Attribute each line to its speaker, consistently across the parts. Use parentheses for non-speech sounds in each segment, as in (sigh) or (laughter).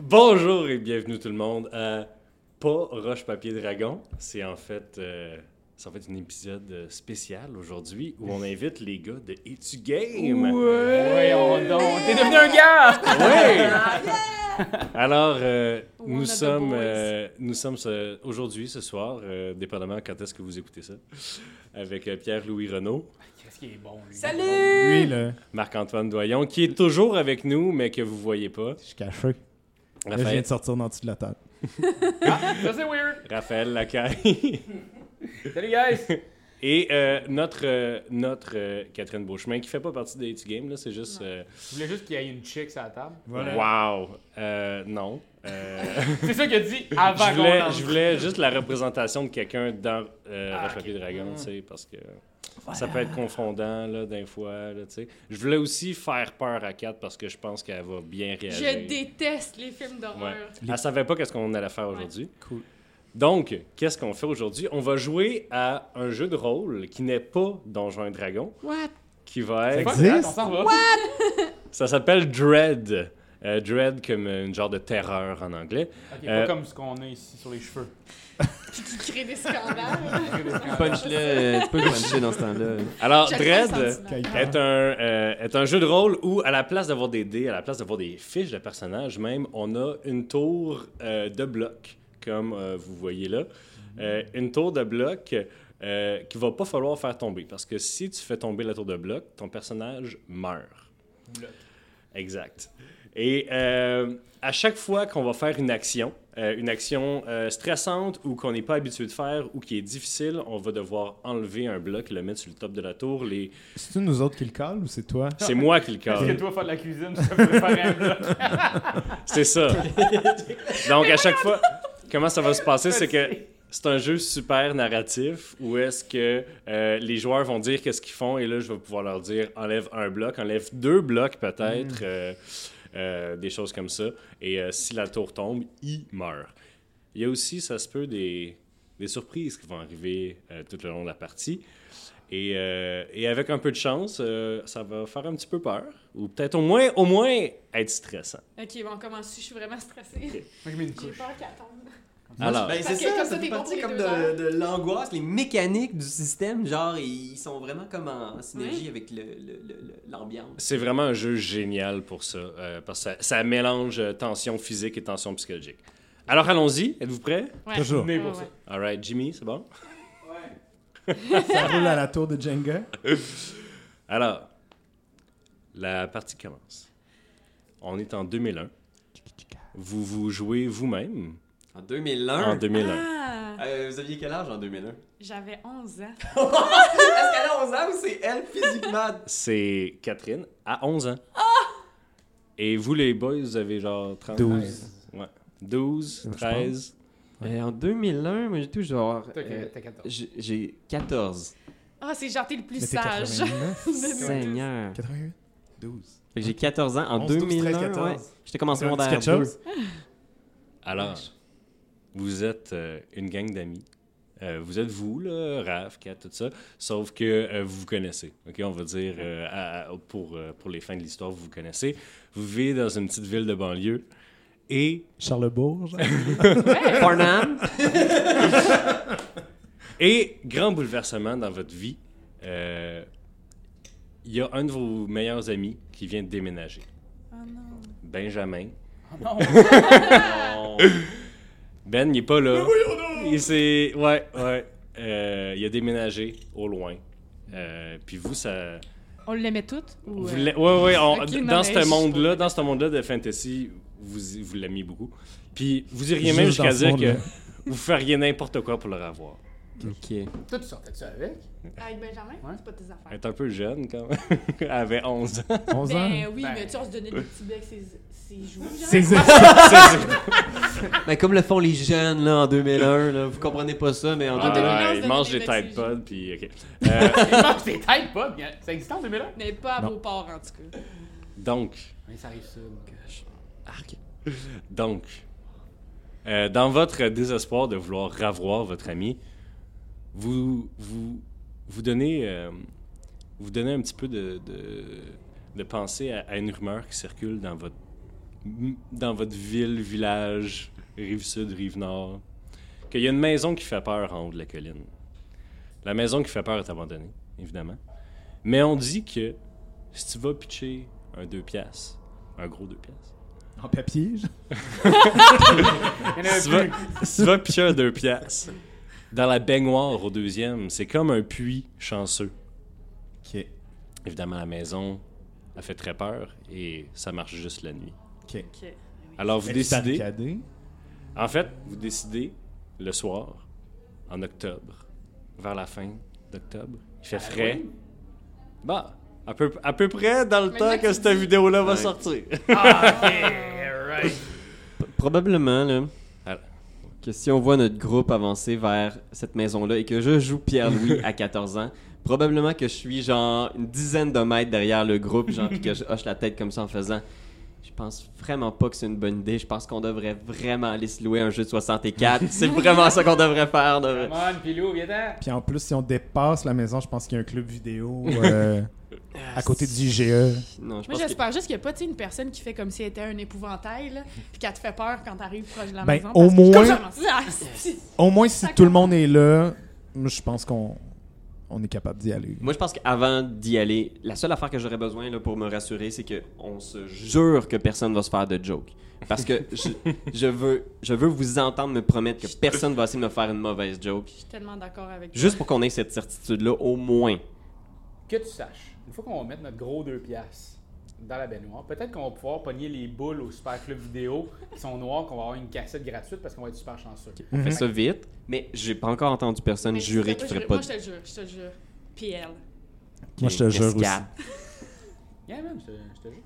Speaker 1: Bonjour et bienvenue tout le monde à Pas Roche Papier Dragon. C'est en fait euh, c'est en fait un épisode spécial aujourd'hui où on invite les gars de Etu Game.
Speaker 2: Voyons donc, t'es devenu un gars! (laughs)
Speaker 1: Ouais! Alors euh,
Speaker 3: One
Speaker 1: nous
Speaker 3: of the
Speaker 1: sommes
Speaker 3: boys.
Speaker 1: euh, nous sommes ce- aujourd'hui ce soir euh, dépendamment quand est-ce que vous écoutez ça avec euh, Pierre-Louis Renaud,
Speaker 2: Qu'est-ce qui est bon, lui?
Speaker 3: Salut! (laughs)
Speaker 4: là,
Speaker 1: Marc-Antoine Doyon qui est toujours avec nous mais que vous voyez pas.
Speaker 4: je suis caché. Là, je viens
Speaker 1: Raphaël,
Speaker 4: de sortir en dessous de la table.
Speaker 2: Ça, c'est weird!
Speaker 1: Raphaël Lacaille. (laughs)
Speaker 2: Salut, guys!
Speaker 1: Et euh, notre, euh, notre euh, Catherine Beauchemin, qui fait pas partie des Game Games, là, c'est juste. euh,
Speaker 2: Je voulais juste qu'il y ait une chick sur la table.
Speaker 1: Wow! Euh, non. Euh,
Speaker 2: C'est ça qu'il a dit avant
Speaker 1: je, voulais, je
Speaker 2: qu'on entre.
Speaker 1: voulais juste la représentation de quelqu'un dans
Speaker 3: Ah,
Speaker 1: euh, Roche, Papier, Dragon,
Speaker 2: Mm.
Speaker 1: tu sais, parce que ça peut être confondant, là, d'un fois, là, tu sais. Je voulais aussi faire peur à Kat parce que je pense qu'elle va bien réagir.
Speaker 3: Je déteste les films
Speaker 1: Ouais.
Speaker 3: d'horreur.
Speaker 1: Elle savait pas qu'est-ce qu'on allait faire
Speaker 3: Ouais.
Speaker 1: aujourd'hui.
Speaker 4: Cool.
Speaker 1: Donc, qu'est-ce qu'on fait aujourd'hui? On va jouer à un jeu de rôle qui n'est pas Donjons et Dragons,
Speaker 3: What?
Speaker 1: qui va
Speaker 4: Ça
Speaker 1: être...
Speaker 2: Fuck,
Speaker 4: Existe?
Speaker 2: On s'en va.
Speaker 1: Ça s'appelle Dread. Euh, dread comme euh, une genre de terreur en anglais.
Speaker 2: Ok,
Speaker 1: Euh,
Speaker 2: pas comme ce qu'on a ici sur les cheveux.
Speaker 3: Puis qui crée
Speaker 1: (laughs)
Speaker 3: des scandales.
Speaker 2: (laughs)
Speaker 5: Punch-le, euh, tu peux puncher dans ce temps-là.
Speaker 1: Alors,
Speaker 3: J'aime pas le
Speaker 1: Dread
Speaker 3: sentiment.
Speaker 4: Quelqu'un.
Speaker 1: est un, euh, est un jeu de rôle où, à la place d'avoir des dés, à la place d'avoir des fiches de personnages même, on a une tour euh, de blocs, comme euh, vous voyez là. Euh, une tour de blocs euh, qu'il va pas falloir faire tomber, parce que si tu fais tomber la tour de blocs, ton personnage meurt. Exact. Et euh, à chaque fois qu'on va faire une action, euh, une action euh, stressante ou qu'on n'est pas habitué de faire ou qui est difficile, on va devoir enlever un bloc et le mettre sur le top de la tour. Les...
Speaker 4: C'est-tu nous autres qui le colle ou c'est toi?
Speaker 1: C'est moi qui le
Speaker 2: Parce que
Speaker 1: cadre.
Speaker 2: toi, faire de la cuisine, je te préparais un bloc.
Speaker 1: C'est ça. Donc à chaque fois, comment ça va se passer, c'est que c'est un jeu super narratif où est-ce que euh, les joueurs vont dire qu'est-ce qu'ils font et là je vais pouvoir leur dire enlève un bloc, enlève deux blocs peut-être, euh, euh, des choses comme ça. Et euh, si la tour tombe, il meurt. Il y a aussi, ça se peut, des, des surprises qui vont arriver euh, tout le long de la partie. Et, euh, et avec un peu de chance, euh, ça va faire un petit peu peur ou peut-être au moins, au moins être stressant.
Speaker 3: Ok, bon, on commence. Je suis vraiment stressée.
Speaker 2: Moi, je mets une
Speaker 3: J'ai
Speaker 2: couche.
Speaker 3: peur qu'elle tombe.
Speaker 1: Alors,
Speaker 5: Ben,
Speaker 3: Parce
Speaker 5: c'est
Speaker 3: que comme
Speaker 5: ça,
Speaker 3: ça,
Speaker 5: ça fait
Speaker 3: t'es
Speaker 5: partie
Speaker 3: contre
Speaker 5: comme
Speaker 3: les deux heures.
Speaker 5: de, de l'angoisse, les mécaniques du système, genre, ils sont vraiment comme en synergie avec le- le- le- le- l'ambiance.
Speaker 1: C'est vraiment un jeu génial pour ça, euh, parce que ça, ça mélange euh, tension physique et tension psychologique. Alors allons-y, êtes-vous prêts?
Speaker 3: Ouais.
Speaker 4: Toujours.
Speaker 2: Né pour
Speaker 3: Ouais,
Speaker 2: ça.
Speaker 3: ouais.
Speaker 1: All right, Jimmy, c'est bon?
Speaker 4: Ça roule à la tour de Jenga.
Speaker 1: Alors, la partie commence. On est en 2001. Vous vous jouez vous-même
Speaker 5: En
Speaker 1: en
Speaker 5: 2001,
Speaker 1: 2001.
Speaker 3: Ah,
Speaker 5: euh, vous aviez quel âge en 2001?
Speaker 3: J'avais 11 ans.
Speaker 5: Est-ce qu'elle a 11 ans ou c'est elle (laughs) physiquement?
Speaker 1: C'est Catherine à 11 ans. Et vous, les boys, vous avez genre
Speaker 4: Ah,
Speaker 1: 30
Speaker 4: 12.
Speaker 1: Ouais. 12,
Speaker 4: Je
Speaker 1: 13.
Speaker 5: Euh, en 2001, moi j'ai tout genre...
Speaker 2: T'as que- t'as 14.
Speaker 5: j'ai
Speaker 3: (laughs)
Speaker 5: 14.
Speaker 3: Ah, c'est genre t'es le
Speaker 4: Mais
Speaker 3: plus
Speaker 4: t'es
Speaker 3: sage.
Speaker 4: 89?
Speaker 3: Seigneur.
Speaker 4: 88? 12.
Speaker 5: j'ai 14 ans
Speaker 4: 11, 12, 13, 14.
Speaker 5: J'étais comme en
Speaker 4: Tu veux dire quelque chose? (laughs)
Speaker 1: Alors, vous êtes euh, une gang d'amis. Euh, vous êtes vous, là, Raph, Kat, tout ça. Sauf que euh, vous vous connaissez. OK, on va dire, euh, à- à- pour, euh, pour les fins de l'histoire, vous vous connaissez. Vous vivez dans une petite ville de banlieue. Et,
Speaker 3: (laughs)
Speaker 4: Charlebourg, genre?
Speaker 5: Farnham?
Speaker 1: et grand bouleversement dans votre vie, euh, il y a un de vos meilleurs amis qui vient de déménager.
Speaker 3: Oh non.
Speaker 1: Benjamin.
Speaker 2: Oh
Speaker 1: (laughs)
Speaker 2: non!
Speaker 1: Ben, il est pas là. Il s'est. Ouais, ouais. Euh, il a déménagé au loin. Euh, puis vous, ça.
Speaker 3: On l'aimait toutes? ou,
Speaker 1: Vous
Speaker 3: euh,
Speaker 1: l'a- ouais, ouais, on-
Speaker 3: Ok,
Speaker 1: d-
Speaker 3: non,
Speaker 1: dans
Speaker 3: mais
Speaker 1: ce
Speaker 3: je-
Speaker 1: monde-là, dans ce monde-là de fantasy, vous, y- vous l'aimez beaucoup. Puis vous iriez même
Speaker 4: Juste
Speaker 1: jusqu'à
Speaker 4: dans ce
Speaker 1: dire que
Speaker 4: monde-là.
Speaker 1: (laughs) vous feriez n'importe quoi pour le revoir.
Speaker 5: ok.
Speaker 2: Toi, tu sortais-tu avec?
Speaker 3: Avec Benjamin?
Speaker 2: Ouais.
Speaker 3: C'est pas tes affaires.
Speaker 1: Elle est un peu jeune quand même. (laughs) Elle avait 11 ans.
Speaker 4: 11 ans?
Speaker 3: Ben oui,
Speaker 2: Ben.
Speaker 3: mais tu sais, on se donnait des petits becs ses, ses joues. genre.
Speaker 4: C'est
Speaker 5: Mais Ben, comme le font les jeunes là en 2001, là, vous comprenez pas ça, mais en
Speaker 3: Ah,
Speaker 5: 2001...
Speaker 3: ouais.
Speaker 1: Ouais, il mange des
Speaker 3: donnait des
Speaker 1: Tide Pods, puis ok. Euh,
Speaker 2: Non, c'est type pas, bien. Ça existe en 2001?
Speaker 3: Mais pas à
Speaker 4: Non.
Speaker 3: Beauport, en tout cas.
Speaker 1: donc,
Speaker 2: Mais ça arrive ça, mon gosh.
Speaker 1: donc, euh, dans votre désespoir de vouloir revoir votre ami, vous vous, vous donnez euh, vous donnez un petit peu de, de, de pensée à, à une rumeur qui circule dans votre m- dans votre ville, village, rive sud, rive nord, qu'il y a une maison qui fait peur en haut de la colline. La maison qui fait peur est abandonnée, évidemment. Mais on dit que si tu vas pitcher un 2 piastres, un gros 2 piastres,
Speaker 4: En papier, genre.
Speaker 2: Il y en a
Speaker 1: si tu vas,
Speaker 2: plus.
Speaker 1: si tu vas pitcher un 2 piastres, dans la baignoire au deuxième, c'est comme un puits chanceux.
Speaker 4: Ok.
Speaker 1: Évidemment, la maison a fait très peur et ça marche juste la nuit.
Speaker 4: Ok.
Speaker 3: Ok. Oui.
Speaker 1: Alors vous
Speaker 4: Est-ce
Speaker 1: décidez...
Speaker 4: barricadé?
Speaker 1: En fait, vous décidez le soir, en octobre, vers la fin d'octobre. Il fait frais.
Speaker 2: Halloween?
Speaker 1: Bah, à peu, à peu près dans le
Speaker 3: Maintenant
Speaker 1: temps
Speaker 3: que
Speaker 1: que
Speaker 3: tu
Speaker 1: cette
Speaker 3: dis.
Speaker 1: vidéo-là va
Speaker 5: Ouais.
Speaker 1: sortir.
Speaker 2: Ah,
Speaker 5: Probablement, là.
Speaker 1: Alors.
Speaker 5: Que si on voit notre groupe avancer vers cette maison-là et que je joue Pierre-Louis à 14 ans, probablement que je suis genre une dizaine de mètres derrière le groupe, genre, puis que je hoche la tête comme ça en faisant. Je pense vraiment pas que c'est une bonne idée. Je pense qu'on devrait vraiment aller se louer un jeu de 64. c'est vraiment ça qu'on devrait faire. on devrait-
Speaker 2: Come on, Pilou, viens-t'en.
Speaker 4: Puis en plus, si on dépasse la maison, je pense qu'il y a un club (laughs) vidéo euh, à côté du IGE.
Speaker 5: Non, je
Speaker 3: Moi,
Speaker 5: pense que...
Speaker 3: j'espère juste qu'il n'y a pas tu sais, une personne qui fait comme si elle était un épouvantail, là, puis qu'elle te fait peur quand t'arrives proche de la
Speaker 4: Ben,
Speaker 3: maison.
Speaker 4: au
Speaker 3: parce que-
Speaker 4: moins-
Speaker 3: Comme ça, (laughs) ah, si.
Speaker 4: Au moins, si tout le monde est là, moi, je pense qu'on on est capable d'y aller.
Speaker 5: Moi, je pense qu'avant d'y aller, la seule affaire que j'aurais besoin là, pour me rassurer, c'est que on se jure que personne va se faire de joke. Parce
Speaker 4: (laughs)
Speaker 5: que je, je veux, je veux vous entendre me promettre que personne va essayer de me faire une mauvaise joke.
Speaker 3: Je suis tellement d'accord avec toi.
Speaker 5: Juste pour qu'on ait cette certitude-là, au moins.
Speaker 2: Que tu saches, une fois qu'on va mettre notre gros 2 piastres dans la baignoire, peut-être qu'on va pouvoir pogner les boules au super club vidéo qui sont noires, qu'on va avoir une cassette gratuite parce qu'on va être super chanceux.
Speaker 5: On
Speaker 4: Mhm.
Speaker 5: fait ça vite, mais j'ai pas encore entendu personne
Speaker 3: Mais si
Speaker 5: jurer
Speaker 3: t'as
Speaker 5: qu'il
Speaker 3: juré-
Speaker 5: ferait pas
Speaker 3: Moi,
Speaker 5: de
Speaker 3: je te le jure, je te le jure. Puis elle.
Speaker 4: Moi, je te jure aussi.
Speaker 5: Mescal.
Speaker 2: Yeah, man, je te, je te jure.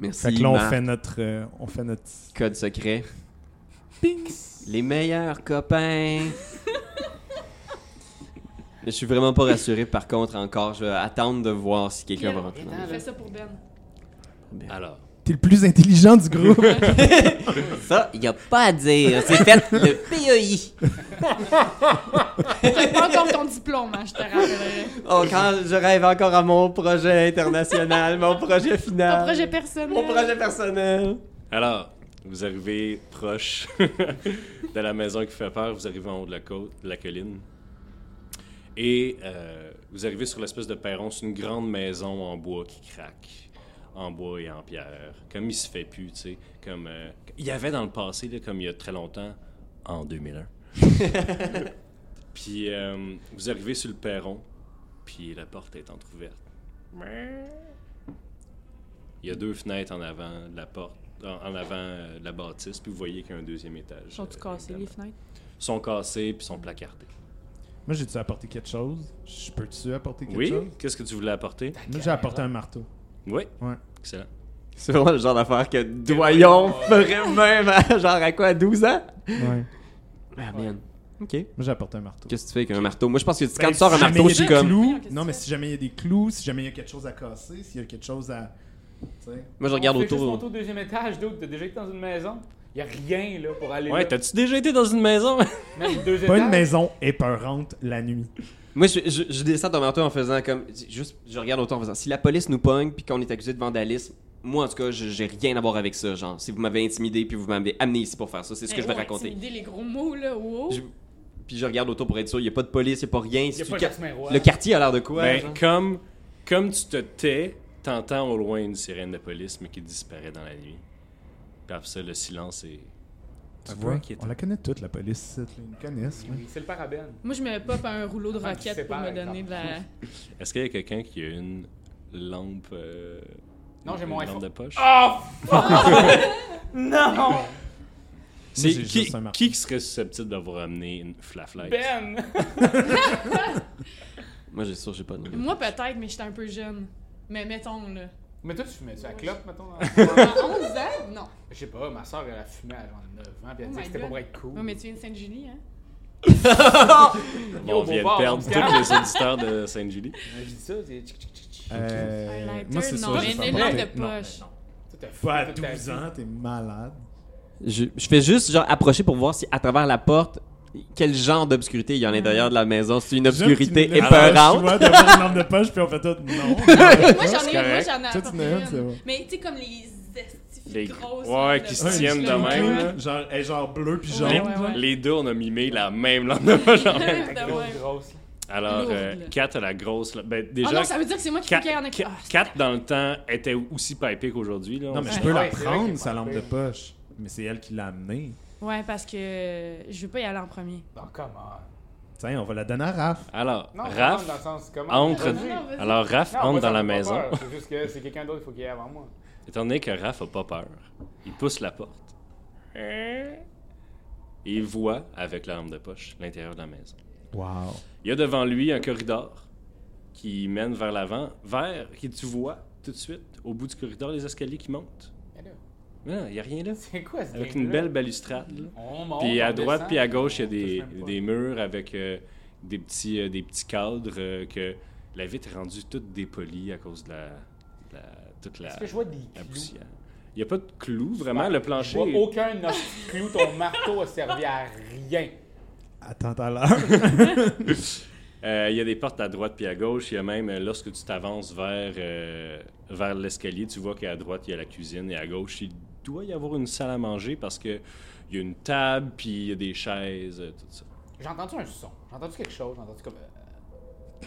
Speaker 5: Merci.
Speaker 4: Fait que là, on
Speaker 5: Marc.
Speaker 4: fait notre. euh, on fait notre.
Speaker 5: Code secret. Les meilleurs copains.
Speaker 4: (laughs)
Speaker 5: Mais je suis vraiment pas rassuré par contre encore. Je vais attendre de voir si quelqu'un va rentrer. dans
Speaker 3: On fait ça pour
Speaker 5: (laughs)
Speaker 3: Ben.
Speaker 1: Alors,
Speaker 4: T'es le plus intelligent du
Speaker 5: (laughs)
Speaker 4: groupe.
Speaker 5: le- Ça, il a pas à dire. C'est fait le E PEI.
Speaker 3: T'as pas encore ton diplôme, hein, je te rappellerai.
Speaker 5: Oh, quand je rêve encore à mon projet international, mon projet final.
Speaker 3: Ton projet personnel.
Speaker 5: Mon projet personnel.
Speaker 1: alors, vous arrivez proche (laughs) de la maison qui fait peur, vous arrivez en haut de la côte, de la colline. Et euh, vous arrivez sur l'espèce de perron, c'est une grande maison en bois qui craque, en bois et en pierre, comme il se fait plus, tu sais, comme euh, il y avait dans le passé, là, comme il y a très longtemps, en 2001.
Speaker 4: (laughs)
Speaker 1: puis euh, vous arrivez sur le perron, puis la porte est entr'ouverte. Il y a deux fenêtres en avant de la porte, en, en avant euh, de la bâtisse, puis vous voyez qu'il y a un deuxième étage.
Speaker 3: Sont-tu
Speaker 1: euh,
Speaker 3: cassés, les
Speaker 1: évidemment.
Speaker 3: fenêtres?
Speaker 1: Sont cassés puis sont placardés.
Speaker 4: Moi, j'ai-tu apporté quelque chose? Je peux-tu apporter quelque
Speaker 1: Oui,
Speaker 4: chose?
Speaker 1: qu'est-ce que tu voulais apporter?
Speaker 4: Moi, j'ai apporté un marteau.
Speaker 1: Oui.
Speaker 4: Ouais.
Speaker 1: Excellent.
Speaker 5: C'est vraiment le genre d'affaire que Doyon ferait même à, genre à quoi, à 12 ans?
Speaker 4: Moi,
Speaker 5: Ah, man. OK.
Speaker 4: j'ai apporté un marteau.
Speaker 5: Qu'est-ce que tu fais avec un marteau? Moi, je pense que tu- quand
Speaker 4: Ben,
Speaker 5: tu sors un
Speaker 4: si jamais
Speaker 5: marteau,
Speaker 4: il y a
Speaker 5: je suis
Speaker 4: des
Speaker 5: comme...
Speaker 4: clous-
Speaker 3: Qu'est-ce
Speaker 4: non,
Speaker 3: que
Speaker 4: mais
Speaker 3: tu fais?
Speaker 4: si jamais il y a des clous, si jamais il y a quelque chose à casser, s'il y a quelque chose à. tu sais.
Speaker 5: Moi, je regarde
Speaker 2: On fait juste
Speaker 5: autour.
Speaker 2: monter au deuxième étage, d'autres. T'as déjà été dans une maison? Y a rien, là, pour aller
Speaker 1: Ouais,
Speaker 2: là.
Speaker 1: t'as-tu déjà été dans une maison?
Speaker 2: Même le deux
Speaker 4: Pas une
Speaker 2: étages.
Speaker 4: maison épeurante la nuit.
Speaker 5: Moi, je, je, je descends ton marteau en faisant comme. Juste, je regarde autour en faisant. Si la police nous pogne puis qu'on est accusé de vandalisme, moi, en tout cas, je- j'ai rien à voir avec ça. Genre, si vous m'avez intimidé puis vous m'avez amené ici pour faire ça, c'est ce que
Speaker 3: Eh,
Speaker 5: je vais
Speaker 3: oh,
Speaker 5: raconter.
Speaker 3: intimider les gros mots, là, wow.
Speaker 5: Je- Puis je regarde autour pour être sûr. Il n'y a pas de police, il n'y a pas rien.
Speaker 2: Oh. Y a
Speaker 5: C'est
Speaker 2: pas
Speaker 5: du ca-
Speaker 2: Jasmin Roy.
Speaker 5: Le quartier a l'air de quoi?
Speaker 1: ben,
Speaker 5: genre?
Speaker 1: comme, comme tu te tais, t'entends au loin une sirène de police, mais qui disparaît dans la nuit. Puis après ça, le silence est.
Speaker 4: Tu
Speaker 1: Un peu
Speaker 4: vois,
Speaker 1: inquiétant.
Speaker 4: Ah, on la connaît toute, la police. cette, là. Ils nous connaissent. là.
Speaker 2: Oui, C'est le parabène.
Speaker 3: Moi, je me pop un rouleau de
Speaker 2: Ah, tu sais
Speaker 3: roquette pour
Speaker 2: pas,
Speaker 3: me
Speaker 2: par
Speaker 3: donner de la.
Speaker 1: Est-ce qu'il y a quelqu'un qui a une lampe. euh,
Speaker 2: Non, j'ai Ah!
Speaker 1: une
Speaker 2: mon
Speaker 1: lampe
Speaker 2: iPhone.
Speaker 1: de poche?
Speaker 2: Oh,
Speaker 1: (laughs)
Speaker 2: Non!
Speaker 1: C'est
Speaker 4: j'ai
Speaker 1: qui,
Speaker 4: juste un marteau.
Speaker 1: qui serait susceptible d'avoir amené une flashlight?
Speaker 2: Ben!
Speaker 5: Moi, j'ai sûr, j'ai pas de.
Speaker 3: Moi, peut-être, mais j'étais un peu jeune. Mais mettons, là.
Speaker 2: (laughs) Mais toi, tu fumais-tu la
Speaker 3: Ouais.
Speaker 2: clope, mettons? en-
Speaker 3: À
Speaker 1: (laughs)
Speaker 3: 11 ans? Non.
Speaker 2: Je sais pas, ma soeur, elle a fumé à genre 9 ans, puis elle
Speaker 3: Oh
Speaker 2: disait
Speaker 3: my
Speaker 2: que c'était pas
Speaker 3: God.
Speaker 2: pour être cool.
Speaker 3: Ouais, mais tu viens de Sainte-Julie, hein?
Speaker 1: Bon,
Speaker 2: Yo,
Speaker 1: on vient
Speaker 2: bon
Speaker 1: de perdre
Speaker 2: bord,
Speaker 1: tous les auditeurs de Sainte-Julie.
Speaker 2: Je dis ça, c'est tchic, tchic, tchic, tchic.
Speaker 4: Euh,
Speaker 3: Un lighter,
Speaker 4: moi, c'est
Speaker 3: non,
Speaker 4: ça, j'ai
Speaker 3: mais une
Speaker 4: apporté-
Speaker 3: lampe de
Speaker 4: non,
Speaker 3: poche.
Speaker 4: mais non.
Speaker 2: Toi, t'as fumé
Speaker 4: Pas à
Speaker 2: toute ta
Speaker 4: 12
Speaker 2: vie.
Speaker 4: ans, t'es malade.
Speaker 5: Je, je fais juste, genre, approcher pour voir si à travers la porte, quel genre d'obscurité il y a à l'intérieur de la maison. C'est une obscurité
Speaker 4: J'aime qu'il nous laisse le
Speaker 5: épeurante.
Speaker 4: choix d'avoir une lampe de poche, puis on fait tout. Non.
Speaker 3: (laughs) moi, j'en ai une, moi,
Speaker 1: correct.
Speaker 3: j'en ai
Speaker 4: Toi, tu
Speaker 3: apporté
Speaker 4: n'as une,
Speaker 3: une.
Speaker 4: c'est bon.
Speaker 3: Mais tu sais, comme les
Speaker 6: estifies
Speaker 1: Les-
Speaker 6: grosses.
Speaker 1: ouais,
Speaker 6: là,
Speaker 1: qui
Speaker 6: de
Speaker 1: se
Speaker 6: vache,
Speaker 1: tiennent
Speaker 3: (laughs)
Speaker 6: là.
Speaker 1: de même,
Speaker 6: Ouais.
Speaker 1: là.
Speaker 4: Genre, elle est genre bleu puis
Speaker 3: Ouais,
Speaker 1: Les,
Speaker 4: jaune.
Speaker 3: ouais, ouais.
Speaker 1: les deux, on a mimé la même lendemain. genre.
Speaker 2: (laughs)
Speaker 6: De
Speaker 2: Grosse,
Speaker 6: même.
Speaker 2: grosse.
Speaker 1: Alors,
Speaker 3: Lourde.
Speaker 1: euh, Kat a la grosse. là. Ben,
Speaker 3: Ah
Speaker 1: déjà,
Speaker 3: non, ça veut dire que c'est moi qui
Speaker 1: Kat,
Speaker 3: fais qu'il y en a qui.
Speaker 1: Kat-
Speaker 3: Ah, c'est-
Speaker 1: Kat, dans le temps, était aussi pipée qu'aujourd'hui. là.
Speaker 4: Non, mais
Speaker 1: On-
Speaker 4: je
Speaker 3: Ouais.
Speaker 4: peux la
Speaker 2: Ouais, c'est vrai qu'elle
Speaker 4: prendre,
Speaker 2: est
Speaker 4: sa
Speaker 2: pas
Speaker 4: lampe de
Speaker 2: pire.
Speaker 4: poche. Mais c'est elle qui l'a amenée.
Speaker 3: Ouais, parce que je veux pas y aller en premier.
Speaker 2: Non, comment?
Speaker 4: Tiens, on va la donner à Raph.
Speaker 1: Alors,
Speaker 2: Non,
Speaker 1: Raph.
Speaker 2: dans le sens, comment?
Speaker 1: entre-
Speaker 2: Vas-y.
Speaker 3: Non, non, vas-y.
Speaker 1: Alors, Raph
Speaker 2: Non,
Speaker 1: entre
Speaker 2: moi,
Speaker 1: dans
Speaker 2: ça
Speaker 1: la
Speaker 2: me fait
Speaker 1: maison.
Speaker 2: peur. C'est juste que c'est quelqu'un d'autre, il faut qu'il y ait avant moi.
Speaker 1: Étant donné que Raph a pas peur, il pousse la porte.
Speaker 2: Euh.
Speaker 1: Et il voit, avec la lampe de poche, l'intérieur de la maison.
Speaker 4: Wow.
Speaker 1: Il y a devant lui un corridor qui mène vers l'avant, vers, qui tu vois tout de suite, au bout du corridor, les escaliers qui montent.
Speaker 2: Mais là, (laughs)
Speaker 1: Mais non, il n'y a rien là.
Speaker 2: C'est quoi ce
Speaker 1: Avec
Speaker 2: drink-là?
Speaker 1: une belle balustrade. là.
Speaker 2: On monte,
Speaker 1: Puis à
Speaker 2: on
Speaker 1: droite,
Speaker 2: descend,
Speaker 1: puis à gauche, il y a
Speaker 2: on touche
Speaker 1: des,
Speaker 2: même pas.
Speaker 1: des murs avec euh, des, petits, euh, des petits cadres euh, que la vitre est rendue toute dépolie à cause de la. de la toute la,
Speaker 2: Est-ce que je vois des
Speaker 1: la
Speaker 2: clous?
Speaker 1: poussière. Il n'y a pas de clous, vraiment.
Speaker 2: Ouais,
Speaker 1: le
Speaker 2: Je
Speaker 1: plancher.
Speaker 2: vois
Speaker 1: est-
Speaker 2: aucun de nos clous, ton marteau a servi à rien.
Speaker 4: Attends tout à (laughs) l'heure.
Speaker 1: Euh, Il y a des portes à droite puis à gauche. Il y a même, euh, lorsque tu t'avances vers, euh, vers l'escalier, tu vois qu'à droite, il y a la cuisine et à gauche, il doit y avoir une salle à manger parce que il y a une table puis il y a des chaises, euh, tout ça.
Speaker 2: J'ai entendu un son, j'ai entendu quelque chose, j'ai entendu comme. euh,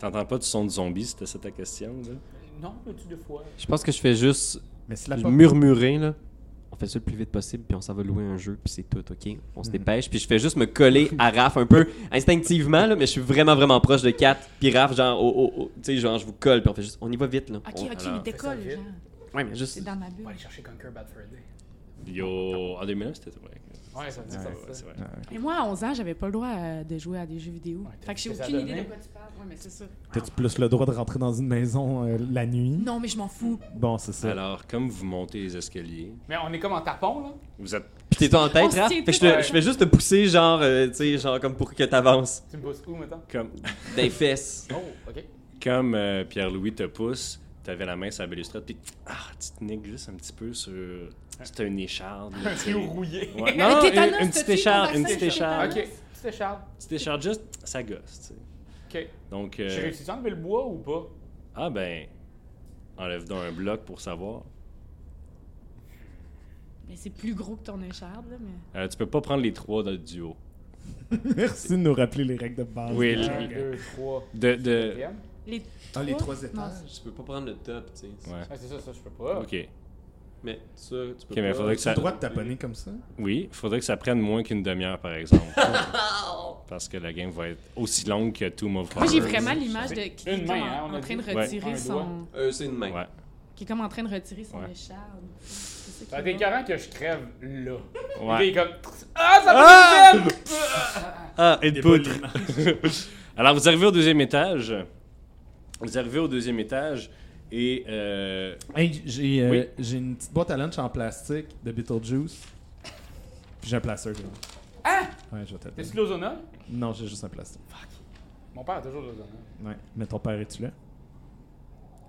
Speaker 1: T'entends pas du son de zombie, c'était ça ta question? Là?
Speaker 2: non, peux-tu deux fois?
Speaker 5: Je pense que je fais juste
Speaker 4: Mais si la porte.
Speaker 5: murmurer, là. On fait ça le plus vite possible, puis on s'en va louer un jeu, puis c'est tout, OK? On
Speaker 2: Mhm.
Speaker 5: se dépêche, puis je fais juste me coller à Raph un peu instinctivement, là, mais je suis vraiment, vraiment proche de Kat, puis Raph, genre, oh, oh, oh, tu sais, genre, je vous colle, puis on fait juste, on y va vite, là.
Speaker 3: Ok,
Speaker 5: On-
Speaker 3: ok,
Speaker 1: alors-
Speaker 3: il décolle,
Speaker 2: Fais ça
Speaker 3: genre.
Speaker 2: vite.
Speaker 5: Ouais, mais juste...
Speaker 3: C'est dans ma
Speaker 2: On
Speaker 3: bulle.
Speaker 2: va aller chercher Conquer Bad Friday.
Speaker 1: Yo, en 2009, Ah, c'était vrai.
Speaker 2: Ouais, ça me dit
Speaker 1: C'est
Speaker 2: ça.
Speaker 1: vrai, c'est vrai.
Speaker 3: Et moi, à 11 ans, j'avais pas le droit euh, de jouer à des jeux vidéo.
Speaker 2: Ouais, t'as
Speaker 3: fait que j'ai
Speaker 2: fait ça
Speaker 3: aucune
Speaker 2: demain.
Speaker 3: idée de quoi tu parles. Ouais, mais c'est ça.
Speaker 4: T'as-tu plus le droit de rentrer dans une maison euh, la nuit?
Speaker 3: Non, mais je m'en fous.
Speaker 4: Bon, c'est ça.
Speaker 1: Alors, comme vous montez les escaliers,
Speaker 2: Mais on est comme en tapon, là.
Speaker 1: vous êtes.
Speaker 5: Puis t'es en
Speaker 3: On
Speaker 5: tête,
Speaker 3: se
Speaker 5: Raph?
Speaker 3: tient
Speaker 5: Fait que je,
Speaker 3: tout
Speaker 5: te-
Speaker 3: à
Speaker 5: je fais juste te pousser, genre, euh, tu sais, genre, comme pour que t'avances.
Speaker 2: Tu me pousses où, maintenant?
Speaker 1: Comme,
Speaker 5: Des fesses.
Speaker 2: Oh, ok.
Speaker 1: comme euh, Pierre-Louis te pousse, t'avais la main sur la balustrade, puis ah, tu te niques juste un petit peu sur. C'est un écharde. là,
Speaker 2: (laughs) Un
Speaker 1: tu sais.
Speaker 2: tuyau rouillé.
Speaker 1: Ouais,
Speaker 3: Mais
Speaker 1: non,
Speaker 3: tétanos,
Speaker 1: une, une petite
Speaker 3: t'as-tu
Speaker 1: écharde,
Speaker 3: ton
Speaker 1: une
Speaker 3: vaccin
Speaker 1: petite
Speaker 3: sur
Speaker 1: écharde.
Speaker 3: tétanos?
Speaker 2: Ok, c'était Charles.
Speaker 1: Petite écharde, juste, ça gosse, tu sais.
Speaker 2: Ok.
Speaker 1: Donc,
Speaker 2: J'ai
Speaker 1: euh,
Speaker 2: réussi à enlever le bois ou pas?
Speaker 1: ah ben, enlève donc un bloc pour savoir.
Speaker 3: Mais c'est plus gros que ton écharde, là. Mais...
Speaker 1: Euh, tu peux pas prendre les trois dans le duo.
Speaker 4: (laughs) Merci de nous rappeler les règles de base.
Speaker 1: Oui,
Speaker 4: Ah,
Speaker 2: Un,
Speaker 1: ok.
Speaker 2: deux, trois.
Speaker 1: De. de...
Speaker 2: Quatrième.
Speaker 3: Les
Speaker 4: Ah, les trois
Speaker 3: Non,
Speaker 4: étages.
Speaker 5: Je peux pas prendre le top, tu sais.
Speaker 1: Ouais.
Speaker 2: Ah, c'est ça, ça, je peux pas.
Speaker 1: Ok.
Speaker 5: Mais ça, tu peux
Speaker 1: Ok, mais
Speaker 5: pas-
Speaker 1: faudrait que
Speaker 4: T'as
Speaker 1: ça.
Speaker 4: le droit de taponner comme ça?
Speaker 1: Oui, faudrait que ça prenne moins qu'une demi-heure, par exemple.
Speaker 3: (laughs)
Speaker 1: Parce que la game va être aussi longue que tout Move
Speaker 3: Moi, j'ai
Speaker 1: Forward.
Speaker 3: vraiment l'image de
Speaker 2: C'est
Speaker 3: qui est
Speaker 2: une
Speaker 3: comme
Speaker 2: main, hein,
Speaker 3: en,
Speaker 2: on a
Speaker 3: en train de
Speaker 2: dit.
Speaker 1: Ouais.
Speaker 3: retirer
Speaker 2: Un
Speaker 3: son.
Speaker 5: Euh, c'est une main.
Speaker 1: Ouais.
Speaker 3: Qui est comme en train de retirer son
Speaker 1: Ouais.
Speaker 3: écharde. C'est
Speaker 2: Ça a
Speaker 3: ça
Speaker 2: été
Speaker 3: qui est
Speaker 2: écœurant que je crève là.
Speaker 1: Ouais.
Speaker 2: Le gars, il est comme. Ah, ça me fait
Speaker 1: Ah, et de
Speaker 4: poutre.
Speaker 1: Alors, vous arrivez au deuxième étage. Vous arrivez au deuxième étage et. euh,
Speaker 4: Hey, j'ai euh,
Speaker 1: Oui.
Speaker 4: j'ai une petite boîte à lunch en plastique de Beetlejuice. Puis j'ai un placeur dedans. Ah! Ouais, je vais
Speaker 2: T'es-tu
Speaker 4: t'aider.
Speaker 2: l'ozona?
Speaker 4: Non, j'ai juste un plastique.
Speaker 2: Mon père a toujours l'ozona.
Speaker 4: Ouais. Mais ton père, es-tu là?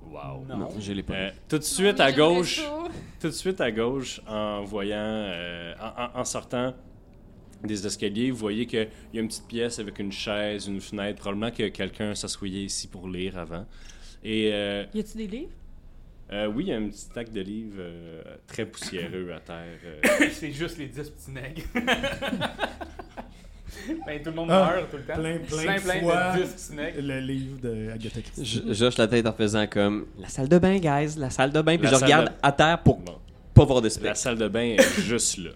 Speaker 1: Wow.
Speaker 5: (laughs) Non, je l'ai pas.
Speaker 1: Euh, tout de suite à gauche, tout de suite à gauche, en voyant, euh, en, en- en sortant des escaliers, vous voyez qu'il y a une petite pièce avec une chaise, une fenêtre, probablement que quelqu'un s'assoyait ici pour lire avant. Et euh,
Speaker 3: Y a-tu des livres?
Speaker 1: euh, oui, il y a un petit stack de livres euh, très poussiéreux à terre. euh.
Speaker 2: (coughs) C'est juste les 10 petits nègres. ben, tout le monde
Speaker 4: Ah,
Speaker 2: meurt tout le temps.
Speaker 4: plein, plein de fois.
Speaker 2: de 10 petits nègres.
Speaker 4: Le livre de Agatha Christie.
Speaker 5: Je- J'hoche la tête en faisant comme la salle de bain, guys, la salle de bain, puis
Speaker 1: La
Speaker 5: je
Speaker 1: salle
Speaker 5: regarde
Speaker 1: de-
Speaker 5: à terre pour
Speaker 1: Bon,
Speaker 5: pas voir de
Speaker 1: la
Speaker 5: spectre.
Speaker 1: salle de bain est juste là.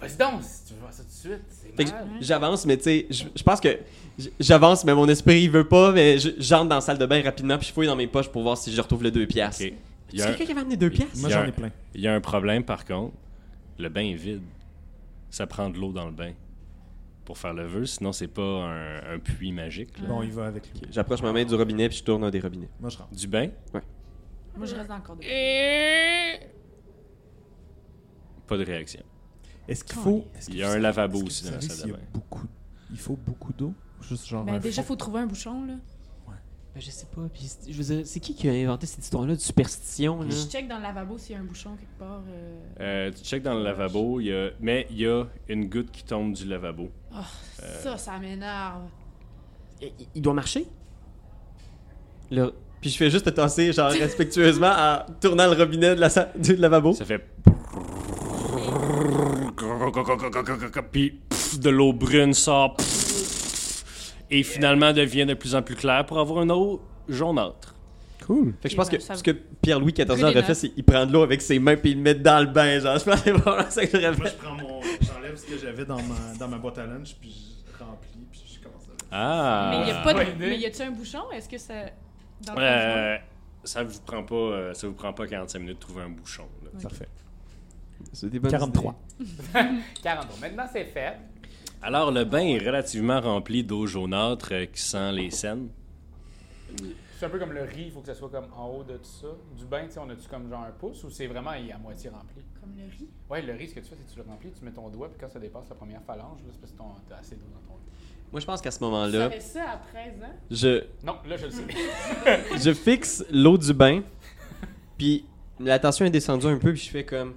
Speaker 2: Vas-y donc, si tu veux voir ça tout de suite.
Speaker 5: Fait
Speaker 2: C'est
Speaker 3: Ah,
Speaker 5: que
Speaker 2: mal.
Speaker 5: j'avance, mais tu sais, je je pense que j- j'avance, mais mon esprit il veut pas, mais je- j'entre dans la salle de bain rapidement, puis je fouille dans mes poches pour voir si je retrouve le 2 piastres.
Speaker 1: Ok. Il y a
Speaker 5: Est-ce que
Speaker 1: un-
Speaker 5: quelqu'un qui avait amené 2 piastres?
Speaker 4: Moi,
Speaker 1: Il y a
Speaker 4: j'en
Speaker 1: un-
Speaker 4: ai plein.
Speaker 1: Il y a un problème par contre. Le bain est vide. Ça prend de l'eau dans le bain pour faire le vœu, sinon c'est pas un, un puits magique. là.
Speaker 4: Bon, il va avec lui.
Speaker 5: J'approche ma main du robinet, puis je tourne un des robinets.
Speaker 4: Moi, je rentre.
Speaker 1: Du bain,
Speaker 3: Moi, je reste encore de
Speaker 1: pas de réaction.
Speaker 4: Est-ce qu'il faut. Ah, est-ce
Speaker 1: Il
Speaker 4: que
Speaker 1: y a
Speaker 4: vous
Speaker 1: un
Speaker 4: savez-
Speaker 1: lavabo
Speaker 4: est-ce que
Speaker 1: aussi
Speaker 4: vous
Speaker 1: dans la
Speaker 4: savez
Speaker 1: salle de
Speaker 4: s'il y a
Speaker 1: bain.
Speaker 4: beaucoup- Il faut beaucoup d'eau. Juste genre.
Speaker 3: Ben,
Speaker 4: un
Speaker 3: déjà,
Speaker 4: fond.
Speaker 3: faut trouver un bouchon, là.
Speaker 5: Ben, je sais pas, puis je veux dire, c'est qui qui a inventé cette histoire-là de superstition, là?
Speaker 3: Je check dans le lavabo s'il y a un bouchon quelque part. euh.
Speaker 1: Euh, tu check dans le lavabo, il y a- mais il y a une goutte qui tombe du lavabo.
Speaker 3: Oh,
Speaker 2: Euh.
Speaker 3: ça, ça m'énerve.
Speaker 5: Il, il doit marcher? Le, Puis je fais juste te tasser, genre respectueusement, en tournant le robinet de la salle- du lavabo.
Speaker 1: Ça fait. Puis pff, de l'eau brune sort. pff, Et finalement devient de plus en plus clair pour avoir une eau jaunâtre.
Speaker 5: Cool. Fait que je pense
Speaker 3: Et
Speaker 5: que
Speaker 3: ben, ça-
Speaker 5: ce que Pierre-Louis XIV
Speaker 3: Pris des
Speaker 5: aurait fait,
Speaker 3: notes.
Speaker 5: c'est qu'il prend de l'eau avec ses mains puis il le met dans le bain. Genre, (laughs) je pense que c'est vraiment ça que j'aurais
Speaker 4: Moi,
Speaker 5: fait.
Speaker 4: je prends mon. J'enlève ce que j'avais dans ma, dans ma boîte à lunch, puis je remplis, puis je commence à.
Speaker 2: Euh,
Speaker 1: Ah!
Speaker 3: Mais y a pas de-
Speaker 2: Bonne idée.
Speaker 3: mais y a-tu un bouchon? Est-ce que ça. Dans le
Speaker 1: Euh, ça vous prend pas euh, ça vous prend pas 45 minutes de trouver un bouchon. là.
Speaker 4: Parfait.
Speaker 5: C'est des bonnes
Speaker 4: 43.
Speaker 5: idées.
Speaker 2: 43. Maintenant, c'est fait.
Speaker 1: Alors le bain est relativement rempli d'eau jaunâtre euh, qui sent les scènes.
Speaker 2: C'est un peu comme le riz, il faut que ça soit comme en haut de tout ça. Du bain, tu sais, on a-tu comme genre un pouce ou c'est vraiment il est à moitié rempli?
Speaker 3: fond? Comme le riz.
Speaker 2: Ouais, le riz, ce que tu fais, c'est que tu le remplis, tu mets ton doigt, puis quand ça dépasse la première phalange, là, c'est parce que ton- t'as assez d'eau dans ton riz.
Speaker 5: Moi, je pense qu'à ce
Speaker 3: Tu
Speaker 5: moment-là,
Speaker 3: savais ça à 13 ans?
Speaker 5: je,
Speaker 2: Non, là, je
Speaker 3: (laughs)
Speaker 2: le sais.
Speaker 5: je fixe l'eau du bain, puis la tension est descendue un peu, puis je fais comme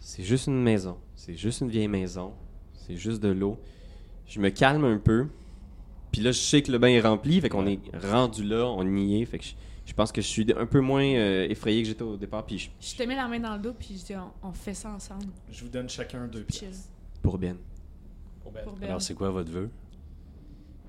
Speaker 5: c'est juste une maison, c'est juste une vieille maison, c'est juste de l'eau. Je me calme un peu, puis là je sais que le bain est rempli, fait qu'on est rendu là, on y est, fait que je, je pense que je suis un peu moins euh, effrayé que j'étais au départ, puis je,
Speaker 3: Je te mets la main dans le dos, puis je dis, on, on fait ça ensemble.
Speaker 4: Je vous donne chacun deux
Speaker 3: Chill.
Speaker 4: pièces.
Speaker 5: pour Ben.
Speaker 2: Pour Ben.
Speaker 3: Pour Ben.
Speaker 1: Alors c'est quoi votre vœu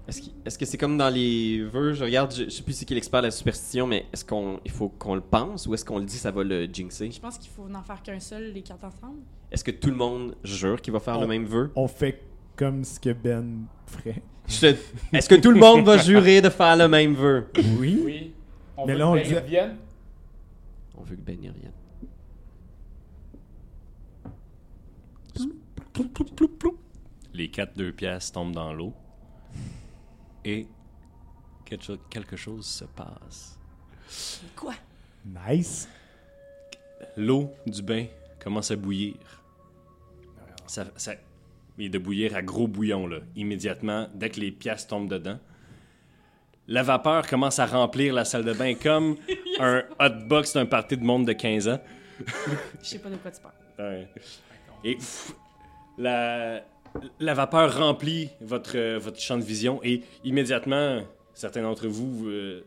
Speaker 5: Est-ce qu'il- est-ce que c'est comme dans les vœux, je regarde, je, je sais plus c'est qui l'expert de la superstition, mais est-ce qu'on il faut qu'on le pense ou est-ce qu'on le dit ça va le jinxer
Speaker 3: Je pense qu'il faut n'en faire qu'un seul, les quatre ensemble.
Speaker 5: Est-ce que tout le monde jure qu'il va faire
Speaker 4: On-
Speaker 5: le même vœu
Speaker 4: On fait comme ce que Ben ferait.
Speaker 5: Je- Est-ce que tout le monde va jurer de faire le même vœu?
Speaker 4: Oui.
Speaker 2: Oui. On
Speaker 4: Mais
Speaker 2: veut
Speaker 4: là, on
Speaker 2: que
Speaker 4: le dit-
Speaker 2: Ben revienne.
Speaker 5: On veut que Ben y revienne.
Speaker 1: Les quatre deux pièces tombent dans l'eau et quelque chose, quelque chose se passe.
Speaker 3: Quoi?
Speaker 4: Nice.
Speaker 1: L'eau du bain commence à bouillir. Ça, ça- mais de bouillir à gros bouillon, là, immédiatement, dès que les pièces tombent dedans. La vapeur commence à remplir la salle de bain comme un hot box d'un party de monde de 15 ans.
Speaker 3: Je sais pas de quoi tu parles.
Speaker 1: Ouais. Et pff, la, la vapeur remplit votre, euh, votre champ de vision et immédiatement, certains d'entre vous euh,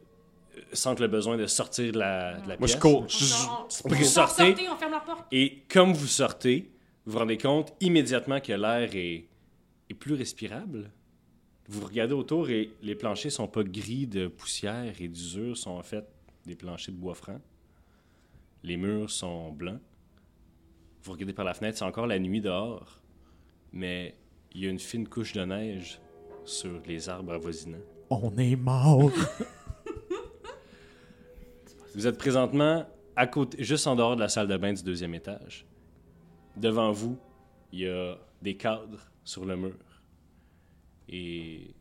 Speaker 1: sentent le besoin de sortir de la, de la pièce.
Speaker 3: On sort- on-
Speaker 1: Vous
Speaker 3: on sort,
Speaker 1: sortez.
Speaker 3: sortez, on ferme la porte.
Speaker 1: Et comme vous sortez, vous vous rendez compte immédiatement que l'air est, est plus respirable. Vous regardez autour et les planchers sont pas gris de poussière et d'usure, sont en fait des planchers de bois franc. Les murs sont blancs. Vous regardez par la fenêtre, c'est encore la nuit dehors, mais il y a une fine couche de neige sur les arbres avoisinants.
Speaker 4: On est mort.
Speaker 1: Vous êtes présentement à côté, juste en dehors de la salle de bain du deuxième étage. Devant vous, il y a des cadres sur le mur. Et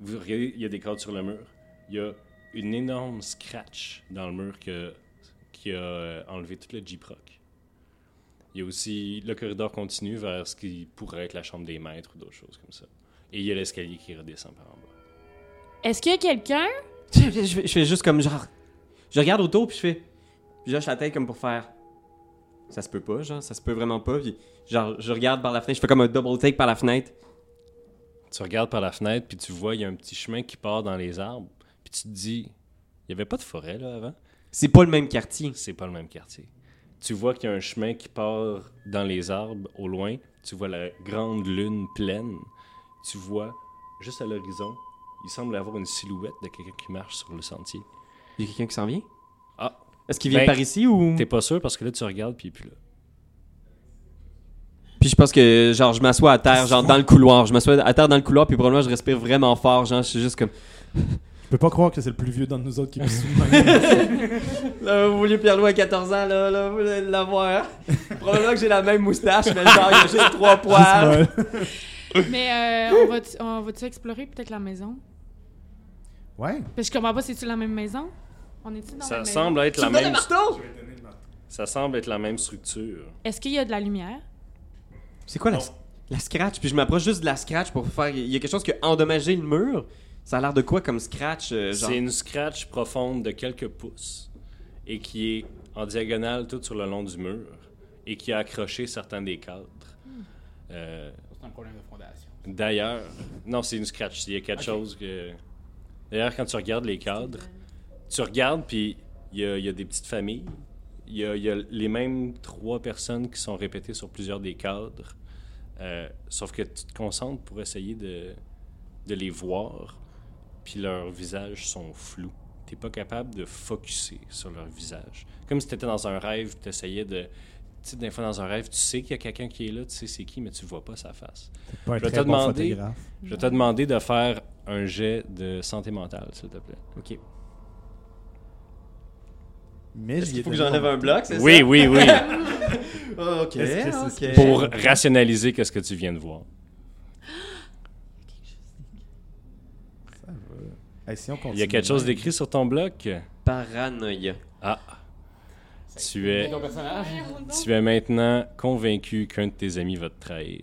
Speaker 1: vous regardez, il y a des cadres sur le mur. Il y a une énorme scratch dans le mur que- qui a euh, enlevé tout le J-Proc. Il y a aussi le corridor continu vers ce qui pourrait être la chambre des maîtres ou d'autres choses comme ça. Et il y a l'escalier qui redescend par en bas.
Speaker 3: Est-ce qu'il y a quelqu'un?
Speaker 5: Je, je fais- je fais juste comme genre. Je regarde autour puis je fais. Puis j'hoche la tête comme pour faire. Ça se peut pas, genre, ça se peut vraiment pas. Puis genre, je regarde par la fenêtre, je fais comme un double take par la fenêtre.
Speaker 1: Tu regardes par la fenêtre, puis tu vois, il y a un petit chemin qui part dans les arbres. Puis tu te dis, il n'y avait pas de forêt là avant.
Speaker 5: C'est pas le même quartier.
Speaker 1: C'est pas le même quartier. Tu vois qu'il y a un chemin qui part dans les arbres au loin. Tu vois la grande lune pleine. Tu vois, juste à l'horizon, il semble avoir une silhouette de quelqu'un qui marche sur le sentier.
Speaker 5: Il y a quelqu'un qui s'en vient?
Speaker 1: Ah,
Speaker 5: Est-ce qu'il vient
Speaker 1: Ben,
Speaker 5: par ici ou.
Speaker 1: t'es pas sûr parce que là, tu regardes, puis il est plus là.
Speaker 5: Puis je pense que genre je m'assois à terre, genre dans le couloir. Je m'assois à terre dans le couloir, puis probablement je respire vraiment fort, genre je suis juste comme.
Speaker 4: Je peux pas croire que c'est le plus vieux d'entre nous autres qui me suit. Même.
Speaker 5: Là, vous voulez Pierre-Louis à 14 ans, là, là, vous allez l'avoir. Probablement que j'ai la même moustache, mais genre, il y a juste trois poils.
Speaker 4: Juste moi.
Speaker 3: Mais euh, on va-tu on va-tu explorer peut-être la maison?
Speaker 4: Ouais.
Speaker 3: Parce que je comprends pas, c'est-tu la même maison? On est-tu dans la
Speaker 1: Ça
Speaker 3: même
Speaker 1: semble être la même,
Speaker 5: marteau!
Speaker 1: ça semble être la même structure.
Speaker 3: Est-ce qu'il y a de la lumière?
Speaker 5: C'est quoi la,
Speaker 4: Non.
Speaker 5: la scratch? Puis je m'approche juste de la scratch pour faire. Il y a quelque chose qui a endommagé le mur. Ça a l'air de quoi comme scratch? euh, genre?
Speaker 1: C'est une scratch profonde de quelques pouces et qui est en diagonale tout sur le long du mur et qui a accroché certains des cadres. Euh,
Speaker 2: Ça, C'est un problème de fondation.
Speaker 1: D'ailleurs, non, c'est une scratch. Il y a quelque chose que. D'ailleurs, quand tu regardes les cadres, tu regardes, puis il y a, il y a des petites familles. Il y, a, il y a les mêmes trois personnes qui sont répétées sur plusieurs des cadres. Euh, sauf que tu te concentres pour essayer de, de les voir, puis leurs visages sont flous. T'es pas capable de focusser sur leur visage. Comme si t'étais dans un rêve, tu essayais de... Tu sais, des fois dans un rêve, tu sais qu'il y a quelqu'un qui est là, tu sais c'est qui, mais tu vois pas sa face.
Speaker 4: Pas un
Speaker 1: Je vais
Speaker 4: très
Speaker 1: te
Speaker 4: bon
Speaker 1: demander-
Speaker 4: photographe.
Speaker 1: Je vais te demander de faire un jet de santé mentale, s'il te plaît.
Speaker 5: Ok.
Speaker 4: Mais
Speaker 5: Est-ce
Speaker 4: j'y
Speaker 5: qu'il faut
Speaker 4: étais
Speaker 5: que j'enlève
Speaker 4: pas.
Speaker 5: un bloc, c'est
Speaker 1: Oui,
Speaker 5: ça? Ah,
Speaker 1: oui,
Speaker 5: (laughs)
Speaker 1: oui.
Speaker 5: Ok,
Speaker 4: Est-ce que c'est-
Speaker 5: ok.
Speaker 1: pour rationaliser qu'est-ce que tu viens de voir.
Speaker 4: Ça va. Hey, si on continue.
Speaker 1: Il y a quelque chose d'écrit sur ton bloc.
Speaker 5: Paranoïa.
Speaker 1: Ah. Tu
Speaker 4: Euh.
Speaker 1: es,
Speaker 2: Ton personnage?
Speaker 1: tu es maintenant convaincu qu'un de tes amis va te trahir.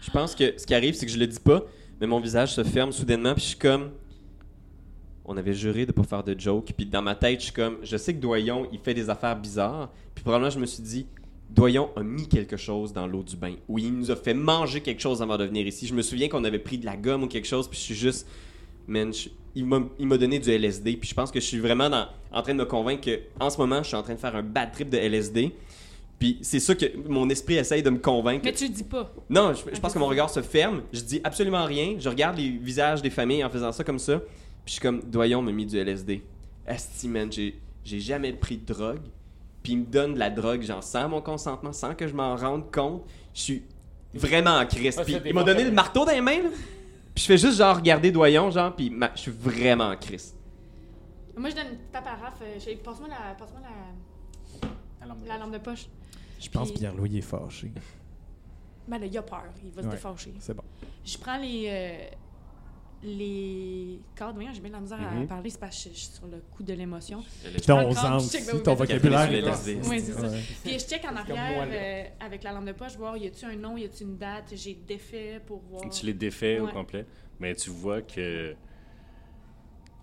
Speaker 5: Je pense que ce qui arrive, c'est que je le dis pas, mais mon visage se ferme soudainement, puis je suis comme. On avait juré de pas faire de joke, puis dans ma tête, je suis comme. Je sais que Doyon, il fait des affaires bizarres, puis probablement, je me suis dit. Doyon a mis quelque chose dans l'eau du bain, ou il nous a fait manger quelque chose avant de venir ici. Je me souviens qu'on avait pris de la gomme ou quelque chose, puis je suis juste. Man, je- il m'a il m'a donné du LSD, puis je pense que je suis vraiment dans- en train de me convaincre que en ce moment, je suis en train de faire un bad trip de LSD. Puis c'est ça que mon esprit essaye de me convaincre.
Speaker 3: Mais tu le dis pas.
Speaker 5: Non, je, je pense que mon regard se ferme. Je dis absolument rien. Je regarde les visages des familles en faisant ça comme ça. Puis je suis comme, Doyon m'a mis du LSD. Asti, man, j'ai j'ai jamais pris de drogue. Puis il me donne de la drogue, genre, sans mon consentement, sans que je m'en rende compte. Je suis vraiment en crise.
Speaker 2: Ah, ça,
Speaker 5: Puis
Speaker 2: t'es
Speaker 5: il m'a
Speaker 2: pas
Speaker 5: donné le
Speaker 2: capable.
Speaker 5: marteau dans les mains, là. Puis je fais juste, genre, regarder Doyon, genre, puis ma- je suis vraiment en crise.
Speaker 3: Moi, je donne une petite tape à Raph. euh, j'ai- Passe-moi la, passe la,
Speaker 2: Alors,
Speaker 3: la lampe de poche.
Speaker 4: Je pense que
Speaker 3: Puis-
Speaker 4: Pierre-Louis est fâché.
Speaker 3: Ben là, il a peur. Il va se
Speaker 4: Ouais.
Speaker 3: défâcher.
Speaker 4: C'est bon.
Speaker 3: Je prends les. euh, les cadres. Voyons, j'ai bien de la misère à
Speaker 4: Mm-hmm.
Speaker 1: Mhm.
Speaker 3: parler. C'est parce que je je suis sur le coup de l'émotion.
Speaker 4: Ton
Speaker 3: prends le cadre,
Speaker 4: anges
Speaker 3: je sais que
Speaker 4: aussi,
Speaker 3: ben oui,
Speaker 4: ton
Speaker 3: ben oui.
Speaker 4: vocabulaire.
Speaker 5: Calculer
Speaker 4: est-
Speaker 5: sur les LSD.
Speaker 3: Oui, c'est ça.
Speaker 4: Ouais.
Speaker 3: Puis je check
Speaker 2: C'est
Speaker 3: en
Speaker 2: comme
Speaker 3: arrière
Speaker 2: moi, là.
Speaker 3: euh, avec la lampe de poche, voir y a-tu un nom, y a-tu une date, j'ai défait pour voir.
Speaker 1: Tu les défais au
Speaker 3: Ouais.
Speaker 1: complet, mais tu vois que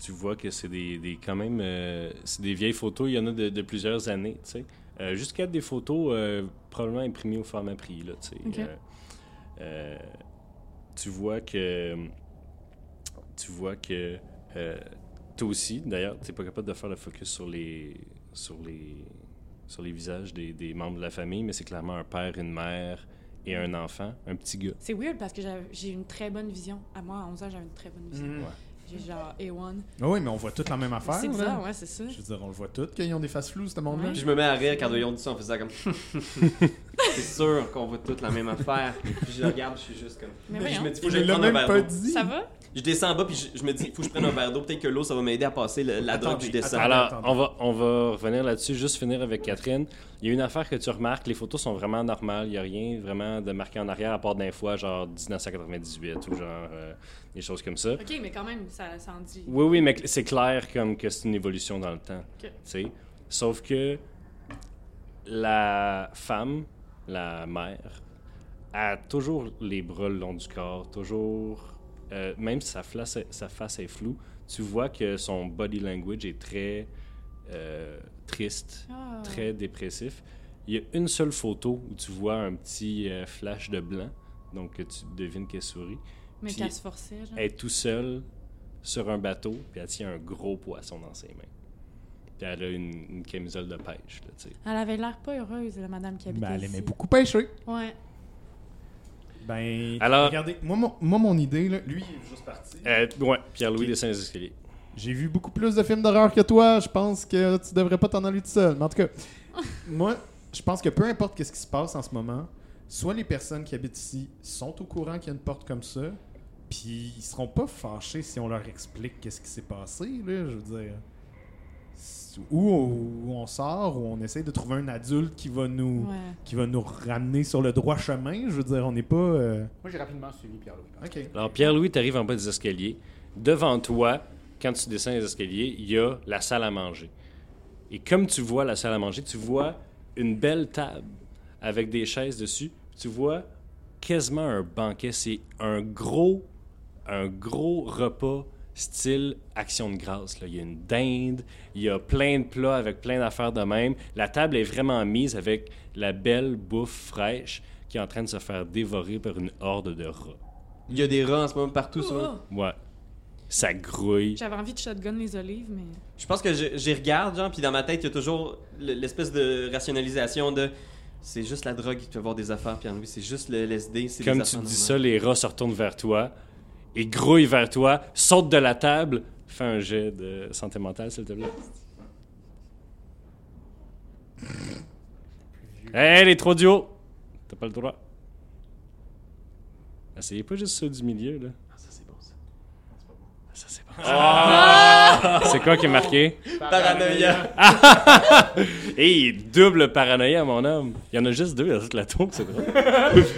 Speaker 1: tu vois que c'est des, des- quand même euh, c'est des vieilles photos. Il y en a de, de plusieurs années, tu sais. Euh, Jusqu'à des photos euh, probablement imprimées au format prix, là, tu sais.
Speaker 3: Ok.
Speaker 1: Euh, euh, tu vois que tu vois que euh, toi aussi, d'ailleurs, t'es pas capable de faire le focus sur les sur les sur les visages des, des membres de la famille, mais c'est clairement un père, une mère et un enfant, un petit gars.
Speaker 3: C'est weird parce que j'avais- j'ai une très bonne vision. À moi, à 11 ans, j'avais une très bonne vision.
Speaker 2: Mhm.
Speaker 1: Ouais.
Speaker 3: J'ai genre A1.
Speaker 4: Mm. Ah oui, mais on voit toutes la même affaire.
Speaker 3: C'est
Speaker 4: là.
Speaker 3: bizarre, ouais, c'est ça.
Speaker 4: Je veux dire, on le voit toutes qu'ils ont des faces floues, ce monde-là.
Speaker 5: Puis je me mets à rire quand Doyon dit ça en faisant comme. c'est sûr qu'on voit toute la même affaire. Puis je regarde, je suis juste comme.
Speaker 3: Mais
Speaker 5: Puis je
Speaker 3: voyons.
Speaker 5: me dis, faut que
Speaker 4: Je
Speaker 5: j'aille
Speaker 4: l'ai
Speaker 5: prendre un
Speaker 4: même
Speaker 5: verre
Speaker 4: pas
Speaker 5: d'eau.
Speaker 4: dit.
Speaker 3: Ça va?
Speaker 5: Je descends en bas, puis je, je me dis, faut que je prenne un verre d'eau, peut-être que l'eau, ça va m'aider à passer le- la drogue,
Speaker 4: Attendez,
Speaker 5: puis je descends.
Speaker 4: attendez.
Speaker 1: Alors, on va, on va revenir là-dessus, juste finir avec Catherine. Il y a une affaire que tu remarques, les photos sont vraiment normales, il n'y a rien vraiment de marqué en arrière à part d'un fois, genre 1998 ou genre euh, des choses comme ça.
Speaker 3: Ok, mais quand même, ça, ça en dit.
Speaker 1: Oui, oui, mais cl- c'est clair comme que c'est une évolution dans le temps.
Speaker 3: Ok.
Speaker 1: tu sais. Sauf que la femme, la mère, a toujours les bras le long du corps, toujours. euh, même si sa, flas- sa face est floue, tu vois que son body language est très euh, triste,
Speaker 3: Ah.
Speaker 1: très dépressif. Il y a une seule photo où tu vois un petit euh, flash de blanc, donc que tu devines qu'elle sourit.
Speaker 3: Mais
Speaker 1: Puis-
Speaker 3: qu'elle se forçait, genre.
Speaker 1: Elle est tout seule sur un bateau, puis elle tient un gros poisson dans ses mains. Puis elle a une, une camisole de pêche, là, tu sais.
Speaker 3: Elle avait l'air pas heureuse, la madame qui habitait
Speaker 4: Ben, elle aimait
Speaker 3: ici.
Speaker 4: beaucoup pêcher.
Speaker 3: Ouais.
Speaker 4: Ben,
Speaker 1: Alors-
Speaker 4: regardez, moi mon, moi, mon idée, là, lui, il est juste parti.
Speaker 1: Euh, ouais, Pierre-Louis
Speaker 4: Ok.
Speaker 1: descend les escaliers.
Speaker 4: J'ai vu beaucoup plus de films d'horreur que toi. Je pense que tu devrais pas t'en aller tout seul. Mais en tout cas, moi, je pense que peu importe qu'est-ce qui se passe en ce moment, soit les personnes qui habitent ici sont au courant qu'il y a une porte comme ça, puis ils seront pas fâchés si on leur explique qu'est-ce qui s'est passé, là, je veux dire. C'est- Ou ou on sort, ou on essaie de trouver un adulte qui va nous
Speaker 3: Ouais.
Speaker 4: qui va nous ramener sur le droit chemin. Je veux dire, on n'est pas. euh,
Speaker 2: Moi, j'ai rapidement suivi Pierre-Louis. par
Speaker 4: Ok.
Speaker 1: Alors, Pierre-Louis, t'arrives en bas des escaliers. Devant toi, quand tu descends les escaliers, il y a la salle à manger. Et comme tu vois la salle à manger, tu vois une belle table avec des chaises dessus. Tu vois quasiment un banquet. C'est un gros, un gros repas style action de grâce. là. Il y a une dinde, il y a plein de plats avec plein d'affaires de même. La table est vraiment mise avec la belle bouffe fraîche qui est en train de se faire dévorer par une horde de rats.
Speaker 3: Oh.
Speaker 5: Il y a des rats en ce moment partout. Sur...
Speaker 1: Ouais. ça grouille.
Speaker 3: J'avais envie de shotgun les olives, mais.
Speaker 5: Je pense que je- j'y regarde, genre, puis dans ma tête, il y a toujours l- l'espèce de rationalisation de c'est juste la drogue qui te fait voir des affaires, Pierre-Louis, c'est juste le LSD, c'est
Speaker 1: Comme
Speaker 5: des
Speaker 1: tu
Speaker 5: affaires
Speaker 1: dis ça,
Speaker 5: normales.
Speaker 1: les rats se retournent vers toi et grouillent vers toi, sautent de la table. Fais un jet de santé mentale, s'il te plaît. Hé, les trois du haut! T'as pas le droit. Essayez pas juste ceux du milieu, là. Ah,
Speaker 5: Ah, ça, c'est bon, ça.
Speaker 1: Ça, c'est bon.
Speaker 5: Ah!
Speaker 1: C'est quoi qui est
Speaker 5: (laughs)
Speaker 1: marqué?
Speaker 5: Paranoïa.
Speaker 1: Hé, double paranoïa, mon homme. Il y en a juste deux à toute la tour, c'est drôle.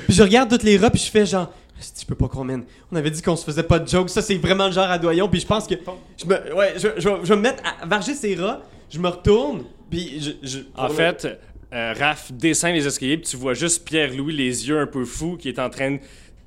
Speaker 5: Puis je regarde toutes les robes, puis je fais genre. Asti, Je peux pas qu'on mène. On avait dit qu'on se faisait pas de jokes. Ça, c'est vraiment le genre à doyon. Puis je pense que. Je me, ouais, je, je, je vais me mettre à varger ces rats. Je me retourne. Puis je. je-
Speaker 1: En
Speaker 5: pour-
Speaker 1: fait, euh, Raph descend les escaliers, puis tu vois juste Pierre-Louis, les yeux un peu fous, qui est en train de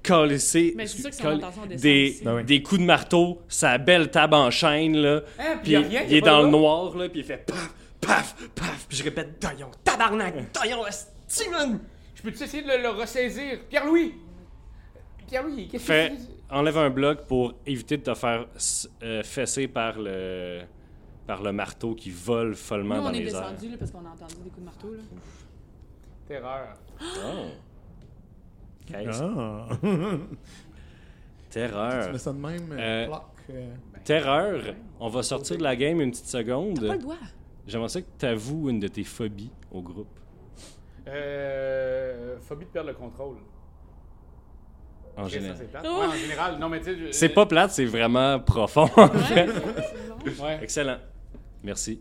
Speaker 1: colisser
Speaker 3: Mais c'est sûr que son intention descend
Speaker 1: des,
Speaker 3: aussi.
Speaker 4: Ben oui.
Speaker 1: des coups de marteau, sa belle table en chaîne, là.
Speaker 3: Ah,
Speaker 2: Hein,
Speaker 1: Puis
Speaker 2: puis y a rien,
Speaker 1: il
Speaker 2: y a
Speaker 1: est
Speaker 2: pas de
Speaker 1: dans le
Speaker 2: loi.
Speaker 1: noir, là, puis il fait paf, paf, paf.
Speaker 5: Puis je répète doyon, tabarnak, doyon, asti, man.
Speaker 2: Je peux-tu essayer de le, le ressaisir? Pierre-Louis! Pierre-Louis, qu'est-ce que
Speaker 1: Fais,
Speaker 2: tu
Speaker 1: enlève un bloc pour éviter de te faire s- euh, fesser par le, par le marteau qui vole follement
Speaker 3: Nous,
Speaker 1: dans
Speaker 3: on est
Speaker 1: les airs.
Speaker 3: descendus là, parce qu'on a entendu des coups de marteau. Là.
Speaker 2: Terreur.
Speaker 3: Ah.
Speaker 1: Oh. Qu'est-ce?
Speaker 4: Ah. (laughs) tu
Speaker 1: Terreur.
Speaker 4: mets ça de même. euh,
Speaker 1: Euh,
Speaker 4: plaque, euh.
Speaker 1: Terreur. On va sortir de la game une petite seconde.
Speaker 3: T'as pas le doigt.
Speaker 1: J'aimerais ça que tu avoues une de tes phobies au groupe.
Speaker 2: Euh, phobie de perdre le contrôle.
Speaker 1: En
Speaker 2: Chris, ça,
Speaker 1: général.
Speaker 2: c'est plate. Ouais, en général, non, mais tu sais. je-
Speaker 1: C'est pas plate, c'est vraiment profond. en fait.
Speaker 3: C'est bon.
Speaker 2: Ouais.
Speaker 1: Excellent. Merci.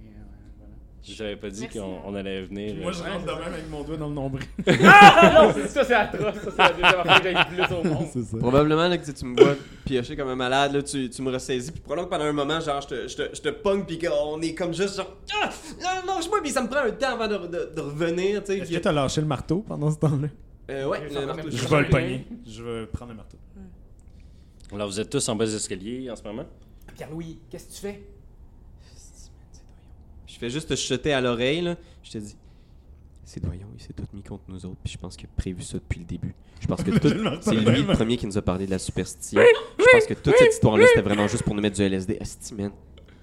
Speaker 2: Ouais, ouais, voilà.
Speaker 1: Je t'avais pas dit
Speaker 3: Merci,
Speaker 1: qu'on
Speaker 3: Laurent.
Speaker 1: on allait venir.
Speaker 4: Moi,
Speaker 1: euh,
Speaker 4: je rentre de même avec mon doigt dans le (laughs) nombril.
Speaker 2: Ah non, c'est- ça, c'est atroce. Ça, c'est la deuxième affaire que j'ai le plus au monde.
Speaker 4: c'est ça.
Speaker 5: Probablement là, que tu- tu me vois piocher comme un malade, là, tu, tu me ressaisis, puis probablement que pendant un moment, genre, je te, je te, je te pogne, puis qu'on est comme juste genre, ah, non, non, lâche-moi, puis ça me prend un temps avant de, re- de- de revenir, tu sais.
Speaker 4: Est-ce
Speaker 5: puis-
Speaker 4: que t'as lâché le marteau pendant ce temps-là?
Speaker 5: Euh, ouais, le marteau.
Speaker 4: Je vais le pogner. Je vais prendre le marteau.
Speaker 1: Alors, vous êtes tous en bas des escaliers en ce moment.
Speaker 2: Pierre-Louis, qu'est-ce que tu fais?
Speaker 5: Je fais juste te chuter à l'oreille, là, je te dis, c'est doyon, il s'est tout mis contre nous autres, puis je pense qu'il a prévu ça depuis le début. Je pense que tout, c'est lui le premier qui nous a parlé de la superstition. Je pense que toute cette histoire-là, c'était vraiment juste pour nous mettre du LSD. Asti, man.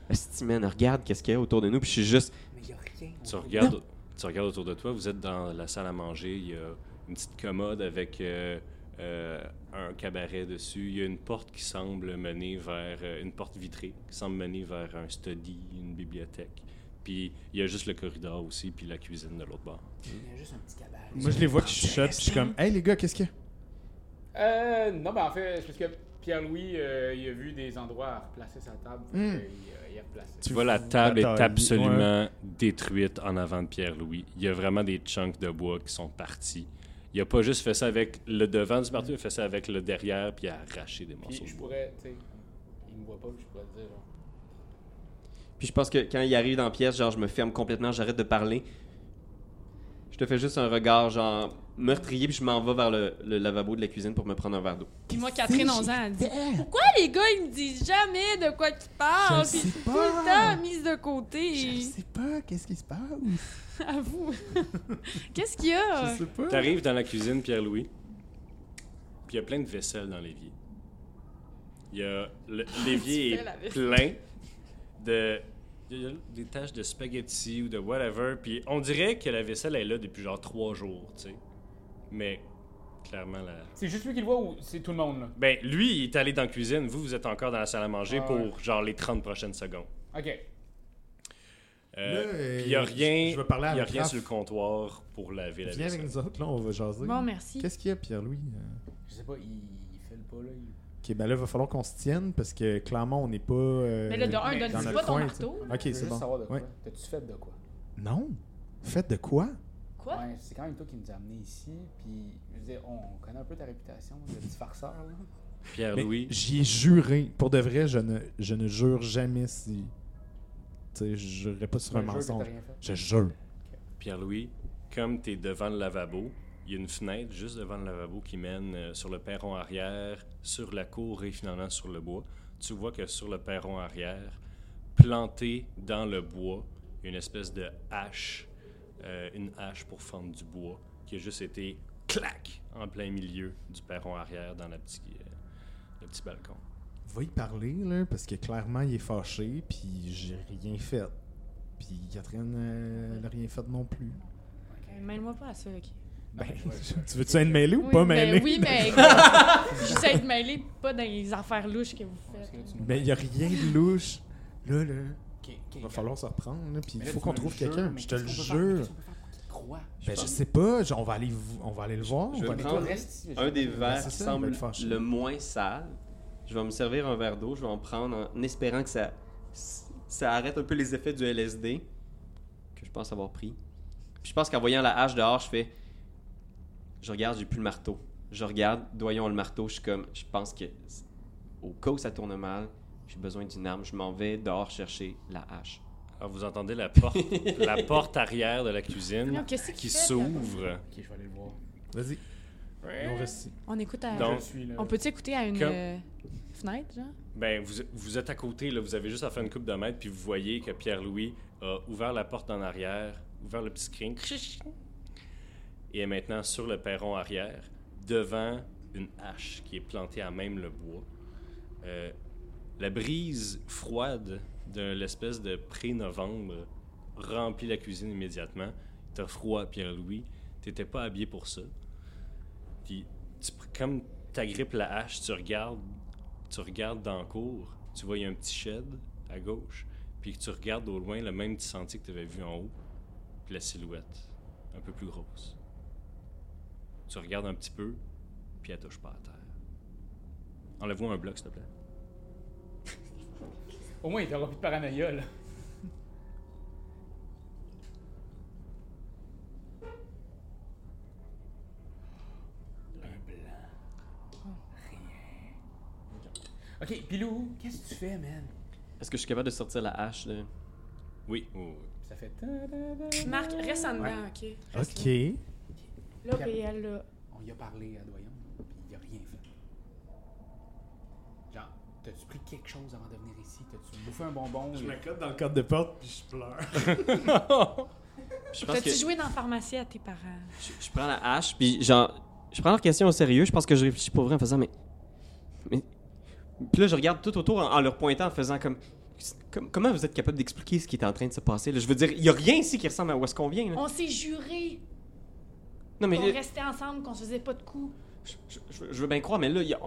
Speaker 5: Asti, man, regarde qu'est-ce qu'il y a autour de nous, puis je suis juste,
Speaker 2: Mais y a rien.
Speaker 1: Tu regardes, tu regardes autour de toi, vous êtes dans la salle à manger, il y a une petite commode avec euh, euh, un cabaret dessus, il y a une porte qui semble mener vers, euh, une porte vitrée qui semble mener vers un study, une bibliothèque. Puis il y a juste le corridor aussi, puis la cuisine de l'autre bord.
Speaker 2: Il y a juste un petit cabal.
Speaker 4: Moi, je les vois qui chuchotent, puis je suis comme, hey les gars, qu'est-ce qu'il y a?
Speaker 2: Euh, non, mais en fait, c'est parce que Pierre-Louis, euh, il a vu des endroits à replacer sa table. fait
Speaker 4: Hmm.
Speaker 2: que, euh, Il, a replacé.
Speaker 1: Tu vois, la table est
Speaker 4: Bataille,
Speaker 1: absolument détruite en avant de Pierre-Louis. Il y a vraiment des chunks de bois qui sont partis. Il a pas juste fait ça avec le devant du marteau, il a fait ça avec le derrière, puis il a arraché des morceaux.
Speaker 2: Puis
Speaker 1: de
Speaker 2: je
Speaker 1: bois.
Speaker 2: pourrais, tu sais, il me voit pas, puis je pourrais te dire. genre,
Speaker 5: Puis je pense que quand il arrive dans la pièce, genre, je me ferme complètement, j'arrête de parler. Je te fais juste un regard, genre, meurtrier, puis je m'en vais vers le, le lavabo de la cuisine pour me prendre un verre d'eau.
Speaker 3: Puis moi, Catherine, 11 ans, elle dit Pourquoi les gars, ils me disent jamais de quoi qu'ils parlent Ah,
Speaker 4: Je
Speaker 3: Puis
Speaker 4: sais
Speaker 3: tout
Speaker 4: pas.
Speaker 3: le temps mise de côté.
Speaker 4: Je sais pas, qu'est-ce qui se passe?
Speaker 3: À vous. (laughs) Qu'est-ce qu'il y a
Speaker 4: Je sais pas.
Speaker 1: T'arrives dans la cuisine, Pierre-Louis, puis il y a plein de vaisselle dans l'évier. Il y a le- l'évier
Speaker 3: (laughs) Tu
Speaker 1: est
Speaker 3: fais la vaisselle.
Speaker 1: plein de il y a des taches de spaghetti ou de whatever, puis on dirait que la vaisselle est là depuis genre trois jours, tu sais. Mais clairement la
Speaker 2: C'est juste lui qui le voit ou c'est tout le monde, là?
Speaker 1: ben lui il est allé dans la cuisine, vous vous êtes encore dans la salle à manger
Speaker 2: Ah
Speaker 1: pour
Speaker 2: ouais.
Speaker 1: genre les 30 prochaines secondes.
Speaker 2: Ok.
Speaker 1: Euh,
Speaker 4: Là,
Speaker 1: puis il y a
Speaker 4: euh,
Speaker 1: rien,
Speaker 4: je- je vais parler
Speaker 1: il y a
Speaker 4: avec
Speaker 1: rien
Speaker 4: Raph.
Speaker 1: sur le comptoir pour laver la
Speaker 4: Viens avec
Speaker 1: vaisselle.
Speaker 4: nous autres, là, on va jaser.
Speaker 3: Bon, merci.
Speaker 4: Qu'est-ce qu'il y a, Pierre-Louis? Euh,
Speaker 2: Je sais pas, il, il fait le pas, là. il-
Speaker 4: Ok, ben là, il va falloir qu'on se tienne parce que clairement, on n'est pas. euh,
Speaker 3: Mais là, de un,
Speaker 2: mais
Speaker 3: donne
Speaker 4: dans
Speaker 3: dis
Speaker 4: notre
Speaker 3: pas ton
Speaker 4: coin,
Speaker 3: marteau.
Speaker 4: t'sais. Ok,
Speaker 2: Je veux
Speaker 4: c'est
Speaker 2: juste
Speaker 4: bon.
Speaker 2: savoir de quoi.
Speaker 4: Ouais.
Speaker 2: T'as-tu fait de quoi?
Speaker 4: Non? Faites de quoi?
Speaker 3: Quoi
Speaker 2: Ouais, c'est quand même toi qui nous as amenés ici, puis je veux dire, on connaît un peu ta réputation de petit farceur, là.
Speaker 4: Mais
Speaker 1: Pierre-Louis,
Speaker 4: J'y ai juré. Pour de vrai, je ne, je ne jure jamais si. Tu sais, je jurerai pas sur un
Speaker 2: Je jure que t'as
Speaker 4: mensonge.
Speaker 2: rien fait.
Speaker 4: Je jure.
Speaker 1: Pierre-Louis, comme tu es devant le lavabo, il y a une fenêtre juste devant le lavabo qui mène euh, sur le perron arrière, sur la cour et finalement sur le bois. Tu vois que sur le perron arrière, planté dans le bois, il y a une espèce de hache, euh, une hache pour fendre du bois, qui a juste été clac en plein milieu du perron arrière dans la petite, euh, le petit balcon.
Speaker 4: va y parler, là, parce que clairement, il est fâché, puis j'ai rien fait. Puis Catherine, euh, elle a rien fait non plus.
Speaker 3: Ok, Mêle-moi pas à ça, ok.
Speaker 4: Ben, (laughs) tu veux-tu être mêlé ou
Speaker 3: Oui,
Speaker 4: pas
Speaker 3: mais-
Speaker 4: mêlé?
Speaker 3: Oui, mais j'essaie de mêler pas dans les affaires louches que vous
Speaker 2: Parce
Speaker 3: faites.
Speaker 2: que là, tu nous-
Speaker 4: (laughs) Mais il n'y a rien de louche. Là, là,
Speaker 2: Ok, ok,
Speaker 4: il va
Speaker 2: Kat.
Speaker 4: falloir se reprendre, là, puis
Speaker 2: Mais
Speaker 4: il
Speaker 2: là,
Speaker 4: faut
Speaker 2: tu
Speaker 4: qu'on
Speaker 2: me le
Speaker 4: trouve
Speaker 2: jures,
Speaker 4: quelqu'un.
Speaker 2: mais
Speaker 4: Je te le
Speaker 2: qu'est-ce qu'on peut faire?
Speaker 4: jure.
Speaker 2: Qu'est-ce qu'on peut faire pour qu'il croie?
Speaker 4: Ben, je sais pas, genre, on va aller, v- on va aller le voir.
Speaker 5: Je
Speaker 4: on va
Speaker 5: vais
Speaker 4: aller-
Speaker 5: prendre
Speaker 2: Toi, reste ici, je-
Speaker 5: Un des verres
Speaker 4: c'est
Speaker 5: qui
Speaker 4: ça,
Speaker 5: semble
Speaker 4: ben, fâché.
Speaker 5: le moins sale. Je vais me servir un verre d'eau, je vais en prendre en espérant que ça, ça arrête un peu les effets du LSD que je pense avoir pris. Puis je pense qu'en voyant la hache dehors, je fais Je regarde, j'ai plus le marteau. Je regarde, doyon le marteau, je suis comme Je pense que c'est- au cas où ça tourne mal, j'ai besoin d'une arme, je m'en vais dehors chercher la hache.
Speaker 1: Alors, vous entendez la porte, la porte arrière de la cuisine
Speaker 3: Non, qu'est-ce
Speaker 1: qui
Speaker 3: qu'il fait,
Speaker 1: s'ouvre.
Speaker 2: Ok, je vais aller le voir.
Speaker 4: Vas-y, on reste ici.
Speaker 3: On écoute à.
Speaker 1: Donc,
Speaker 2: je suis là.
Speaker 3: on peut-tu écouter à une
Speaker 1: Comme-
Speaker 3: euh, fenêtre, genre
Speaker 1: Ben, vous, vous êtes à côté, là, vous avez juste à faire une coupe de mètre, puis vous voyez que Pierre-Louis a ouvert la porte en arrière, ouvert le petit screen, et est maintenant sur le perron arrière, devant une hache qui est plantée à même le bois. Euh, la brise froide de l'espèce de pré-novembre remplit la cuisine immédiatement. T'as froid, Pierre-Louis. T'étais pas habillé pour ça. Puis, tu, pr- comme t'agrippes la hache, tu regardes tu regardes dans le cours, tu vois, il y a un petit shed à gauche, puis que tu regardes au loin le même petit sentier que tu avais vu en haut, puis la silhouette, un peu plus grosse. Tu regardes un petit peu, puis elle touche pas à terre. Enlève-moi un bloc, s'il te plaît.
Speaker 2: Au moins, il t'aura plus de paranoïa, là. Un blanc. Rien. Ok, Pilou, qu'est-ce que tu fais, man?
Speaker 5: Est-ce que je suis capable de sortir la hache de-
Speaker 1: Oui, oui, oui.
Speaker 2: Ça fait... ta- ta- ta- ta-
Speaker 3: Marc, reste en dedans, ok. Reste
Speaker 4: Ok.
Speaker 3: Là, Là, puis elle, là.
Speaker 2: On y a parlé à Doyon, puis il a rien fait. Genre, t'as-tu pris quelque chose avant de venir ici? T'as-tu bouffé un bonbon?
Speaker 4: Je
Speaker 2: Il-
Speaker 4: me cote dans le cadre de porte, puis je pleure.
Speaker 5: Je pense
Speaker 3: T'as-tu
Speaker 5: que-
Speaker 3: joué dans la pharmacie à tes parents
Speaker 5: Je, je prends la hache, puis genre, je prends leur question au sérieux. Je pense que je réfléchis pour vrai en faisant, mais. mais... Puis là, je regarde tout autour en, en leur pointant, en faisant comme, comme- Comment vous êtes capable d'expliquer ce qui est en train de se passer? Là? Je veux dire, il n'y a rien ici qui ressemble à où est-ce qu'on vient. là.
Speaker 3: On s'est juré
Speaker 5: non, mais
Speaker 3: qu'on
Speaker 5: euh,
Speaker 3: restait ensemble, qu'on se faisait pas de coups.
Speaker 5: je, je- je- je veux bien croire, mais là, il y a-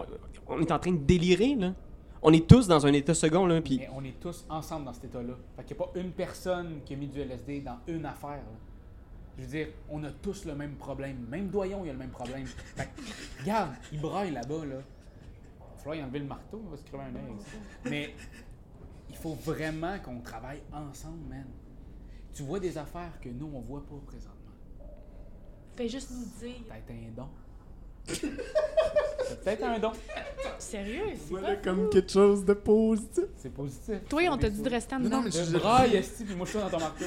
Speaker 5: on est en train de délirer. là. On est tous dans un état second, là, puis.
Speaker 2: Mais on est tous ensemble dans cet état-là. Fait qu'il n'y a pas une personne qui a mis du LSD dans une affaire. là. Je veux dire, on a tous le même problème. Même Doyon, il a le même problème. Fait que, regarde, il braille là-bas, là. Il va falloir y enlever le marteau, on va se crever un œil. Mais il faut vraiment qu'on travaille ensemble, man. Tu vois des affaires que nous, on voit pas présentement.
Speaker 3: Fais juste nous dire.
Speaker 2: T'as peut-être un don. T'as peut-être un don.
Speaker 3: Sérieux, c'est
Speaker 4: Voilà
Speaker 3: pas.
Speaker 4: comme quelque chose de positif.
Speaker 2: C'est positif.
Speaker 3: Toi, on t'a dit de rester en
Speaker 4: Non, non,
Speaker 3: dedans.
Speaker 4: mais
Speaker 2: Je braille, esti, puis moi, je suis dans ton marteau.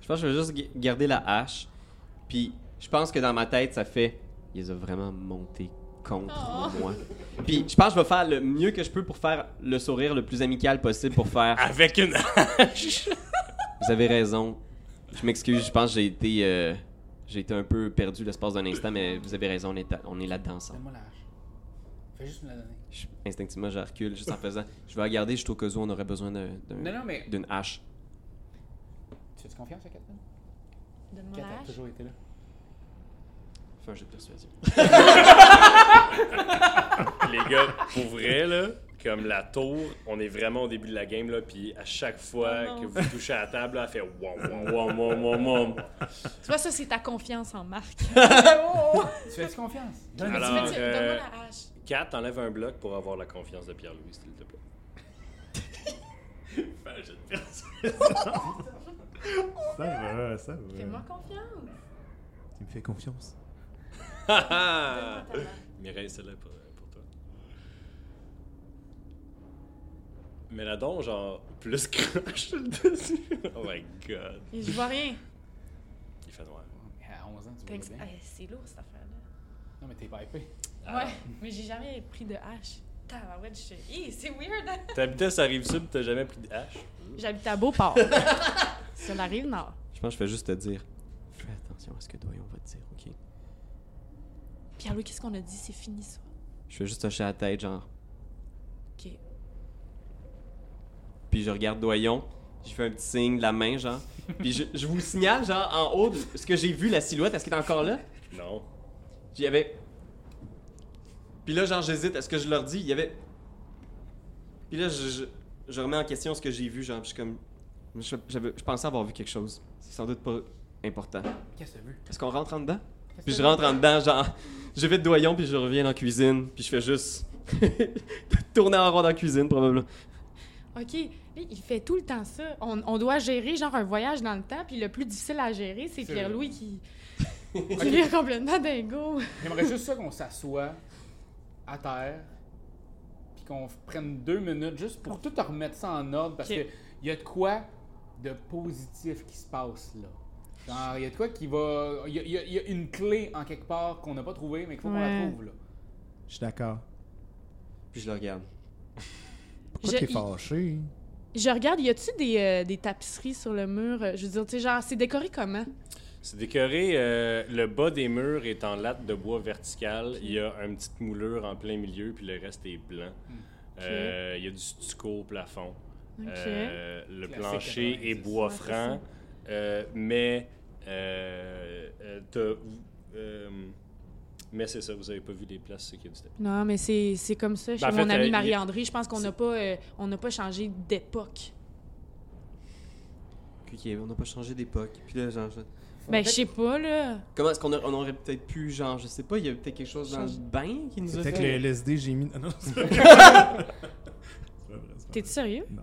Speaker 5: Je pense que je vais juste g- garder la hache. Puis je pense que dans ma tête, ça fait. Ils ont vraiment monté contre
Speaker 2: Oh.
Speaker 5: moi. Puis je pense que je vais faire le mieux que je peux pour faire le sourire le plus amical possible pour faire.
Speaker 1: Avec une hache!
Speaker 5: Vous avez raison. Je m'excuse, je pense que j'ai été. euh, J'ai été un peu perdu l'espace d'un instant, mais vous avez raison, on est, à- on est là-dedans ensemble.
Speaker 2: Donne-moi la hache. Fais juste me la donner.
Speaker 5: Je- instinctivement, je recule juste en faisant. Je vais la garder juste au cas où on aurait besoin d'un-
Speaker 2: Non,
Speaker 5: d'un-
Speaker 2: non, mais
Speaker 5: d'une hache.
Speaker 2: tu as-tu confiance à Catherine?
Speaker 3: Donne-moi la
Speaker 2: Catherine a
Speaker 3: hache.
Speaker 2: toujours été là.
Speaker 5: Fais un jeu de persuasion.
Speaker 1: Les gars, pour vrai, là, comme la tour, on est vraiment au début de la game, là, puis à chaque fois
Speaker 3: Oh non.
Speaker 1: que vous touchez à la table, là, elle fait « wow, wow, wow, wow, wow, wow.
Speaker 3: Tu vois, ça, c'est ta confiance en Marc.
Speaker 2: Tu fais-tu confiance?
Speaker 3: Mais (laughs)
Speaker 1: (laughs)
Speaker 3: tu
Speaker 1: Alors,
Speaker 3: fais- tu-
Speaker 1: euh,
Speaker 3: Donne-moi la hache. »
Speaker 1: Kat, enlève un bloc pour avoir la confiance de Pierre-Louis, s'il te plaît. Fais un jet de persuasion.
Speaker 4: Ça va, ça va.
Speaker 1: euh,
Speaker 3: Fais-moi confiance.
Speaker 4: Tu me fais confiance.
Speaker 1: Ah! (laughs) Mireille, c'est là pour, euh, pour toi. Mais la don, genre, plus crush dessus. (laughs) Oh my god.
Speaker 3: Et Je vois rien.
Speaker 1: Il fait noir.
Speaker 2: À 11 ans, tu
Speaker 3: T'as
Speaker 2: vois
Speaker 3: ex-
Speaker 2: bien.
Speaker 3: Eh, c'est lourd, cette affaire-là.
Speaker 2: Non, mais t'es pas épais.
Speaker 1: Ah.
Speaker 3: Ouais, mais j'ai jamais pris de hache. Tabarouette, je... Hi, c'est weird. hein?
Speaker 1: T'habitais sur la rive sud, t'as jamais pris de hache.
Speaker 3: J'habite
Speaker 1: (laughs)
Speaker 3: à Beauport. Sur la rive nord.
Speaker 5: Je pense que je vais juste te dire. Fais attention à ce que Doyon va te dire, ok?
Speaker 3: Pierre-Louis, qu'est-ce qu'on a dit? C'est fini, ça.
Speaker 5: Je vais juste hocher la tête, genre.
Speaker 3: OK.
Speaker 5: puis je regarde Doyon. Je fais un petit signe de la main, genre. Puis je, je vous signale, genre, en haut, de- ce que j'ai vu, la silhouette, est-ce qu'elle est encore là?
Speaker 1: Non.
Speaker 5: Puis il y avait. Puis là, genre, j'hésite à ce que je leur dis. Il y avait. Puis là, je, je, je remets en question ce que j'ai vu, genre, puis je suis comme. Je, j'avais- je pensais avoir vu quelque chose. C'est sans doute pas important.
Speaker 2: Qu'est-ce que t'as vu?
Speaker 5: Est-ce qu'on rentre en dedans?
Speaker 2: Qu'est-ce que
Speaker 5: Puis je
Speaker 2: t'as vu?
Speaker 5: rentre en dedans, genre, je vais de doyon, puis je reviens dans la cuisine, puis je fais juste (laughs) tourner en rond dans la cuisine, probablement.
Speaker 3: OK. Lui, il fait tout le temps ça. On, on doit gérer, genre, un voyage dans le temps, puis le plus difficile à gérer, c'est
Speaker 2: C'est
Speaker 3: Pierre-Louis
Speaker 2: (laughs)
Speaker 3: qui... qui vire complètement dingo.
Speaker 2: J'aimerais juste ça qu'on s'assoie à terre, puis qu'on f- prenne deux minutes juste pour tout remettre ça en ordre, parce
Speaker 3: Ok.
Speaker 2: que qu'il y a de quoi de positif qui se passe là. Genre, il y a de quoi qui va. Il y, a- il y a- il y a une clé en quelque part qu'on n'a pas trouvée, mais qu'il faut qu'on
Speaker 3: Ouais.
Speaker 2: la trouve là.
Speaker 4: Je suis d'accord.
Speaker 5: Puis je le regarde.
Speaker 3: Je-
Speaker 4: Pourquoi t'es
Speaker 3: il-
Speaker 4: fâché?
Speaker 3: Je regarde, y a-tu des, euh, des tapisseries sur le mur? Euh, Je veux dire, tu sais, genre, c'est décoré comment?
Speaker 1: C'est décoré, euh, le bas des murs est en latte de bois verticale. Il y a une petite moulure en plein milieu, puis le reste est blanc. Euh, il y a du stucco au plafond.
Speaker 3: OK.
Speaker 1: Euh, le
Speaker 2: Classique
Speaker 1: plancher
Speaker 2: 90.
Speaker 1: est bois
Speaker 3: Ouais, c'est
Speaker 1: franc,
Speaker 3: ça.
Speaker 1: euh, mais euh, euh, t'as- euh, mais c'est ça, vous avez pas vu les places, c'est qu'il y a du tapis.
Speaker 3: Non, mais c'est c'est comme ça.
Speaker 2: Ben,
Speaker 3: Chez
Speaker 1: en
Speaker 3: mon
Speaker 1: fait, euh,
Speaker 3: ami
Speaker 1: il-
Speaker 3: Marie-André, je pense qu'on n'a pas, euh, on n'a pas changé d'époque.
Speaker 5: Ok, on n'a pas changé d'époque. Puis là, genre, je-
Speaker 3: Ben, je sais pas, là.
Speaker 5: comment est-ce qu'on a- on aurait peut-être pu, genre, je sais pas, il y avait peut-être quelque chose dans le
Speaker 2: Change-
Speaker 5: bain qui nous a
Speaker 4: Peut-être que le
Speaker 5: (laughs) fait.
Speaker 4: LSD, j'ai mis. (laughs) Ah non, c'est pas vrai, c'est pas vrai.
Speaker 3: T'es-tu sérieux?
Speaker 4: Non.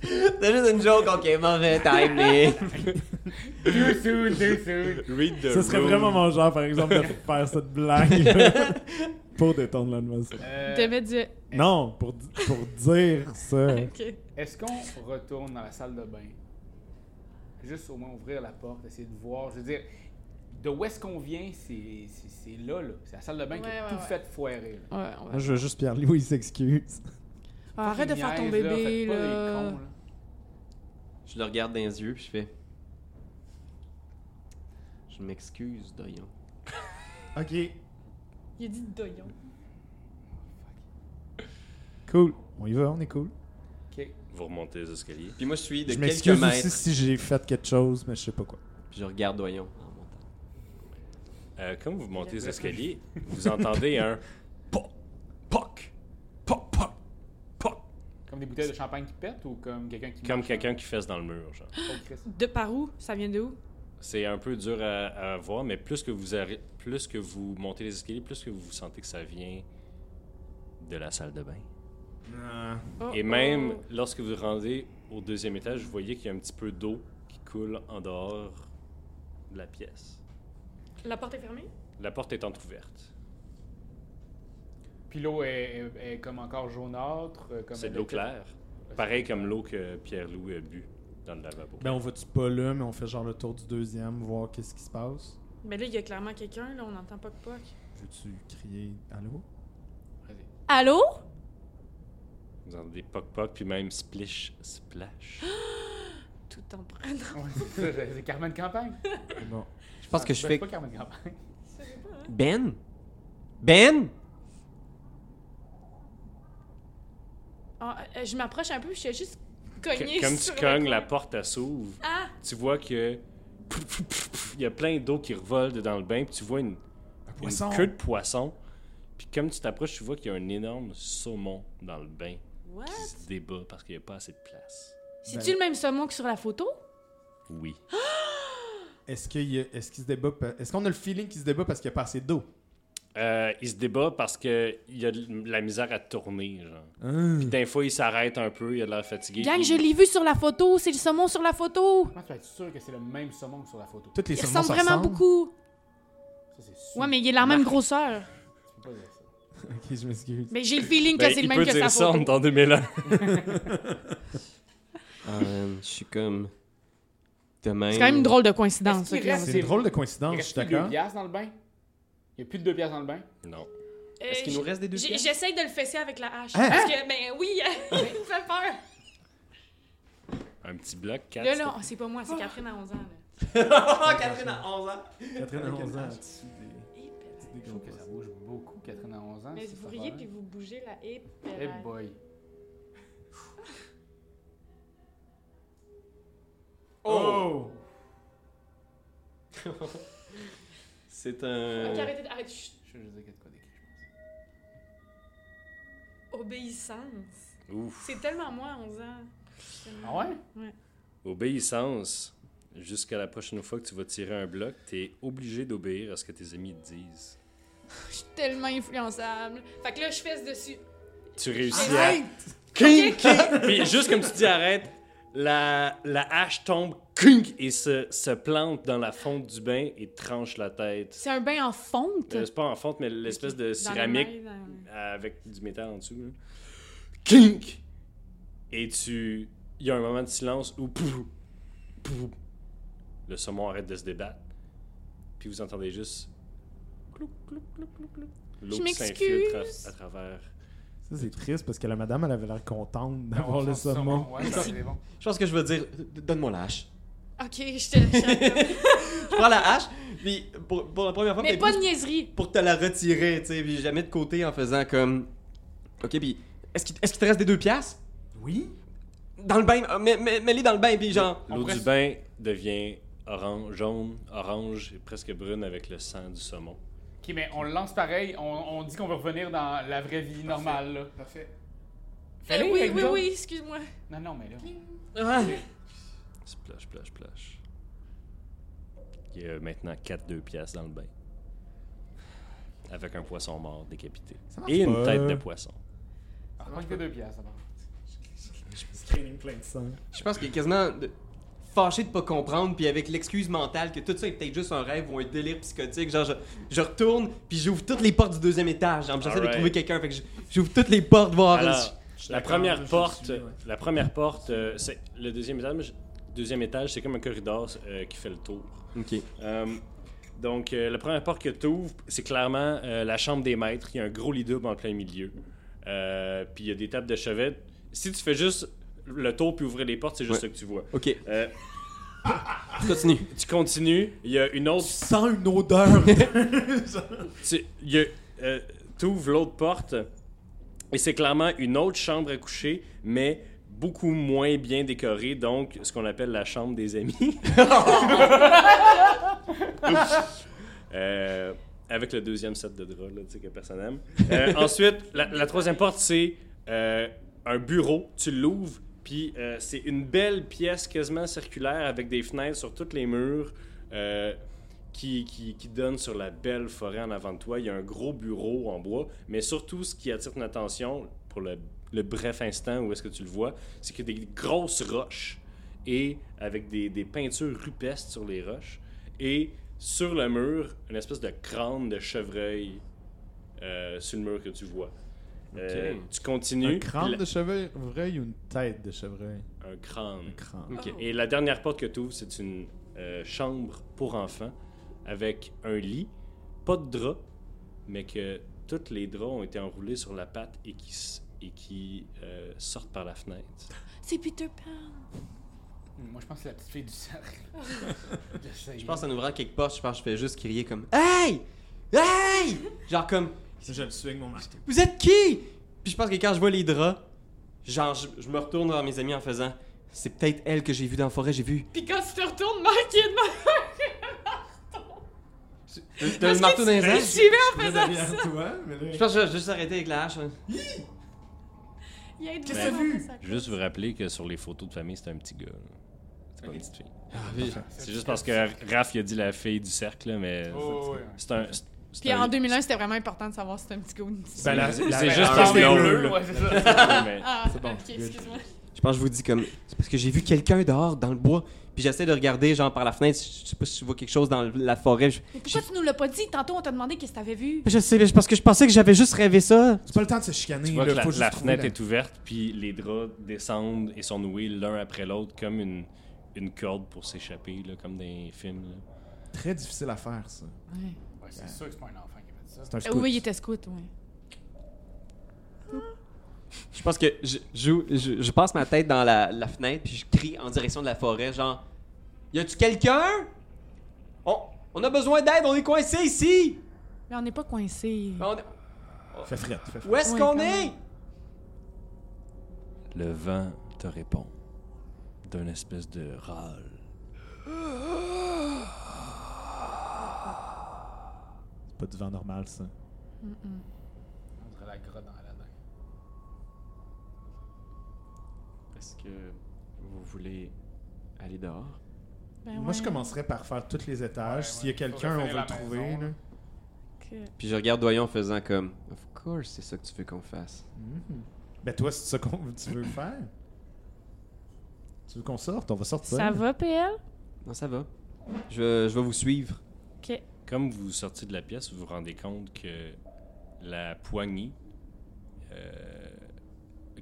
Speaker 5: C'est juste une joke, ok, mauvais timing. (laughs)
Speaker 2: Too soon, too soon.
Speaker 1: Read the
Speaker 4: Ce serait
Speaker 1: room.
Speaker 4: vraiment mon genre, par exemple, (laughs) de faire cette blague (laughs) pour détendre l'atmosphère.
Speaker 2: Euh,
Speaker 3: Te mettre du...
Speaker 4: Non, pour, di- pour dire ça.
Speaker 3: OK.
Speaker 2: Est-ce qu'on retourne dans la salle de bain? Juste au moins ouvrir la porte, essayer de voir. Je veux dire, de où est-ce qu'on vient, c'est c'est- c'est là, là. C'est la salle de bain qui
Speaker 3: Ouais,
Speaker 2: est
Speaker 3: ouais,
Speaker 2: tout
Speaker 3: ouais.
Speaker 2: faite foirer. là.
Speaker 3: Ouais, on va-
Speaker 4: Moi, je veux juste Pierre-Louis s'excuse.
Speaker 3: Ah, arrête de faire ton
Speaker 2: Niaise, là,
Speaker 3: bébé,
Speaker 2: faites pas les
Speaker 3: là.
Speaker 2: cons, là.
Speaker 5: je le regarde dans les yeux, puis je fais. Je m'excuse, Doyon.
Speaker 4: Ok,
Speaker 3: Il a dit doyon.
Speaker 4: cool. On y va, on est cool.
Speaker 2: Ok.
Speaker 1: Vous remontez les escaliers.
Speaker 5: Puis moi, je suis de
Speaker 4: je
Speaker 5: quelques
Speaker 4: m'excuse
Speaker 5: mètres,
Speaker 4: aussi si j'ai fait quelque chose, mais je sais pas quoi.
Speaker 5: puis je regarde Doyon en montant.
Speaker 1: Euh, comme vous montez les escaliers, vous entendez (laughs) un poc, poc, poc, poc, poc,
Speaker 2: Comme des bouteilles de champagne qui pètent ou comme quelqu'un qui.
Speaker 1: comme
Speaker 2: marche,
Speaker 1: quelqu'un qui fesse dans le mur. Genre.
Speaker 2: hein? Oh, Christ.
Speaker 3: De par où? Ça vient de où?
Speaker 1: C'est un peu dur à, à voir, mais plus que vous arri- plus que vous montez les escaliers, plus que vous sentez que ça vient de la salle de bain.
Speaker 3: Oh,
Speaker 1: Et même
Speaker 3: oh.
Speaker 1: lorsque vous rendez au deuxième étage, vous voyez qu'il y a un petit peu d'eau qui coule en dehors de la pièce.
Speaker 3: La porte est fermée?
Speaker 1: La porte est entrouverte.
Speaker 2: Puis l'eau est, est- est comme encore jaunâtre. euh, comme
Speaker 1: C'est de
Speaker 2: avec-
Speaker 1: l'eau claire. Pareil comme l'eau que Pierre-Louis a bu dans le lavabo.
Speaker 4: Ben, on va-tu pas là, mais on fait genre le tour du deuxième, voir qu'est-ce qui se passe.
Speaker 3: Mais là, il y a clairement quelqu'un, là. On n'entend pas que poc.
Speaker 4: Veux-tu crier Allô
Speaker 2: Vas-y.
Speaker 3: Allô?
Speaker 1: Vous entendez poc-poc, puis même splish, splash.
Speaker 3: Tout en prenant. (laughs)
Speaker 2: Ouais, c'est ça, c'est Carmen Campagne.
Speaker 4: Bon.
Speaker 5: Je pense que je
Speaker 2: Ben,
Speaker 5: fais.
Speaker 2: C'est pas Carmen Campagne.
Speaker 5: Ben? Ben?
Speaker 3: Ah, euh, je m'approche un peu, je suis juste
Speaker 1: Que-
Speaker 3: cognée (laughs)
Speaker 1: Comme tu
Speaker 3: sur le
Speaker 1: cognes,
Speaker 3: coin.
Speaker 1: la porte elle s'ouvre.
Speaker 3: Ah!
Speaker 1: Tu vois que il y a plein d'eau qui revole de dans le bain, puis tu vois une,
Speaker 4: Un
Speaker 1: une
Speaker 4: Ah, poisson
Speaker 1: queue de poisson. Puis comme tu t'approches, tu vois qu'il y a un énorme saumon dans le bain
Speaker 3: What?
Speaker 1: qui se débat parce qu'il n'y a pas assez de place. Ben.
Speaker 3: C'est-tu le même saumon que sur la photo?
Speaker 1: Oui.
Speaker 4: Est-ce qu'il y a- est-ce qu'il se débat pa- Est-ce qu'on a le feeling qu'il se débat parce qu'il n'y a pas assez d'eau
Speaker 1: Euh, il se débat parce qu'il y a de la misère à tourner. Genre.
Speaker 4: Mm. Hein?
Speaker 1: Puis Des fois, il s'arrête un peu, il a de l'air fatigué.
Speaker 3: Gang,
Speaker 1: puis-
Speaker 3: je l'ai vu sur la photo, c'est le saumon sur la photo!
Speaker 2: Comment tu vas être sûr que c'est le même saumon que sur la photo?
Speaker 4: Toutes les
Speaker 3: Il
Speaker 4: saumons
Speaker 3: ressemble
Speaker 4: se
Speaker 3: vraiment
Speaker 4: ressemblent.
Speaker 3: beaucoup.
Speaker 2: Ça, c'est sûr.
Speaker 3: Ouais, mais il est la même
Speaker 1: Ben.
Speaker 3: grosseur.
Speaker 2: Tu peux pas dire ça.
Speaker 4: Ok, je m'excuse.
Speaker 3: Mais j'ai le feeling que
Speaker 1: Ben,
Speaker 3: c'est le
Speaker 1: il
Speaker 3: même
Speaker 1: peut
Speaker 3: que
Speaker 1: dire
Speaker 3: sa
Speaker 1: ça, on
Speaker 3: photo.
Speaker 1: est en 2001.
Speaker 5: Ah, man, je suis comme. Demain.
Speaker 3: C'est quand même une drôle de coïncidence.
Speaker 2: Est-ce qu'il
Speaker 3: ça, clairement.
Speaker 2: reste-
Speaker 4: C'est une
Speaker 2: C'est-
Speaker 4: drôle de
Speaker 2: Il
Speaker 4: coïncidence, je
Speaker 2: reste
Speaker 4: suis
Speaker 2: plus deux
Speaker 4: d'accord.
Speaker 2: piastres dans le bain? Il y a plus de deux piastres dans le bain?
Speaker 1: non.
Speaker 5: Est-ce qu'il nous reste des deux
Speaker 3: J'ai-
Speaker 5: pièces?
Speaker 3: J'essaye de le fesser avec la hache.
Speaker 4: Hein?
Speaker 3: Parce que, ben oui, (laughs) il me fait peur.
Speaker 1: Un petit bloc, quatre.
Speaker 3: Là, là, c'est pas moi, c'est Catherine à 11 ans. Là.
Speaker 5: Oh, Catherine a 11 ans!
Speaker 4: Catherine a 11 ans.
Speaker 3: Eh, petit.
Speaker 2: Je trouve que ça bouge beaucoup, Catherine à 11 ans.
Speaker 3: Mais
Speaker 2: cette Eh
Speaker 3: vous riez
Speaker 2: affaire-là.
Speaker 3: puis vous bougez la hippe.
Speaker 2: Eh boy.
Speaker 4: Oh!
Speaker 5: C'est
Speaker 1: Euh,
Speaker 3: Ok,
Speaker 5: un.
Speaker 3: arrêtez de- arrête, chut.
Speaker 2: Je sais juste dire qu'il y a de quoi d'écrit, je pense.
Speaker 3: Obéissance.
Speaker 1: Ouf.
Speaker 3: C'est tellement moi à 11 ans. Je suis tellement-
Speaker 2: Ah ouais?
Speaker 1: Obéissance. Jusqu'à la prochaine fois que tu vas tirer un bloc, t'es obligé d'obéir à ce que tes amis te disent.
Speaker 3: Je suis tellement influençable. Fait que là, je fesse dessus.
Speaker 1: Tu réussis à.
Speaker 3: Arrête!
Speaker 1: Kink! (laughs) Puis juste comme tu dis arrête, la, la hache tombe kink, et se, se plante dans la fonte du bain et tranche la tête.
Speaker 3: C'est un bain en fonte.
Speaker 1: Euh, C'est pas en fonte, mais l'espèce de
Speaker 3: Dans les
Speaker 1: céramique
Speaker 3: mains, dans-
Speaker 1: avec du métal en dessous. là. Kink! Et tu. Il y a un moment de silence où. pouf, pouf, le saumon arrête de se débattre. Puis vous entendez juste. clou, clou, clou, clou, clou. L'eau
Speaker 3: Je
Speaker 1: qui s'infiltre
Speaker 3: m'excuse.
Speaker 1: à, à travers.
Speaker 4: Ça, c'est triste parce que la madame, elle avait l'air contente d'avoir le saumon.
Speaker 2: Ouais, ça, c'est bon.
Speaker 5: Je pense que je veux dire, donne-moi la hache.
Speaker 3: Ok, je te (laughs) le
Speaker 5: Je prends la hache, puis pour, pour la première fois,
Speaker 3: Mais
Speaker 5: peut-être
Speaker 3: pas de niaiserie.
Speaker 5: pour te la retirer, tu sais, puis je la mets de côté en faisant comme. Ok, puis est-ce qu'il est-ce qu'il te reste des deux piastres
Speaker 2: Oui?
Speaker 5: Dans le bain, euh, mets- mets- mets-les dans le bain, puis genre.
Speaker 1: L'eau
Speaker 2: pourrait
Speaker 1: du
Speaker 2: se-
Speaker 1: bain devient orange, jaune, orange et presque brune avec le sang du saumon.
Speaker 2: Ok, mais on le lance pareil. On, on dit qu'on va revenir dans la vraie vie normale, là.
Speaker 4: Parfait.
Speaker 2: Fais-le
Speaker 3: Eh Euh, oui,
Speaker 2: avec
Speaker 3: oui,
Speaker 2: nous
Speaker 3: oui, excuse-moi.
Speaker 2: autres. Non, non, mais là.
Speaker 5: Ah.
Speaker 1: Splash, splash, splash. Il y a maintenant 4-2 pièces dans le bain. Avec un poisson mort décapité.
Speaker 4: Ça marche
Speaker 1: Et une
Speaker 4: pas.
Speaker 1: tête de poisson.
Speaker 2: Ah, Pas que deux pièces, ça va. Hmm,
Speaker 4: Screening plein de sang.
Speaker 5: Je pense qu'il est quasiment de- fâché de pas comprendre, puis avec l'excuse mentale que tout ça est peut-être juste un rêve ou un délire psychotique. Genre, je, je retourne, puis j'ouvre toutes les portes du deuxième étage. Genre, J'essaie de
Speaker 1: Alright.
Speaker 5: trouver quelqu'un, fait que je- j'ouvre toutes les portes, voir.
Speaker 1: Alors, la première
Speaker 4: je
Speaker 1: porte,
Speaker 4: suis, ouais.
Speaker 1: la première porte, euh, c'est le deuxième étage. Deuxième étage, c'est comme un corridor euh, qui fait le tour.
Speaker 5: Ok.
Speaker 1: Euh, donc, euh, la première porte que tu ouvres, c'est clairement euh, la chambre des maîtres. Il y a un gros lit double en plein milieu. Euh, puis il y a des tables de chevet. Si tu fais juste le tour puis ouvrir les portes, c'est juste
Speaker 5: Ouais.
Speaker 1: ce que tu vois.
Speaker 5: Ok,
Speaker 1: Euh,
Speaker 5: continue.
Speaker 1: tu continues, il y a une autre.
Speaker 4: Tu sens une
Speaker 5: (laughs)
Speaker 4: odeur.
Speaker 1: Tu ouvres euh, l'autre porte et c'est clairement une autre chambre à coucher, mais beaucoup moins bien décorée, donc ce qu'on appelle la chambre des amis. Euh, avec le deuxième set de draps, là, tu sais, que personne n'aime. Euh, ensuite, la, la troisième porte, c'est euh, un bureau. Tu l'ouvres, puis euh, c'est une belle pièce quasiment circulaire avec des fenêtres sur tous les murs euh, qui, qui, qui donnent sur la belle forêt en avant de toi. Il y a un gros bureau en bois, mais surtout, ce qui attire ton attention pour le, le bref instant où est-ce que tu le vois, c'est que des grosses roches et avec des, des peintures rupestres sur les roches. Et sur le mur, une espèce de crâne de chevreuil euh, sur le mur que tu vois. Euh, tu continues.
Speaker 4: Un crâne
Speaker 1: puis
Speaker 4: de chevreuil ou une tête de chevreuil?
Speaker 1: la- un crâne.
Speaker 4: Un crâne.
Speaker 1: Ok.
Speaker 3: Oh,
Speaker 1: Et la dernière porte que tu ouvres, c'est une euh, chambre pour enfants avec un lit, pas de drap, mais que tous les draps ont été enroulés sur la patte et qui, s- et qui euh, sortent par la fenêtre.
Speaker 3: C'est Peter Pan.
Speaker 2: Hum, Moi, je pense que c'est la petite fille du cercle.
Speaker 5: Je pense en ouvrant quelques portes, je pense que je fais juste crier comme Hey! Hey! Genre comme
Speaker 4: Je le suis avec mon marteau.
Speaker 5: Vous êtes qui? Puis je pense que quand je vois les draps, genre je, je me retourne vers mes amis en faisant C'est peut-être elle que j'ai vue dans la forêt, j'ai vu.
Speaker 3: Puis quand tu te retournes, Mike, (laughs) il est de même.
Speaker 5: T'as le marteau dans les
Speaker 3: Je
Speaker 5: ailes?
Speaker 3: suis là.
Speaker 4: Je derrière toi, mais là...
Speaker 5: Je pense que je vais juste arrêter avec la hache. hein.
Speaker 3: Il y a
Speaker 4: Qu'est-ce que t'as vu?
Speaker 1: Juste vous rappeler que sur les photos de famille, c'est un petit gars. là. C'est pas
Speaker 4: Ok.
Speaker 1: une petite fille.
Speaker 5: Ah,
Speaker 1: C'est
Speaker 2: C'est
Speaker 1: juste parce que Raph, il a dit la fille du cercle, là, mais
Speaker 2: Oh, ouais, ouais.
Speaker 1: c'est un. c'est- c'est
Speaker 3: Puis
Speaker 1: un-
Speaker 3: en 2001, c'était vraiment important de savoir si c'était un petit gars ou une petite
Speaker 1: Ben,
Speaker 3: fille.
Speaker 1: la- c'est
Speaker 2: Ben,
Speaker 1: juste
Speaker 2: la
Speaker 1: parce
Speaker 2: chambre
Speaker 1: que
Speaker 2: est
Speaker 1: c'est
Speaker 2: bleue,
Speaker 1: bleu,
Speaker 2: ouais, c'est ça.
Speaker 1: (laughs) là. Mais-
Speaker 3: Ah,
Speaker 4: C'est bon,
Speaker 3: ok,
Speaker 4: good.
Speaker 3: excuse-moi.
Speaker 5: Je pense que je vous dis comme C'est parce que j'ai vu quelqu'un dehors dans le bois. Puis j'essaie de regarder genre par la fenêtre, je je sais pas si je vois quelque chose dans le- la forêt. Je,
Speaker 3: Mais pourquoi tu nous l'as pas dit? Tantôt, on t'a demandé qu'est-ce que t'avais vu.
Speaker 5: je sais, mais je- parce que je pensais que j'avais juste rêvé ça.
Speaker 4: C'est pas le temps de se chicaner,
Speaker 1: Tu vois
Speaker 4: là,
Speaker 1: que la,
Speaker 4: faut juste
Speaker 1: la
Speaker 4: trouver
Speaker 1: fenêtre est ouverte, puis les draps descendent et sont noués l'un après l'autre comme une, une corde pour s'échapper, là, comme dans les films. là.
Speaker 4: Très difficile à faire, ça.
Speaker 2: Ouais, c'est sûr que c'est pas un enfant qui a fait ça.
Speaker 4: C'est un
Speaker 3: Euh,
Speaker 4: scout.
Speaker 3: Oui, il était scout, oui.
Speaker 5: Je pense que je, je, je- je passe ma tête dans la, la fenêtre puis je crie en direction de la forêt genre Y a-tu quelqu'un on, on a besoin d'aide, on est coincé ici.
Speaker 3: Mais on n'est pas coincé.
Speaker 5: On-
Speaker 4: Fais frette, fais frette.
Speaker 5: où est-ce
Speaker 3: Ouais,
Speaker 5: qu'on
Speaker 3: quand
Speaker 5: est
Speaker 3: même.
Speaker 1: Le vent te répond d'un espèce de râle.
Speaker 6: pas du vent normal, ça.
Speaker 3: Mm-mm.
Speaker 2: On dirait la grotte dans Aladdin.
Speaker 5: Est-ce que vous voulez aller dehors?
Speaker 3: Ben
Speaker 4: Moi,
Speaker 3: ouais,
Speaker 4: je commencerais par faire tous les étages.
Speaker 2: Ouais, ouais.
Speaker 4: S'il y a quelqu'un,
Speaker 2: Faut
Speaker 4: on
Speaker 2: refaire la
Speaker 4: va le trouver.
Speaker 2: maison,
Speaker 4: là.
Speaker 2: là.
Speaker 3: que-
Speaker 5: Puis je regarde Doyon en faisant comme Of course, c'est ça que tu veux qu'on fasse.
Speaker 4: Mhm. Ben, toi, c'est ça qu'on tu veux faire. Tu veux qu'on sorte On va sortir.
Speaker 3: Ça va, PL?
Speaker 5: Non, ça va. Je, je vais vous suivre.
Speaker 3: OK.
Speaker 1: Comme vous sortez de la pièce, vous vous rendez compte que la poignée, euh,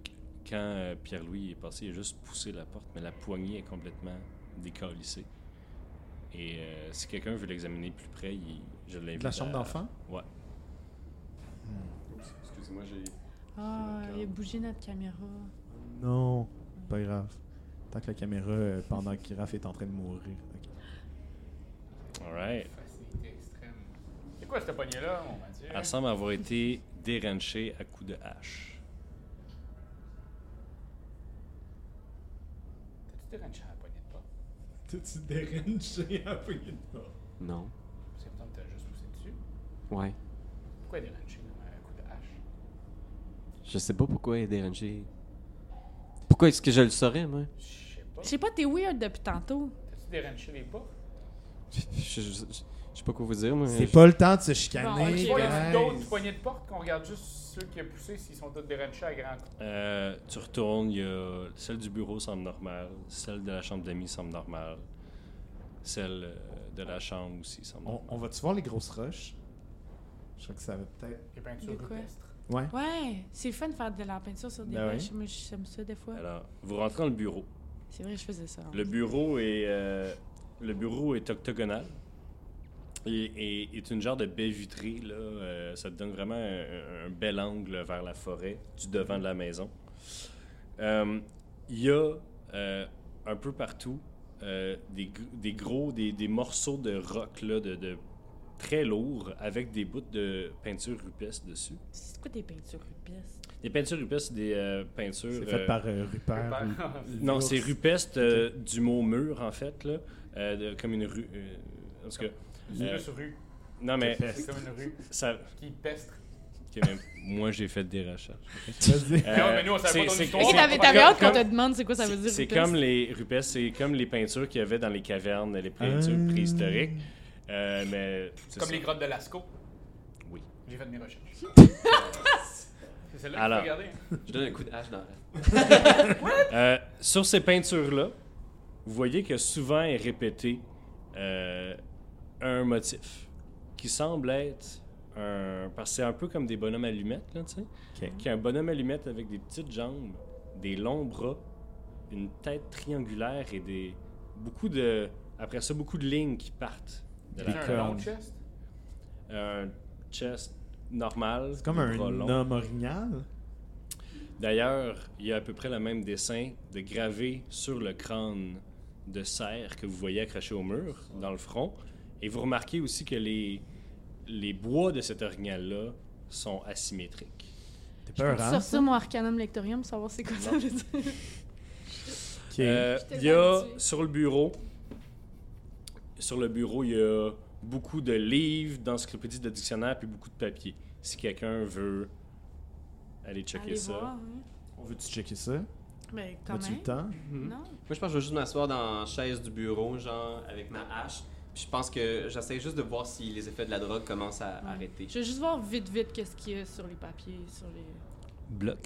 Speaker 1: qu- quand euh, Pierre-Louis est passé, il a juste poussé la porte, mais la poignée est complètement décalissée. Et euh, si quelqu'un veut l'examiner de plus près, il- je l'invite.
Speaker 4: De la chambre
Speaker 1: à-
Speaker 4: d'enfant
Speaker 1: Ouais.
Speaker 5: Excusez-moi, j'ai.
Speaker 3: Ah, il a bougé notre caméra.
Speaker 4: Non, pas grave. Tant que la caméra, euh, pendant que Raph est en train de mourir. ok.
Speaker 1: All right.
Speaker 2: Facilité extrême. C'est quoi cette poignée-là, mon Mathieu?
Speaker 1: Elle semble avoir été déranchée à coups de hache.
Speaker 2: T'as-tu déranché à la poignée de porte?
Speaker 6: Tu déranges un peu.
Speaker 5: Non.
Speaker 2: C'est pourtant que t'as juste poussé dessus.
Speaker 5: Ouais.
Speaker 2: Pourquoi déranché comme un coup de hache?
Speaker 5: Je sais pas pourquoi elle est dérangée. Pourquoi est-ce que je le saurais, moi? (laughs)
Speaker 2: Je sais pas.
Speaker 3: Je sais pas, t'es weird depuis tantôt.
Speaker 2: T'as-tu déranché les pas?
Speaker 5: Je, je- je- je sais pas quoi vous dire, moi.
Speaker 4: C'est
Speaker 5: Je-
Speaker 4: pas le temps de se
Speaker 3: Bon, ok.
Speaker 4: chicaner.
Speaker 2: Tu vois, y a
Speaker 4: guys.
Speaker 2: d'autres poignées de porte qu'on regarde juste ceux qui ont poussé s'ils sont tous déranchés à grand coup.
Speaker 1: Euh, tu retournes, il y a celle du bureau semble normale, celle de la chambre d'amis semble normale, celle euh, de la chambre aussi semble
Speaker 4: On,
Speaker 1: normale.
Speaker 4: on va-tu voir les grosses roches Je crois que ça va peut-être.
Speaker 2: Les peintures
Speaker 3: De quoi?
Speaker 2: rupestres.
Speaker 4: Ouais.
Speaker 3: Ouais, c'est le fun de faire de la peinture sur des
Speaker 4: Ben
Speaker 3: roches.
Speaker 4: oui.
Speaker 3: Moi, j'aime ça des fois.
Speaker 1: Alors, vous rentrez dans le bureau.
Speaker 3: C'est vrai, je faisais ça. hein.
Speaker 1: Le bureau est, euh, le bureau est octogonal. Et, et- est une genre de baie vitrée. Là, euh, ça te donne vraiment un, un bel angle vers la forêt, du devant de la maison. Euh, Il y a euh, un peu partout euh, des, gr- des gros, des, des morceaux de roc là, de, de très lourds avec des bouts de peinture rupestre dessus.
Speaker 3: C'est quoi des peintures rupestres?
Speaker 1: Des peintures rupestres, c'est des euh, peintures.
Speaker 4: C'est
Speaker 1: euh,
Speaker 4: fait par euh, Rupert.
Speaker 2: Par-
Speaker 4: ou-
Speaker 1: non,
Speaker 4: L'ours.
Speaker 1: c'est rupestre euh, du mot mur, en fait, là. Euh, de- comme une rue. euh, en tout cas.
Speaker 2: C'est
Speaker 1: euh,
Speaker 2: juste rue.
Speaker 1: non, mais
Speaker 2: C'est comme une rue
Speaker 1: ça.
Speaker 2: qui pestre.
Speaker 1: ok, mais moi, j'ai fait des recherches.
Speaker 4: Vas-y.
Speaker 1: Euh,
Speaker 2: (laughs) Non, mais nous, on
Speaker 1: c'est-
Speaker 2: savait pas ton
Speaker 1: c'est-
Speaker 2: histoire.
Speaker 3: Ok,
Speaker 1: c'est-
Speaker 3: t'avais
Speaker 1: comme-
Speaker 3: t'avais hâte qu'on
Speaker 1: comme-
Speaker 3: te demande c'est quoi ça veut dire.
Speaker 1: C'est
Speaker 3: rupestre.
Speaker 1: comme les rupestres, c'est comme les peintures qu'il y avait dans les cavernes, les peintures
Speaker 4: Ah.
Speaker 1: préhistoriques. Euh, mais. c'est
Speaker 2: Comme
Speaker 1: ça.
Speaker 2: les grottes de Lascaux.
Speaker 1: Oui.
Speaker 2: J'ai fait de mes
Speaker 3: (laughs)
Speaker 2: recherches. C'est celle-là que
Speaker 1: Alors.
Speaker 2: tu regarder. hein.
Speaker 5: Je donne un coup de hache dans la.
Speaker 1: Euh, sur ces peintures-là, vous voyez que souvent est répété euh, un motif qui semble être un. Parce que c'est un peu comme des bonhommes allumettes, là, tu sais.
Speaker 4: Ok.
Speaker 1: Qui est un bonhomme allumette avec des petites jambes, des longs bras, une tête triangulaire et des. Beaucoup de. Après ça, beaucoup de lignes qui partent. de
Speaker 2: J'ai
Speaker 1: la-
Speaker 2: un
Speaker 4: Bicorne.
Speaker 2: long chest.
Speaker 1: un chest normal.
Speaker 4: C'est comme
Speaker 1: des
Speaker 4: un
Speaker 1: bras longs.
Speaker 4: homme orignal.
Speaker 1: D'ailleurs, il y a à peu près le même dessin de gravé sur le crâne de cerf que vous voyez accroché au mur, dans le front. Et vous remarquez aussi que les, les bois de cet orignal-là sont asymétriques.
Speaker 4: T'es peur, hein
Speaker 3: Sortir mon Arcanum Lectorium pour savoir c'est quoi ça veut dire.
Speaker 4: Ok.
Speaker 1: Euh,
Speaker 3: Je suis
Speaker 1: Il y a
Speaker 3: tellement habituée.
Speaker 1: sur le bureau, sur le bureau, il y a beaucoup de livres, d'encyclopédies, de dictionnaires, puis beaucoup de papier. Si quelqu'un veut aller checker
Speaker 3: Allez
Speaker 1: ça,
Speaker 3: voir, hein.
Speaker 4: On veut-tu checker ça
Speaker 3: Ben, quand
Speaker 4: As-tu
Speaker 3: même.
Speaker 4: le temps
Speaker 3: Non?
Speaker 5: Moi, je pense que je vais juste m'asseoir dans la chaise du bureau, genre, avec ma hache. Puis je pense que j'essaie juste de voir si les effets de la drogue commencent à
Speaker 3: Ouais.
Speaker 5: arrêter.
Speaker 3: Je vais juste voir vite, vite qu'est-ce qu'il y a sur les papiers, sur les...
Speaker 1: bloc.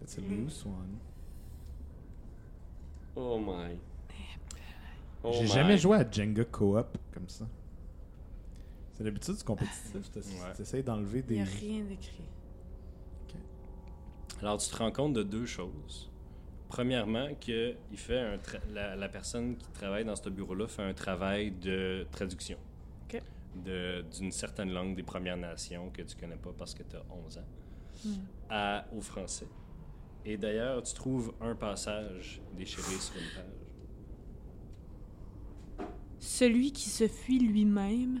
Speaker 4: That's a loose one.
Speaker 5: Oh my. Oh
Speaker 4: J'ai
Speaker 5: my.
Speaker 4: jamais joué à Jenga co-op comme ça. C'est l'habitude du compétitif. t'es-
Speaker 1: Ouais.
Speaker 4: T'essayes d'enlever
Speaker 3: Il n'y
Speaker 4: des.
Speaker 3: a rien d'écrit.
Speaker 1: Alors, tu te rends compte de deux choses. Premièrement, que il fait un tra- la, la personne qui travaille dans ce bureau-là fait un travail de traduction.
Speaker 3: Ok.
Speaker 1: De- D'une certaine langue des Premières Nations que tu connais pas parce que tu as 11 ans
Speaker 3: Mm.
Speaker 1: à- au français. Et d'ailleurs, tu trouves un passage déchiré sur une page.
Speaker 3: Celui qui se fuit lui-même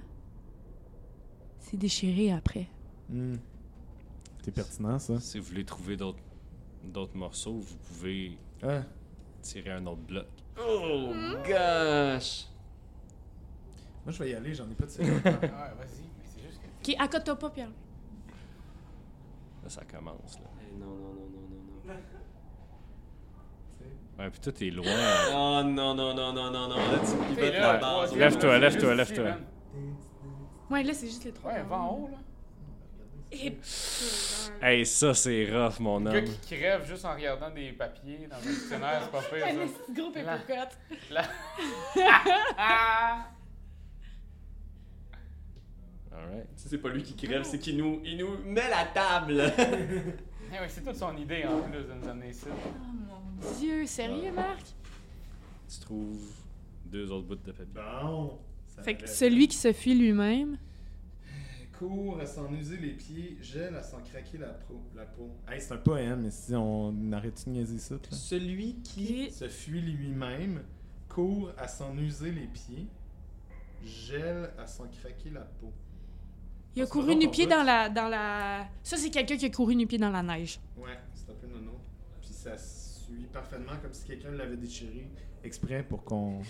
Speaker 3: s'est déchiré après.
Speaker 4: Hmm. T'es pertinent, ça
Speaker 1: Si vous voulez trouver d'autres d'autres morceaux, vous pouvez
Speaker 4: Ah.
Speaker 1: tirer un autre bloc.
Speaker 5: Oh gosh!
Speaker 4: Moi, je vais y aller, j'en ai pas de cigarette.
Speaker 2: Ouais,
Speaker 3: (laughs)
Speaker 2: Ah, vas-y, mais c'est juste que.
Speaker 3: Qui accote pas, Pierre.
Speaker 1: Là, ça commence, là.
Speaker 5: Eh, Non, non, non, non, non, non.
Speaker 1: Ouais, puis tout est loin.
Speaker 5: (laughs) Oh non, non, non, non, non, non. Là, tu me pivotes
Speaker 2: Fais-le,
Speaker 5: la base.
Speaker 2: troisième.
Speaker 1: Lève-toi, lève-toi,
Speaker 2: Juste
Speaker 1: lève-toi.
Speaker 2: ici, man.
Speaker 3: Ouais, là, c'est juste les trois.
Speaker 2: Ouais, va en haut, là.
Speaker 3: Et...
Speaker 1: hey, ça, c'est rough, mon
Speaker 2: Le gars
Speaker 1: homme.
Speaker 2: qui crève juste en regardant des papiers dans un dictionnaire, c'est pas
Speaker 3: Un
Speaker 2: pire, ça.
Speaker 3: (laughs) petit groupe
Speaker 2: Là.
Speaker 3: épocote.
Speaker 2: Ah!
Speaker 1: Alright.
Speaker 5: Si c'est pas lui qui crève, c'est qu'il nous, il nous met la table.
Speaker 2: Eh ouais, c'est toute son idée, en plus, de nous amener ça.
Speaker 3: Oh mon dieu, sérieux, Marc?
Speaker 1: Tu trouves deux autres bouts de papier.
Speaker 4: bon. ça
Speaker 3: Fait que
Speaker 4: m'arrête.
Speaker 3: celui qui se fuit lui-même.
Speaker 4: Court à s'en user les pieds, gèle à s'en craquer la, pro- la peau. Hey, c'est un poème, mais si on arrête de niaiser ça. là.
Speaker 5: Celui qui.
Speaker 3: Et-
Speaker 4: Se fuit lui-même, court à s'en user les pieds, gèle à s'en craquer la peau.
Speaker 3: Il a
Speaker 4: Parce
Speaker 3: couru
Speaker 4: que
Speaker 3: nu
Speaker 4: non,
Speaker 3: pied
Speaker 4: ton
Speaker 3: dans la, dans la. Ça, c'est quelqu'un qui a couru nu pied dans la neige.
Speaker 4: Ouais, c'est un peu nono. Puis ça suit parfaitement comme si quelqu'un l'avait déchiré exprès
Speaker 3: (laughs)
Speaker 4: pour qu'on.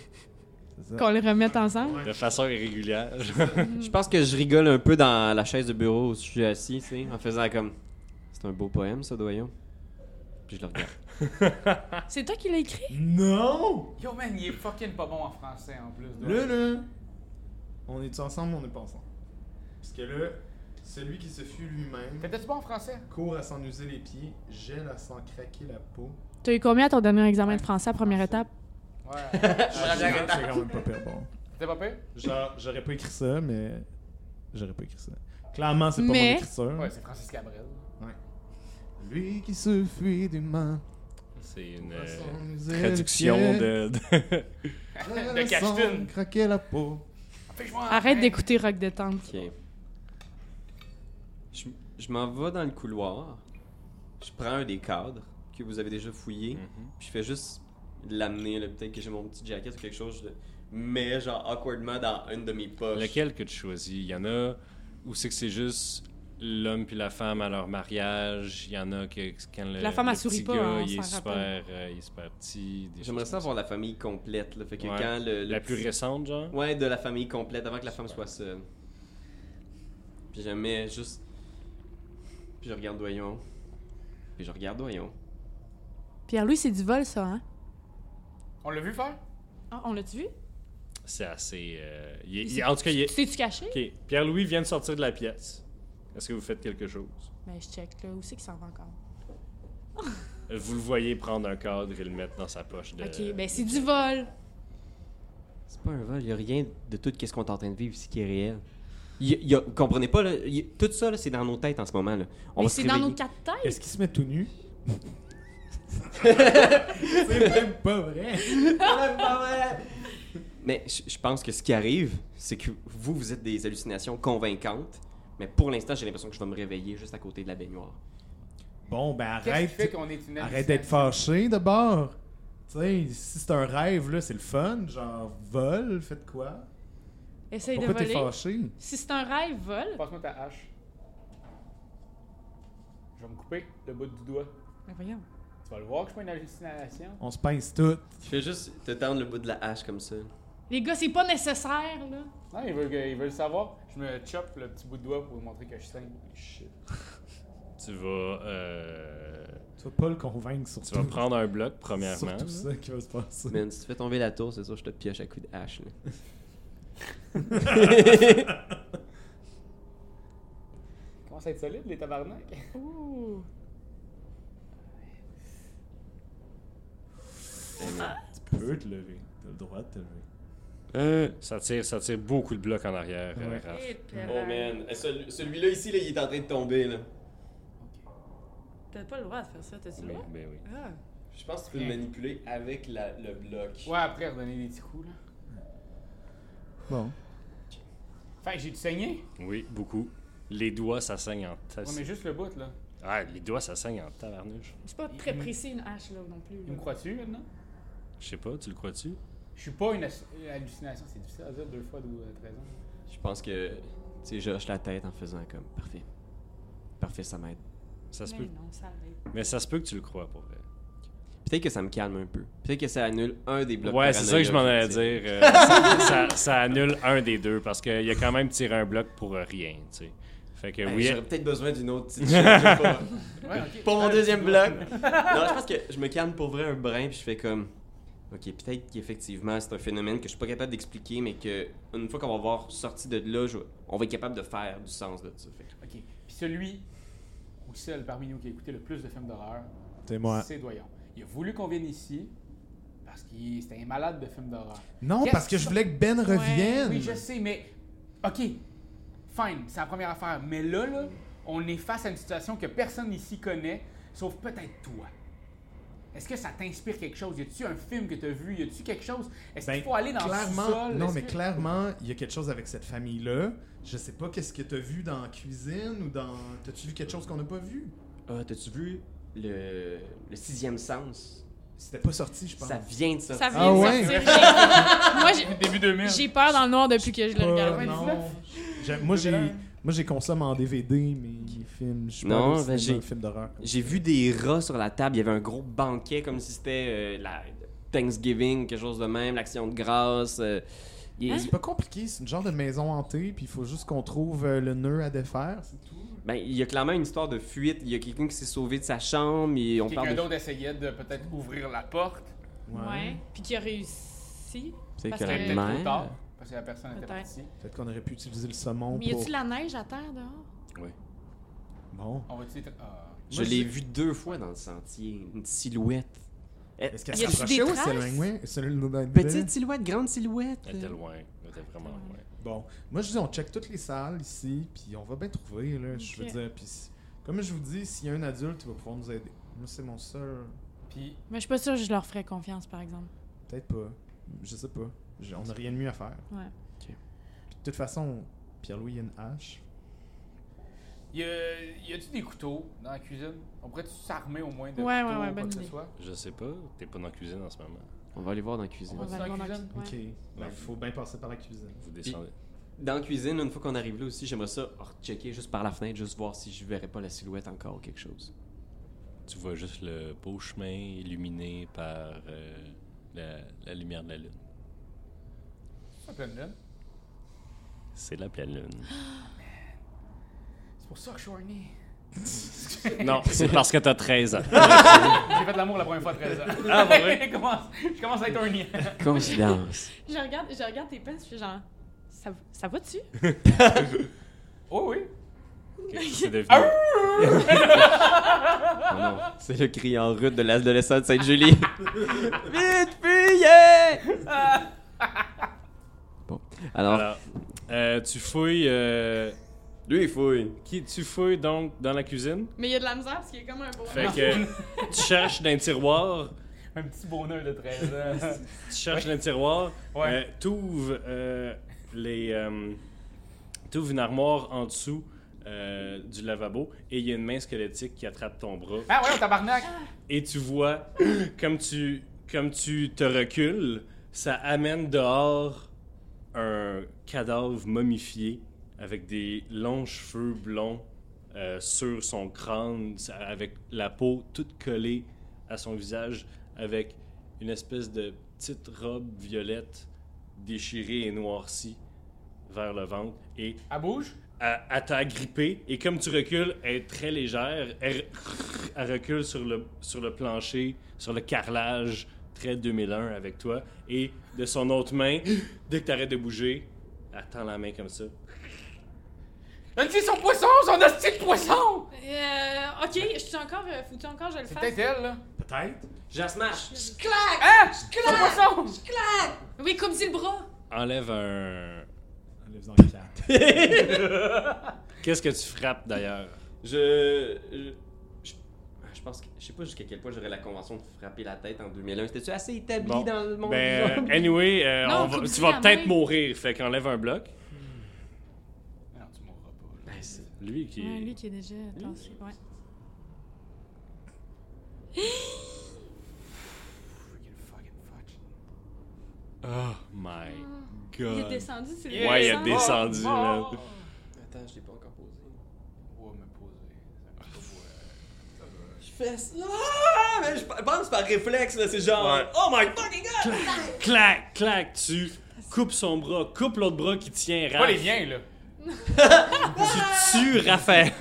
Speaker 4: C'est ça.
Speaker 3: Qu'on les remette ensemble.
Speaker 1: De façon irrégulière.
Speaker 5: Je pense que je rigole un peu dans la chaise de bureau où je suis assis, tu sais, en faisant comme. C'est un beau poème, ça, doyon. Puis je le regarde.
Speaker 3: C'est toi qui l'as écrit?
Speaker 4: Non!
Speaker 2: Yo, man, il est fucking pas bon en français, en plus.
Speaker 4: Là, là, on est ensemble, on n'est pas ensemble. Parce que là, celui qui se fuit lui-même,
Speaker 2: T'étais-tu bon en français?
Speaker 4: court à s'en user les pieds, gèle à s'en craquer la peau.
Speaker 3: T'as eu combien à ton dernier examen de français à première étape?
Speaker 2: Ouais.
Speaker 4: (laughs) Ah, j'ai j'ai quand même pas pire bon.
Speaker 2: T'étais pas pire?
Speaker 4: Genre, j'aurais pas écrit ça, mais. J'aurais pas écrit ça. Clairement, c'est pas
Speaker 3: Mais-
Speaker 4: mon écriture.
Speaker 2: Ouais, c'est Francis Cabrel.
Speaker 4: Lui qui se fuit du main.
Speaker 1: C'est une euh, traduction de. de-
Speaker 4: (laughs) De
Speaker 2: Cashton.
Speaker 4: Craquer la peau.
Speaker 2: Fais-moi un
Speaker 3: Arrête
Speaker 2: pain.
Speaker 3: d'écouter Rock Détente.
Speaker 5: Ok. Je, je m'en vais dans le couloir. Je prends un des cadres que vous avez déjà fouillé.
Speaker 1: Mhm.
Speaker 5: Puis je fais juste l'amener, là, peut-être que j'ai mon petit jacket ou quelque chose. Je le mets, genre, awkwardement dans une de mes poches.
Speaker 1: Lequel que tu choisis Il y en a où c'est que c'est juste l'homme puis la femme à leur mariage. Il y en a que quand le,
Speaker 3: La femme,
Speaker 1: le
Speaker 3: elle sourit
Speaker 1: petit
Speaker 3: pas,
Speaker 1: gars,
Speaker 3: hein, on
Speaker 1: il, est
Speaker 3: s'en
Speaker 1: super,
Speaker 3: rappelle.
Speaker 1: euh, il est super petit. des
Speaker 5: J'aimerais
Speaker 1: choses
Speaker 5: ça avoir la famille complète, là. Fait que
Speaker 1: Ouais.
Speaker 5: quand le.
Speaker 1: comme
Speaker 5: le
Speaker 1: ça. La plus
Speaker 5: petit-
Speaker 1: récente, genre
Speaker 5: Ouais, de la famille complète, avant que la femme soit seule. Puis je mets juste. Puis je regarde Doyon. Puis je regarde Doyon.
Speaker 3: Pierre-Louis, c'est du vol, ça, hein?
Speaker 2: On l'a vu faire?
Speaker 3: Ah, on l'a-tu vu?
Speaker 1: C'est assez. euh, il est- il- en tout cas, il est-
Speaker 3: C'est-tu caché?
Speaker 1: Ok, Pierre-Louis vient de sortir de la pièce. Est-ce que vous faites quelque chose?
Speaker 3: Ben, je check, là. Où c'est qu'il s'en va encore?
Speaker 1: Vous le voyez prendre un cadre et le mettre dans sa poche de...
Speaker 3: Ok, ben, c'est du vol.
Speaker 5: C'est pas un vol, y a rien de tout ce qu'on est en train de vivre ici qui est réel. Y a- y a- vous comprenez pas, là, y a- tout ça, là, c'est dans nos têtes en ce moment. Là. On
Speaker 3: Mais
Speaker 5: va se
Speaker 3: c'est dans nos
Speaker 5: réveiller.
Speaker 3: quatre têtes.
Speaker 4: Est-ce qu'il se met tout nu? c'est même pas vrai.
Speaker 5: Mais je je pense que ce qui arrive, c'est que vous, vous êtes des hallucinations convaincantes, mais pour l'instant, j'ai l'impression que je vais me réveiller juste à côté de la baignoire.
Speaker 4: Bon, ben
Speaker 2: Qu'est-ce qui fait
Speaker 4: arrête.
Speaker 2: qu'on est une
Speaker 4: Arrête d'être fâché d'abord. Tu sais, si c'est un rêve, là, c'est le fun. Genre, vol, faites quoi?
Speaker 3: Essaye de
Speaker 4: Pourquoi t'es
Speaker 3: voler.
Speaker 4: fâché?
Speaker 3: Si c'est un rêve, vole.
Speaker 2: Passe-moi ta hache. Je vais me couper le bout du doigt.
Speaker 3: Ben, voyons.
Speaker 2: Tu vas le voir que je suis pas une hallucination.
Speaker 4: On se pince tout.
Speaker 5: Je fais juste te tendre le bout de la hache comme ça.
Speaker 3: Les gars, c'est pas nécessaire, là.
Speaker 2: Non, il veut, que- il veut le savoir. Je me chope le petit bout de doigt pour lui montrer que je saigne. Shit.
Speaker 1: Tu vas... euh,
Speaker 4: Tu vas pas le convaincre sur
Speaker 1: Tu vas prendre un bloc, premièrement.
Speaker 4: tout ça qui va se passer.
Speaker 5: Man, si tu fais tomber la tour, c'est sûr que je te pioche à coups de hache. là.
Speaker 2: Il commence à être solide, les tabarnak.
Speaker 3: Ouh.
Speaker 4: Tu peux te lever. T'as le droit de te lever.
Speaker 1: Ça tire, ça tire beaucoup de blocs en arrière, euh,
Speaker 4: Ouais.
Speaker 1: Raph.
Speaker 5: Oh man, Eh, celui- celui-là ici, là, il est en train de tomber. Là.
Speaker 3: T'as pas le droit de faire ça, t'as-tu
Speaker 1: Oui, ben oui.
Speaker 3: Ah.
Speaker 5: Je pense que tu peux le manipuler avec la- le bloc.
Speaker 2: Ouais, après, redonner des petits coups, là.
Speaker 4: Bon.
Speaker 2: Fait que j'ai du saigné.
Speaker 1: Oui, beaucoup. Les doigts, ça saigne en... ta-
Speaker 2: Ouais, mais juste le bout, là.
Speaker 1: Ah, les doigts, ça saigne en tavernouche.
Speaker 3: C'est pas très précis, une hache, là, non plus.
Speaker 2: Il me
Speaker 3: là.
Speaker 2: croit-tu, maintenant?
Speaker 1: Je sais pas, tu le crois-tu?
Speaker 2: Je suis pas une as- hallucination. C'est difficile à dire deux fois d'où euh, 13 ans.
Speaker 5: (laughs) Je pense que, tu sais, je hoche la tête en faisant comme, parfait. Parfait, ça m'aide.
Speaker 1: Ça se
Speaker 3: Mais
Speaker 1: peut.
Speaker 3: non, ça l'est.
Speaker 1: Mais ça se peut que tu le crois, pour vrai.
Speaker 5: Puis peut-être que ça me calme un peu. Peut-être que ça annule un des blocs
Speaker 1: Ouais, c'est ça que je m'en
Speaker 5: paranoïa
Speaker 1: allais dire. euh, ça, ça- ça annule un des deux parce qu'il a quand même tiré un bloc pour euh, rien, tu sais. Fait que
Speaker 5: Hey,
Speaker 1: oui.
Speaker 5: J'aurais peut-être besoin d'une autre petite chose, je sais pas.
Speaker 2: Ouais, ok.
Speaker 5: Pour mon
Speaker 2: Ah,
Speaker 5: deuxième
Speaker 2: tu (laughs)
Speaker 5: bloc.
Speaker 2: vois.
Speaker 5: Non, je pense que je me calme pour vrai un brin, puis je fais comme. Ok, peut-être qu'effectivement, c'est un phénomène que je suis pas capable d'expliquer, mais que une fois qu'on va avoir sorti de là, je- on va être capable de faire du sens de ça. Fait que-
Speaker 2: Ok. Puis celui ou celle parmi nous qui a écouté le plus de films d'horreur,
Speaker 4: C'est moi.
Speaker 2: c'est Doyon. Il a voulu qu'on vienne ici parce qu'il c'était un malade de films d'horreur.
Speaker 4: Non,
Speaker 2: Qu'est-ce
Speaker 4: parce que je voulais que Ben revienne.
Speaker 2: Oui, je sais, mais. Ok, fine, c'est la première affaire. Mais là, là, on est face à une situation que personne ici connaît, sauf peut-être toi. Est-ce que ça t'inspire quelque chose? Y a-tu un film que t'as vu? Y a-tu quelque chose? Est-ce qu'il
Speaker 4: Ben,
Speaker 2: faut aller dans
Speaker 4: clairement,
Speaker 2: le sol?
Speaker 4: Non,
Speaker 2: Est-ce
Speaker 4: mais
Speaker 2: que-
Speaker 4: clairement, il y a quelque chose avec cette famille-là. Je sais pas qu'est-ce que t'as vu dans la cuisine ou dans. T'as-tu vu quelque chose qu'on n'a pas vu
Speaker 5: Ah, t'as-tu vu le... le sixième sens
Speaker 4: C'était pas sorti, je pense.
Speaker 5: Ça vient de ça.
Speaker 3: Ça vient
Speaker 4: Ah
Speaker 3: de
Speaker 4: ouais?
Speaker 3: sortir. J'ai- (laughs) Moi, j'ai-
Speaker 2: Début 2000.
Speaker 3: j'ai peur dans le noir depuis que je le
Speaker 4: Pas-
Speaker 3: regarde.
Speaker 4: non. J'ai- Moi, j'ai. Moi, j'ai consomme en DVD, mais les films. Je suis pas
Speaker 5: Non,
Speaker 4: allé au
Speaker 5: ben,
Speaker 4: cinéma,
Speaker 5: j'ai-
Speaker 4: film d'horreur.
Speaker 5: J'ai vu des rats sur la table, il y avait un gros banquet comme si c'était euh, la Thanksgiving, quelque chose de même, l'action de grâce. euh,
Speaker 2: Hein?
Speaker 5: il-
Speaker 4: Hein, C'est pas compliqué, c'est une genre de maison hantée, puis il faut juste qu'on trouve euh, le nœud à défaire, c'est tout.
Speaker 5: Ben, il y a clairement une histoire de fuite. Il y a quelqu'un qui s'est sauvé de sa chambre et on
Speaker 2: Quelqu'un
Speaker 5: parle de.
Speaker 2: d'autre essayait de peut-être ouvrir la porte.
Speaker 3: Ouais. Puis qui a réussi.
Speaker 5: C'est
Speaker 3: Parce
Speaker 5: que
Speaker 3: que
Speaker 5: la
Speaker 2: C'était peut-être trop
Speaker 5: mère-
Speaker 2: tard, parce que la personne était
Speaker 3: Peut-être.
Speaker 2: partie.
Speaker 4: Peut-être qu'on aurait pu utiliser le saumon
Speaker 3: Mais y
Speaker 4: pour.
Speaker 3: a-tu de la neige à terre dehors?
Speaker 4: Bon.
Speaker 5: Euh,
Speaker 2: On va-tu... ah.
Speaker 5: Je l'ai vu deux fois dans le sentier. Une silhouette. Eh,
Speaker 4: Est-ce qu'elle
Speaker 3: Y a-tu
Speaker 4: s'approchait
Speaker 3: des
Speaker 4: ou
Speaker 3: traces?
Speaker 4: s'éloignait S'éloignait de-
Speaker 5: Petite silhouette, grande silhouette.
Speaker 1: Elle était loin. Elle était vraiment loin.
Speaker 4: Bon, moi je dis on check toutes les salles ici, puis on va bien trouver là. Je veux
Speaker 3: Ok.
Speaker 4: dire, puis si- comme je vous dis, s'il y a un adulte, il va pouvoir nous aider. Moi c'est mon seul,
Speaker 2: Puis,
Speaker 3: Mais je suis pas sûre que je leur ferais confiance, par exemple.
Speaker 4: peut-être pas, je sais pas. Je- on n'a rien de mieux à faire.
Speaker 3: Ouais.
Speaker 4: Puis de toute façon, Pierre-Louis il y a une hache.
Speaker 2: y a- y a-tu des couteaux dans la cuisine? On pourrait-tu s'armer au moins de
Speaker 3: Ouais, ouais,
Speaker 2: couteaux
Speaker 3: ouais,
Speaker 2: ou quoi
Speaker 3: bonne
Speaker 2: que ce
Speaker 3: idée.
Speaker 2: soit?
Speaker 1: Je sais pas. T'es pas dans la cuisine en ce moment.
Speaker 5: On va aller voir dans la cuisine.
Speaker 2: On va- dans la cuisine?
Speaker 3: ouais.
Speaker 4: Ok.
Speaker 6: Ben,
Speaker 4: Il faut bien passer par la cuisine.
Speaker 1: Vous descendez.
Speaker 5: Dans la cuisine, une fois qu'on arrive là aussi, j'aimerais ça checker juste par la fenêtre, juste voir si je verrais pas la silhouette encore ou quelque chose.
Speaker 1: Tu vois juste le beau chemin illuminé par euh, la, la lumière de la lune.
Speaker 2: C'est pas pleine lune.
Speaker 1: C'est la pleine lune.
Speaker 2: (gasps) C'est pour ça que je suis horny.
Speaker 1: (laughs) non, c'est parce que t'as 13 ans.
Speaker 2: J'ai fait de l'amour la première fois à 13 ans.
Speaker 1: Ah, pour vrai?
Speaker 2: (laughs) je, commence, je commence à être horny.
Speaker 5: Coïncidence.
Speaker 3: Je regarde, je regarde tes pinces, je suis genre, ça, ça va-tu?
Speaker 2: Oh oui.
Speaker 1: c'est devenu.
Speaker 2: Ah!
Speaker 5: Oh (laughs) non, c'est le cri en rude de l'adolescente (laughs) Sainte-Julie. Vite, fuyez! (laughs) bon, alors,
Speaker 1: Alors, euh, tu fouilles. euh,
Speaker 5: lui, il fouille.
Speaker 1: qui, tu fouilles donc dans la cuisine.
Speaker 3: Mais il y a de la misère parce qu'il est comme un beau.
Speaker 1: Fait que tu cherches dans un tiroir.
Speaker 2: Un petit bonheur de 13 ans.
Speaker 1: (laughs) Tu cherches dans un tiroir.
Speaker 2: Ouais.
Speaker 1: Euh, t'ouvres euh, les. euh, t'ouvres une armoire en dessous euh, du lavabo et il y a une main squelettique qui attrape ton bras.
Speaker 2: Ah ouais, au tabarnak.
Speaker 1: Et tu vois, (clears throat) comme tu, comme tu te recules, ça amène dehors un cadavre momifié avec des longs cheveux blonds euh, sur son crâne, ça- avec la peau toute collée à son visage, avec une espèce de petite robe violette déchirée et noircie vers le ventre. Et
Speaker 2: À bouge.
Speaker 1: à, à t'agripper et comme tu recules, elle est très légère. Elle, elle recule sur le, sur le plancher, sur le carrelage, très 2001 avec toi. Et de son autre main, (gasps) dès que t'arrêtes de bouger, elle tend la main comme ça.
Speaker 2: Donne-lui son poisson, son hostie de poisson.
Speaker 3: Euh, ok, je suis encore, euh, foutu encore, je le
Speaker 2: C'est
Speaker 3: fasse.
Speaker 2: peut-être elle, là.
Speaker 4: Peut-être.
Speaker 5: Je smash!
Speaker 2: Hein? Son poisson.
Speaker 3: Oui, comme dit le bras.
Speaker 1: Enlève un.
Speaker 4: Enlève-en (laughs) quatre.
Speaker 1: Qu'est-ce que tu frappes d'ailleurs
Speaker 5: Je. Je, je- je pense que. Je sais pas jusqu'à quel point j'aurais la convention de frapper la tête en 2001. C'était-tu assez établi
Speaker 1: Bon.
Speaker 5: dans le monde?
Speaker 1: Ben,
Speaker 5: du genre?
Speaker 1: anyway, euh,
Speaker 3: Non,
Speaker 1: on va-
Speaker 3: coupe-lui
Speaker 1: tu vas
Speaker 3: la
Speaker 1: peut-être
Speaker 3: main.
Speaker 1: mourir, fait qu'enlève un bloc.
Speaker 2: Non, tu mourras pas. là.
Speaker 5: Ben, c'est-
Speaker 1: Lui qui.
Speaker 3: Ouais, lui qui est déjà tassé, ouais.
Speaker 2: Freaking fucking fuck.
Speaker 1: Oh my god.
Speaker 3: Ah. Il est descendu, c'est
Speaker 1: Yeah. Ouais, il a
Speaker 3: descendu.
Speaker 1: descendu. man.
Speaker 2: Oh,
Speaker 5: Attends, je l'ai pas encore posé.
Speaker 2: me poser. Ça me pose, euh, ça va.
Speaker 5: fesses. Ah! Mais je pense par réflexe, là, c'est genre
Speaker 1: Ouais.
Speaker 5: Oh my fucking god!
Speaker 1: Clac, clac, tu coupes son bras, coupes l'autre bras qui tient
Speaker 2: Pas les
Speaker 1: Raph.
Speaker 2: miens, là.
Speaker 1: Tu tues Raphaël.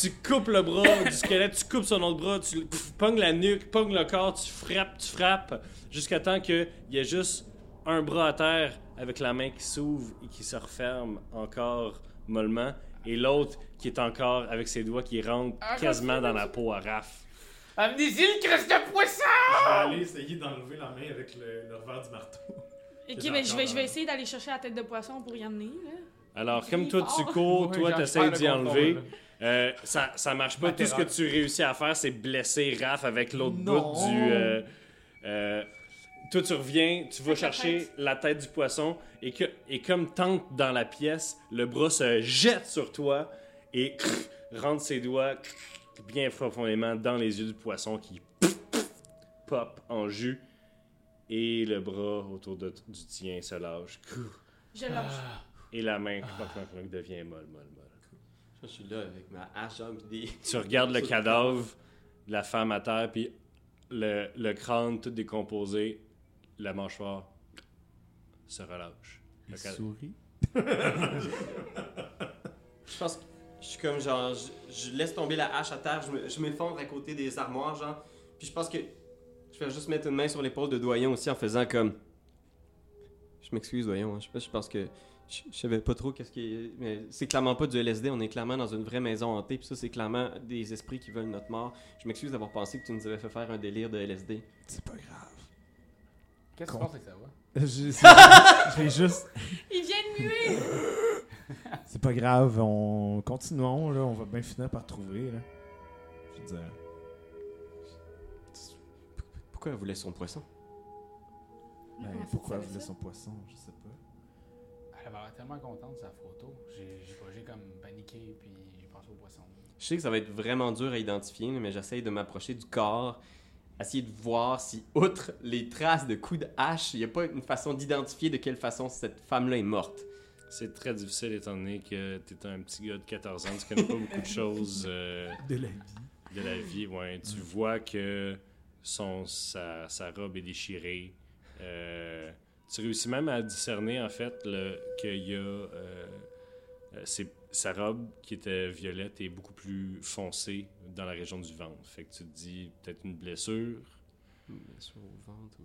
Speaker 1: tu coupes le bras du squelette, tu coupes son autre bras, tu le- pff, pognes la nuque, pognes le corps, tu frappes, tu frappes, jusqu'à temps qu'il y ait juste un bras à terre avec la main qui s'ouvre et qui se referme encore mollement, et l'autre qui est encore avec ses doigts qui rentrent
Speaker 2: Ah,
Speaker 1: quasiment
Speaker 2: c'est
Speaker 1: dans
Speaker 2: bon,
Speaker 1: la peau à Raph.
Speaker 2: Amnésie, le Christ de poisson!
Speaker 6: Je vais aller essayer d'enlever la main avec le, le revers du marteau.
Speaker 3: Ok,
Speaker 6: C'est
Speaker 3: mais je vais,
Speaker 6: encore,
Speaker 3: je vais
Speaker 6: euh,
Speaker 3: essayer d'aller chercher la tête de poisson pour y amener. Là.
Speaker 1: Alors,
Speaker 3: Il
Speaker 1: comme
Speaker 3: crie
Speaker 1: toi, tu
Speaker 3: fort.
Speaker 1: cours,
Speaker 2: Ouais,
Speaker 1: Oh, toi,
Speaker 2: j'en
Speaker 1: t'essayes
Speaker 2: perds le
Speaker 1: d'y
Speaker 2: contrôle,
Speaker 1: enlever.
Speaker 2: là.
Speaker 1: Euh, ça, ça marche pas.
Speaker 2: Ma
Speaker 1: Tout ce que
Speaker 2: terreur.
Speaker 1: tu réussis à faire, c'est blesser Raph avec l'autre
Speaker 4: Non.
Speaker 1: bout du. euh, euh, toi, tu reviens, tu vas
Speaker 3: Avec la
Speaker 1: chercher
Speaker 3: tête.
Speaker 1: la tête du poisson et, que, et comme tente dans la pièce, le bras se jette sur toi et (clears throat) crrr, rentre ses doigts crrr, bien profondément dans les yeux du poisson qui (clears throat) pff, pff, pop en jus et le bras autour de, du tien se lâche. (clears throat) Crrr.
Speaker 3: Je lâche.
Speaker 1: Et la main (clears throat) clonk, clonk, clonk, devient molle, molle, molle.
Speaker 5: Je suis là avec ma hache hein, pis des.
Speaker 1: Tu regardes le cadavre de la femme à terre, puis le, le crâne tout décomposé, la mâchoire se relâche. Le cadavre-
Speaker 4: souris.
Speaker 5: Je pense que je suis comme genre, je, je laisse tomber la hache à terre, je me- je m'effondre à côté des armoires, genre. Puis je pense que je vais juste mettre une main sur l'épaule de Doyon aussi en faisant comme. Je m'excuse, Doyon, hein, je, je pense que. Je, je savais pas trop qu'est-ce qui. Mais c'est clairement pas du LSD, on est clairement dans une vraie maison hantée, puis ça, c'est clairement des esprits qui veulent notre mort. Je m'excuse d'avoir pensé que tu nous avais fait faire un délire de LSD.
Speaker 4: C'est pas grave. (laughs)
Speaker 2: Qu'est-ce que
Speaker 4: Con.
Speaker 2: tu penses que ça va?
Speaker 4: Je je vais juste.
Speaker 3: Il vient de muer!
Speaker 4: C'est pas grave, on continuons, là, on va bien finir par trouver. Là. Je veux dire.
Speaker 5: Pourquoi elle voulait son poisson
Speaker 4: ben,
Speaker 3: Comment ça, ça
Speaker 4: pourquoi je
Speaker 3: fait
Speaker 4: voulais
Speaker 3: ça?
Speaker 4: son poisson Je sais pas.
Speaker 2: Elle avait l'air tellement contente de sa photo. J'ai j'ai pas- j'ai comme paniqué, puis j'ai pensé au poisson.
Speaker 5: Je sais que ça va être vraiment dur à identifier, mais j'essaye de m'approcher du corps, essayer de voir si, outre les traces de coups de hache, il n'y a pas une façon d'identifier de quelle façon cette femme-là est morte.
Speaker 1: C'est très difficile étant donné que t'es un petit gars de 14 ans, tu connais pas beaucoup de choses euh,
Speaker 4: De la vie. Mm.
Speaker 1: de la vie. Ouais. Tu vois que son, sa, sa robe est déchirée. Euh, tu réussis même à discerner en fait le- qu'il y a euh, euh, c'est- sa robe qui était violette est beaucoup plus foncée dans la région du ventre. Fait que tu te dis peut-être une blessure.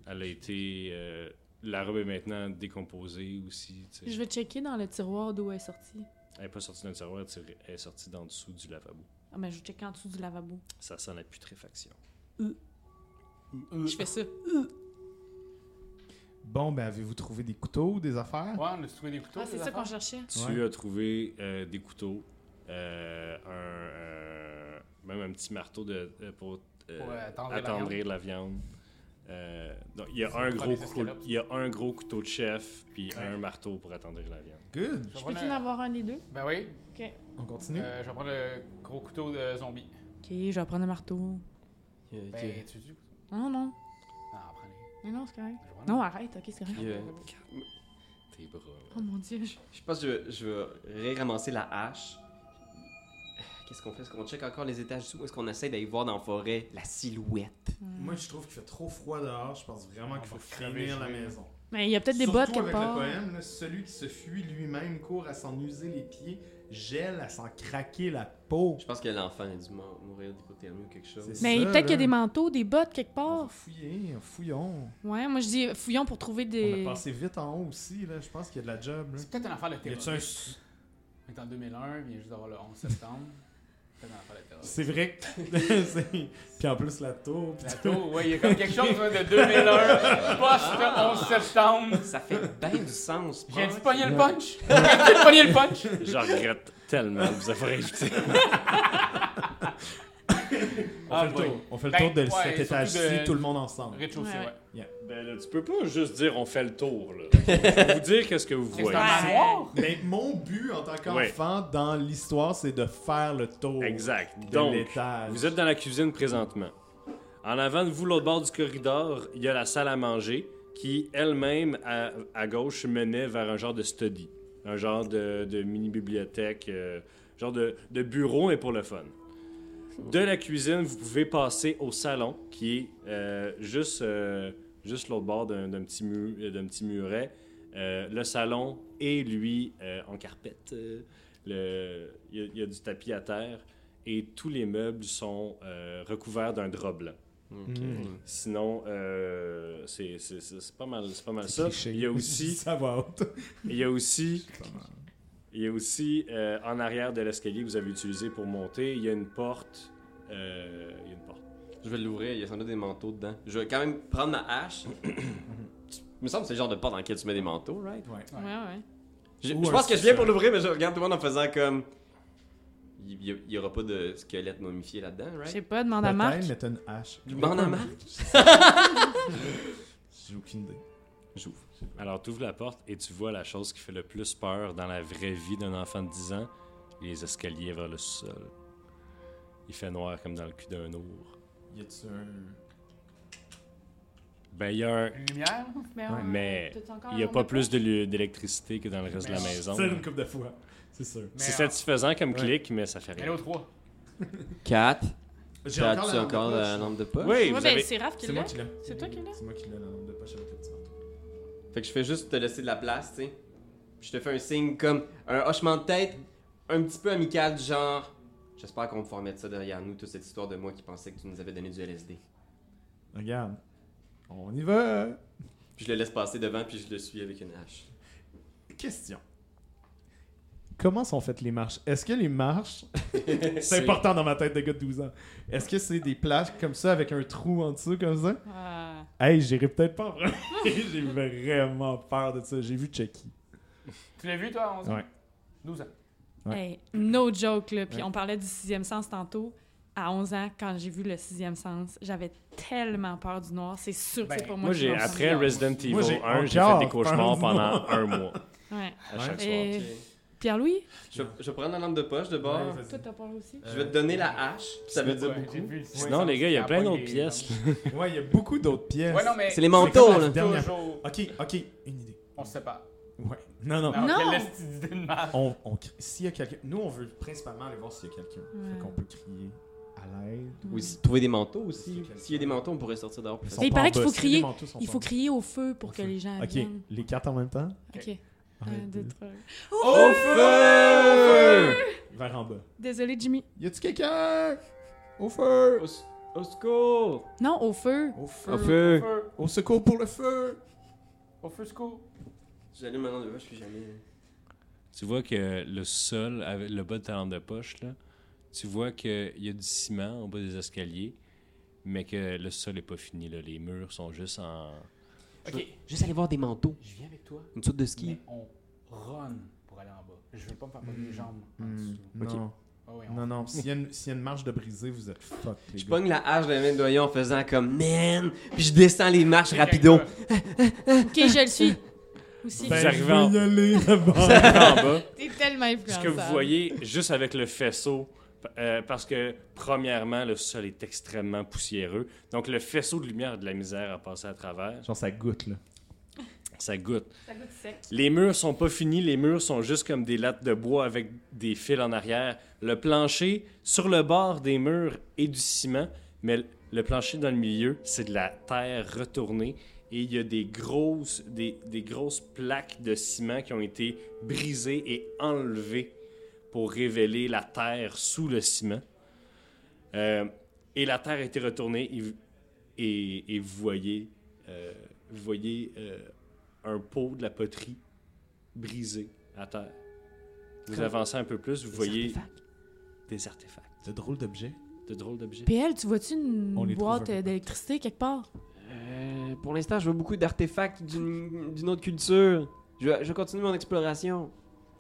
Speaker 1: Elle a été euh, la robe est maintenant décomposée aussi. tu sais.
Speaker 3: Je vais checker dans le tiroir d'où elle est sortie.
Speaker 1: Elle n'est pas sortie d'un tiroir, elle est- elle est sortie d'en dessous du lavabo.
Speaker 3: Ah, ben, je vais checker en dessous du lavabo.
Speaker 1: Ça sent la putréfaction.
Speaker 3: Je fais ça. Ah,
Speaker 4: Bon, ben, avez-vous trouvé des couteaux ou des affaires
Speaker 2: Ouais, on a trouvé des couteaux.
Speaker 3: Ah, c'est
Speaker 2: des
Speaker 3: ça qu'on
Speaker 2: affaires?
Speaker 3: cherchait.
Speaker 1: Tu
Speaker 4: Ouais.
Speaker 1: as trouvé euh, des couteaux, euh, un, euh, même un petit marteau de, euh, pour euh,
Speaker 2: Pour, euh, attendre la
Speaker 1: attendrir la viande. Euh, donc, il y, a
Speaker 2: C'est
Speaker 1: un
Speaker 2: pour
Speaker 1: gros
Speaker 2: faire des
Speaker 1: couteau,
Speaker 2: escalopes.
Speaker 1: il y a un gros couteau de chef, puis
Speaker 2: Ouais.
Speaker 1: un marteau pour attendrir la viande.
Speaker 4: Good.
Speaker 2: Je
Speaker 3: Je
Speaker 2: vais
Speaker 3: peux-tu en
Speaker 2: prendre
Speaker 3: avoir un des deux?
Speaker 2: un- Ben oui,
Speaker 3: Ok.
Speaker 4: On continue.
Speaker 2: euh, je vais prendre le gros couteau de zombie.
Speaker 3: Ok, je vais prendre un marteau.
Speaker 5: Il y a- il y a-
Speaker 2: Ben, tu dis.
Speaker 3: Non, non.
Speaker 2: Non, prends-les.
Speaker 3: Non, non, c'est correct.
Speaker 2: Je vais prendre
Speaker 3: Non,
Speaker 2: un-
Speaker 3: arrête, ok, c'est correct.
Speaker 5: il y a-
Speaker 1: Tes bras.
Speaker 3: Oh mon dieu. je-
Speaker 5: Je pense que je vais- je vais réramasser la hache. Qu'est-ce qu'on fait Est-ce qu'on check encore les étages dessous ou est-ce qu'on essaie d'aller voir dans la forêt la silhouette
Speaker 6: Moi, je trouve qu'il fait trop froid dehors. Je pense vraiment
Speaker 2: On
Speaker 6: qu'il faut
Speaker 2: va crever,
Speaker 6: finir la
Speaker 2: je vais.
Speaker 6: maison.
Speaker 3: Mais il y a peut-être des
Speaker 4: Surtout
Speaker 3: bottes quelque
Speaker 4: avec le
Speaker 3: part.
Speaker 4: poème, là, celui qui se fuit lui-même court à s'en user les pieds, gèle à s'en craquer la peau.
Speaker 5: Je pense que l'enfant a dû mou- mourir d'hypothermie ou quelque chose.
Speaker 4: C'est-
Speaker 3: Mais
Speaker 4: Ça,
Speaker 3: peut-être qu'il y a
Speaker 4: là.
Speaker 3: des manteaux, des bottes quelque
Speaker 4: On va
Speaker 3: part.
Speaker 4: fouiller, fouillons.
Speaker 3: Ouais, moi je dis fouillons pour trouver
Speaker 4: On a
Speaker 3: des.
Speaker 4: passé vite en haut aussi, là. Je pense qu'il y a de la job, là.
Speaker 2: C'est peut-être une affaire de
Speaker 6: Y
Speaker 2: terroriste.
Speaker 6: a-tu un. sou-
Speaker 2: On est en 2001, il vient juste d'avoir le 11 septembre. C'est peut-être une affaire de
Speaker 6: C'est vrai que.
Speaker 2: terroriste.
Speaker 6: c'est-
Speaker 4: (laughs)
Speaker 6: Puis en plus, la tour. puis
Speaker 2: La
Speaker 6: tout.
Speaker 2: tour, ouais, il y a comme quelque chose hein, de 2001, post-11 septembre.
Speaker 5: Ça fait bien du sens.
Speaker 2: J'ai
Speaker 5: pense.
Speaker 2: dit pogner le punch. J'ai dit pogner le punch.
Speaker 1: Je
Speaker 2: (laughs)
Speaker 1: regrette tellement de vous avoir invité.
Speaker 4: On
Speaker 2: Ah,
Speaker 4: fait le tour.
Speaker 2: boy.
Speaker 4: On fait le
Speaker 2: Ben,
Speaker 4: tour de
Speaker 2: ouais,
Speaker 4: cet
Speaker 2: surtout
Speaker 4: étage-ci,
Speaker 2: de-
Speaker 4: tout le monde ensemble.
Speaker 2: Rez-de-chaussée,
Speaker 3: Ouais.
Speaker 2: ouais.
Speaker 1: ben là, tu peux pas juste dire on fait le tour. (laughs) Là. Je vais vous dire qu'est-ce que vous
Speaker 2: C'est
Speaker 1: voyez.
Speaker 2: un manoir.
Speaker 4: Mais mon but en tant qu'enfant dans l'histoire, c'est de faire le tour
Speaker 1: Exact.
Speaker 4: de
Speaker 1: Donc,
Speaker 4: l'étage.
Speaker 1: Vous êtes dans la cuisine présentement. En avant de vous, l'autre bord du corridor, il y a la salle à manger qui, elle-même, à, à gauche, menait vers un genre de study, un genre de, de mini-bibliothèque, euh, genre de, de bureau, mais pour le fun. De la cuisine, vous pouvez passer au salon, qui est euh, juste, euh, juste l'autre bord d'un d'un petit, mu- euh, d'un petit muret. Euh, le salon est, lui, euh, en carpette. Euh, le- Il y, a- il y a du tapis à terre et tous les meubles sont euh, recouverts d'un drap blanc. Sinon, euh, c'est c'est- c'est- c'est pas mal, c'est pas mal ça.
Speaker 4: cliché.
Speaker 1: Il y a aussi...
Speaker 4: (laughs) Ça va haute.
Speaker 1: Il y a aussi, il y a aussi euh, en arrière de l'escalier que vous avez utilisé pour monter, il y a une porte. euh, il y a une porte.
Speaker 5: Je vais l'ouvrir, il y a sans doute des manteaux dedans. Je vais quand même prendre ma hache. Tu- Il me semble que c'est le genre de porte dans lequel tu mets des manteaux, right?
Speaker 3: Ouais, ouais.
Speaker 5: Je,
Speaker 4: Ou
Speaker 5: je
Speaker 4: un
Speaker 5: pense que je viens
Speaker 4: sous-sol.
Speaker 5: pour l'ouvrir, mais je regarde tout le monde en faisant comme. Il y, il y aura pas de squelette momifié là-dedans,
Speaker 3: Je
Speaker 5: right?
Speaker 3: sais pas, demande à Marc.
Speaker 4: mais t'as une hache.
Speaker 5: Je demande à Marc.
Speaker 4: J'ai aucune idée.
Speaker 5: J'ouvre.
Speaker 1: Alors, tu ouvres la porte et tu vois la chose qui fait le plus peur dans la vraie vie d'un enfant de 10 ans les escaliers vers le sol. Il fait noir comme dans le cul d'un ours.
Speaker 4: Y a-tu un.
Speaker 1: Ben, il y a un-
Speaker 2: Une lumière?
Speaker 3: on-
Speaker 1: Mais
Speaker 3: t'as-tu encore
Speaker 1: il n'y a
Speaker 3: un
Speaker 1: pas
Speaker 3: autre
Speaker 1: plus de lu- d'électricité que dans le reste de la
Speaker 2: Mais-
Speaker 1: maison. hein.
Speaker 6: C'est une coupe de fois. C'est sûr.
Speaker 1: C'est
Speaker 2: Merde.
Speaker 1: satisfaisant comme
Speaker 4: Ouais.
Speaker 1: clic, mais ça fait
Speaker 2: Elle est
Speaker 1: rien.
Speaker 2: au 3.
Speaker 5: 4.
Speaker 4: J'ai
Speaker 5: Tu as-tu encore
Speaker 4: la
Speaker 5: la
Speaker 4: lampe
Speaker 5: lampe de poche?
Speaker 1: Oui,
Speaker 3: Ouais,
Speaker 1: vous
Speaker 3: ben,
Speaker 1: avez-
Speaker 3: c'est Raph qui
Speaker 4: C'est
Speaker 3: l'a.
Speaker 4: moi qui l'ai.
Speaker 3: C'est toi qui l'as?
Speaker 4: C'est moi qui l'ai, la lampe de poche avec le petit manteau.
Speaker 5: Fait que je fais juste te laisser de la place, tu sais. Puis Je te fais un signe comme un hochement de tête, un petit peu amical, du genre. J'espère qu'on va pouvoir mettre ça derrière nous, toute cette histoire de moi qui pensait que tu nous avais donné du LSD.
Speaker 4: Regarde. On y va.
Speaker 5: Puis je le laisse passer devant, puis je le suis avec une hache.
Speaker 4: Question. Comment sont faites les marches? Est-ce que les marches... c'est
Speaker 1: C'est-
Speaker 4: important dans ma tête de gars de 12 ans. Est-ce que c'est des plages comme ça avec un trou en dessous comme ça?
Speaker 3: Ah.
Speaker 4: Hey, j'irai peut-être pas. en vrai. (laughs) J'ai vraiment peur de ça. J'ai vu Chucky.
Speaker 2: Tu l'as vu, toi, à 11 ans?
Speaker 4: Ouais.
Speaker 2: 12 ans.
Speaker 4: Ouais.
Speaker 3: Hey, no joke, là. Puis
Speaker 4: Ouais.
Speaker 3: on parlait du sixième sens tantôt. À 11 ans, quand j'ai vu le sixième sens, j'avais tellement peur du noir. C'est sûr que
Speaker 2: Ben,
Speaker 3: c'est pour moi.
Speaker 1: Moi,
Speaker 3: que
Speaker 1: j'ai
Speaker 3: je m'en
Speaker 1: après
Speaker 3: souviens.
Speaker 1: Resident Evil
Speaker 4: Moi, j'ai
Speaker 1: 1, j'ai fait
Speaker 4: encore
Speaker 1: des cauchemars
Speaker 4: peur du
Speaker 1: pendant un mois
Speaker 3: Ouais.
Speaker 1: à
Speaker 4: Ouais.
Speaker 1: chaque soir.
Speaker 3: Et-
Speaker 5: Ok.
Speaker 3: Pierre-Louis,
Speaker 5: Je, je vais prendre la lampe de poche de bord.
Speaker 4: Ouais, vas-y.
Speaker 3: toi, t'as peur aussi?
Speaker 5: je vais te donner la hache, puis ça veut dire
Speaker 2: Ouais,
Speaker 5: beaucoup.
Speaker 2: j'ai vu le
Speaker 1: Sinon, les gars, il y a plein d'autres pièces.
Speaker 4: Ouais, il y a beaucoup d'autres pièces.
Speaker 2: Ouais, non, mais.
Speaker 5: C'est les manteaux,
Speaker 4: comme la
Speaker 5: là.
Speaker 4: dernière-
Speaker 2: Toujours.
Speaker 4: Ok, ok, une idée.
Speaker 2: On se sépare.
Speaker 4: Ouais. Non, non.
Speaker 2: Non!
Speaker 3: Non.
Speaker 2: Quelle est cette idée de mal?
Speaker 4: On, on crie- S'il y a quelqu'un... Nous, on veut principalement aller voir s'il y a quelqu'un.
Speaker 3: Ouais.
Speaker 4: Fait qu'on peut crier à l'aide.
Speaker 5: Ou si- trouver des manteaux aussi.
Speaker 4: Est-ce qu'il y a
Speaker 5: S'il y a des manteaux, on pourrait sortir dehors plus
Speaker 4: Ils
Speaker 5: facilement.
Speaker 4: sont
Speaker 3: Il
Speaker 4: pas
Speaker 3: paraît
Speaker 4: en
Speaker 3: qu'il
Speaker 4: bas.
Speaker 3: faut
Speaker 4: Si
Speaker 3: crier-
Speaker 4: les manteaux sont
Speaker 3: Il
Speaker 4: pas
Speaker 3: faut
Speaker 4: en bas.
Speaker 3: crier au feu pour que les gens
Speaker 4: Ok,
Speaker 3: viennent.
Speaker 4: les cartes en même temps.
Speaker 3: OK.
Speaker 4: Un,
Speaker 3: Un, deux,
Speaker 4: deux.
Speaker 3: trois.
Speaker 5: Au feu!
Speaker 4: Vers en bas.
Speaker 3: Désolé, Jimmy.
Speaker 4: Y a-tu quelqu'un? Au feu!
Speaker 5: Au, s- au secours!
Speaker 3: Non, au feu.
Speaker 4: Au feu!
Speaker 5: feu!
Speaker 2: Feu.
Speaker 4: Au secours pour le feu!
Speaker 2: Au feu secours.
Speaker 5: J'allume ma lampe de poche, puis j'allume.
Speaker 1: Tu vois que le sol, avec le bas de ta lampe de poche, là, tu vois qu'il y a du ciment au bas des escaliers, mais que le sol n'est pas fini. Là. Les murs sont juste (laughs) en.
Speaker 5: Je
Speaker 2: Ok,
Speaker 5: veux Juste aller voir des manteaux.
Speaker 2: je viens avec toi,
Speaker 5: Une sorte de
Speaker 2: mais
Speaker 5: ski.
Speaker 2: on run pour aller en bas. Je veux pas me faire pas les
Speaker 4: Mm.
Speaker 2: jambes en
Speaker 4: Hmm,
Speaker 2: dessous.
Speaker 5: Ok.
Speaker 4: Non,
Speaker 2: Ah ouais, on-
Speaker 4: non, non. Ben, (laughs) S'il y, a une- s'il y a une marche de brisée, vous êtes fuck, les
Speaker 5: Je
Speaker 4: gars.
Speaker 5: pogne la hache de la main de doyon en faisant comme man, puis je descends les marches rapido.
Speaker 3: OK, je le suis. Aussi.
Speaker 1: Ben,
Speaker 4: je
Speaker 1: arrivez
Speaker 4: vais
Speaker 1: en-
Speaker 4: y aller
Speaker 1: en
Speaker 4: d'abord.
Speaker 1: bas.
Speaker 3: T'es tellement
Speaker 1: Ce
Speaker 3: influençable.
Speaker 1: que vous voyez, juste avec le faisceau, euh, parce que, premièrement, le sol est extrêmement poussiéreux. Donc, le faisceau de lumière a de la misère à passer à travers.
Speaker 4: Genre, ça goûte, là.
Speaker 1: Ça goûte.
Speaker 3: Ça goûte sec.
Speaker 1: Les murs sont pas finis, les murs sont juste comme des lattes de bois avec des fils en arrière. Le plancher, sur le bord des murs, est du ciment, mais l- le plancher dans le milieu, c'est de la terre retournée et il y a des grosses, des, des grosses plaques de ciment qui ont été brisées et enlevées pour révéler la terre sous le ciment. Euh, et la terre a été retournée et, v- et, et vous voyez, euh, vous voyez euh, un pot de la poterie brisé à terre. Vous avancez un peu plus, vous voyez des artefacts,
Speaker 4: C'est drôle d'objet.
Speaker 1: de drôles d'objets.
Speaker 3: PL, tu vois-tu une
Speaker 4: On les trouve un
Speaker 3: boîte
Speaker 4: peu
Speaker 3: euh, d'électricité quelque part?
Speaker 5: Euh, pour l'instant, je vois beaucoup d'artefacts d'une d'une autre culture. Je vais, je vais continuer mon exploration.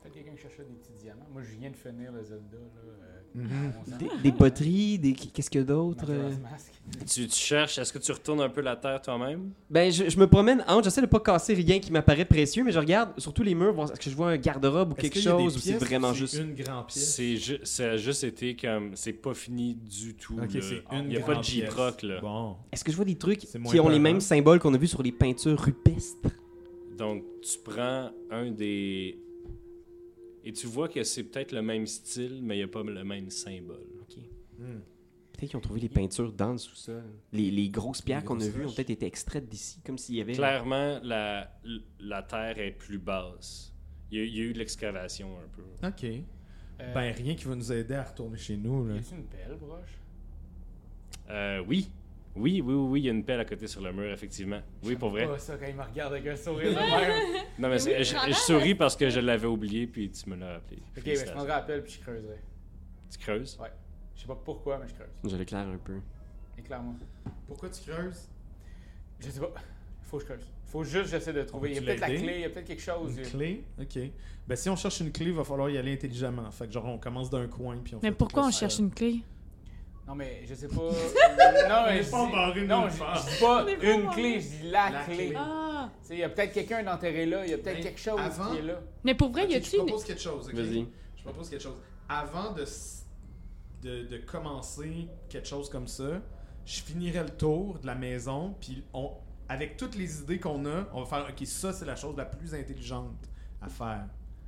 Speaker 2: Fait quelqu'un qui cherchait des petits diamants. Moi, je viens de finir le Zelda, là. euh,
Speaker 4: Mhm.
Speaker 2: à 11 ans.
Speaker 5: Hmm. Des, des poteries, des qu'est-ce que d'autre euh?
Speaker 2: Majora's Mask.
Speaker 1: Tu, tu cherches, est-ce que tu retournes un peu la terre toi-même?
Speaker 5: Ben, je, je me promène entre, j'essaie de pas casser rien qui m'apparaît précieux, mais je regarde surtout les murs, voir est-ce que je vois un garde-robe ou
Speaker 4: Est-ce
Speaker 5: quelque
Speaker 4: qu'il y a des
Speaker 5: chose, ou c'est
Speaker 4: pièces
Speaker 5: vraiment
Speaker 4: ou c'est
Speaker 5: juste.
Speaker 4: une grande pièce.
Speaker 1: C'est ju- ça a juste été comme, c'est pas fini du tout.
Speaker 4: Ok,
Speaker 1: là.
Speaker 4: c'est
Speaker 1: Il
Speaker 4: une
Speaker 1: n'y a pas de
Speaker 4: grande pièce.
Speaker 1: J-Proc, là.
Speaker 4: Bon.
Speaker 5: Est-ce que je vois des trucs
Speaker 4: C'est moins
Speaker 5: qui ont les
Speaker 4: peurant.
Speaker 5: mêmes symboles qu'on a vus sur les peintures rupestres
Speaker 1: Donc, tu prends un des... Et tu vois que c'est peut-être le même style, mais il n'y a pas le même symbole.
Speaker 4: Hmm.
Speaker 5: Peut-être qu'ils ont trouvé les peintures dans le sous-sol. Les, les grosses pierres qu'on a vues ont peut-être été extraites d'ici, comme s'il y avait.
Speaker 1: Clairement, la, la terre est plus basse. Il y a, il y a eu de l'excavation un peu.
Speaker 4: Ok.
Speaker 2: Euh,
Speaker 4: Ben, rien qui va nous aider à retourner chez nous.
Speaker 2: y
Speaker 4: Là.
Speaker 2: a-tu une pelle, broche
Speaker 1: Euh, oui. Oui, oui, oui, oui, il y a une pelle à côté sur le mur, effectivement. Oui, pour vrai.
Speaker 2: Pas Oh, ça quand il me regarde avec un sourire de même.
Speaker 1: Non, mais c'est-
Speaker 3: oui,
Speaker 1: je,
Speaker 3: quand
Speaker 1: je
Speaker 3: même. hein.
Speaker 1: souris parce que je l'avais oublié, puis tu me l'as appelé.
Speaker 2: ok, ben, je
Speaker 1: Félicitations.
Speaker 2: prendrai la pelle puis je creuserai.
Speaker 1: Tu creuses.
Speaker 2: Je sais pas pourquoi, mais je creuse.
Speaker 5: Je l'éclaire un peu.
Speaker 2: Éclaire-moi.
Speaker 4: Pourquoi tu creuses
Speaker 2: Je sais pas. Faut que je creuse. Faut juste que j'essaie de trouver. Il y a
Speaker 4: peut-tu
Speaker 2: peut-être la
Speaker 4: l'aider?
Speaker 2: clé, il y a peut-être quelque chose.
Speaker 4: Une clé Ok. Ben, si on cherche une clé, il va falloir y aller intelligemment. Fait que, genre, on commence d'un coin. Puis on
Speaker 3: Mais
Speaker 4: fait
Speaker 3: pourquoi
Speaker 4: tout
Speaker 3: on
Speaker 4: ça.
Speaker 3: cherche une clé?
Speaker 2: Non, mais je sais pas. non, mais.
Speaker 6: est
Speaker 2: je
Speaker 6: pas
Speaker 2: dis-
Speaker 6: barré
Speaker 2: Non,
Speaker 6: nulle
Speaker 2: je,
Speaker 6: part.
Speaker 2: je dis pas
Speaker 3: On est pas
Speaker 2: une
Speaker 3: barré.
Speaker 2: clé, je dis la,
Speaker 4: La
Speaker 2: clé.
Speaker 4: clé.
Speaker 3: Ah!
Speaker 2: Tu sais, il y a peut-être quelqu'un d'enterré là, il y a peut-être
Speaker 4: Mais
Speaker 2: quelque chose
Speaker 4: avant-
Speaker 2: qui est là.
Speaker 3: Mais pour vrai,
Speaker 4: Ok,
Speaker 3: y
Speaker 4: je
Speaker 3: a-tu une...
Speaker 4: propose quelque chose, ok?
Speaker 5: Vas-y.
Speaker 4: Je propose quelque chose. Avant de, s- de, de commencer quelque chose comme ça, je finirai le tour de la maison, puis on, avec toutes les idées qu'on a, on va faire OK, ça, c'est la chose la plus intelligente à faire.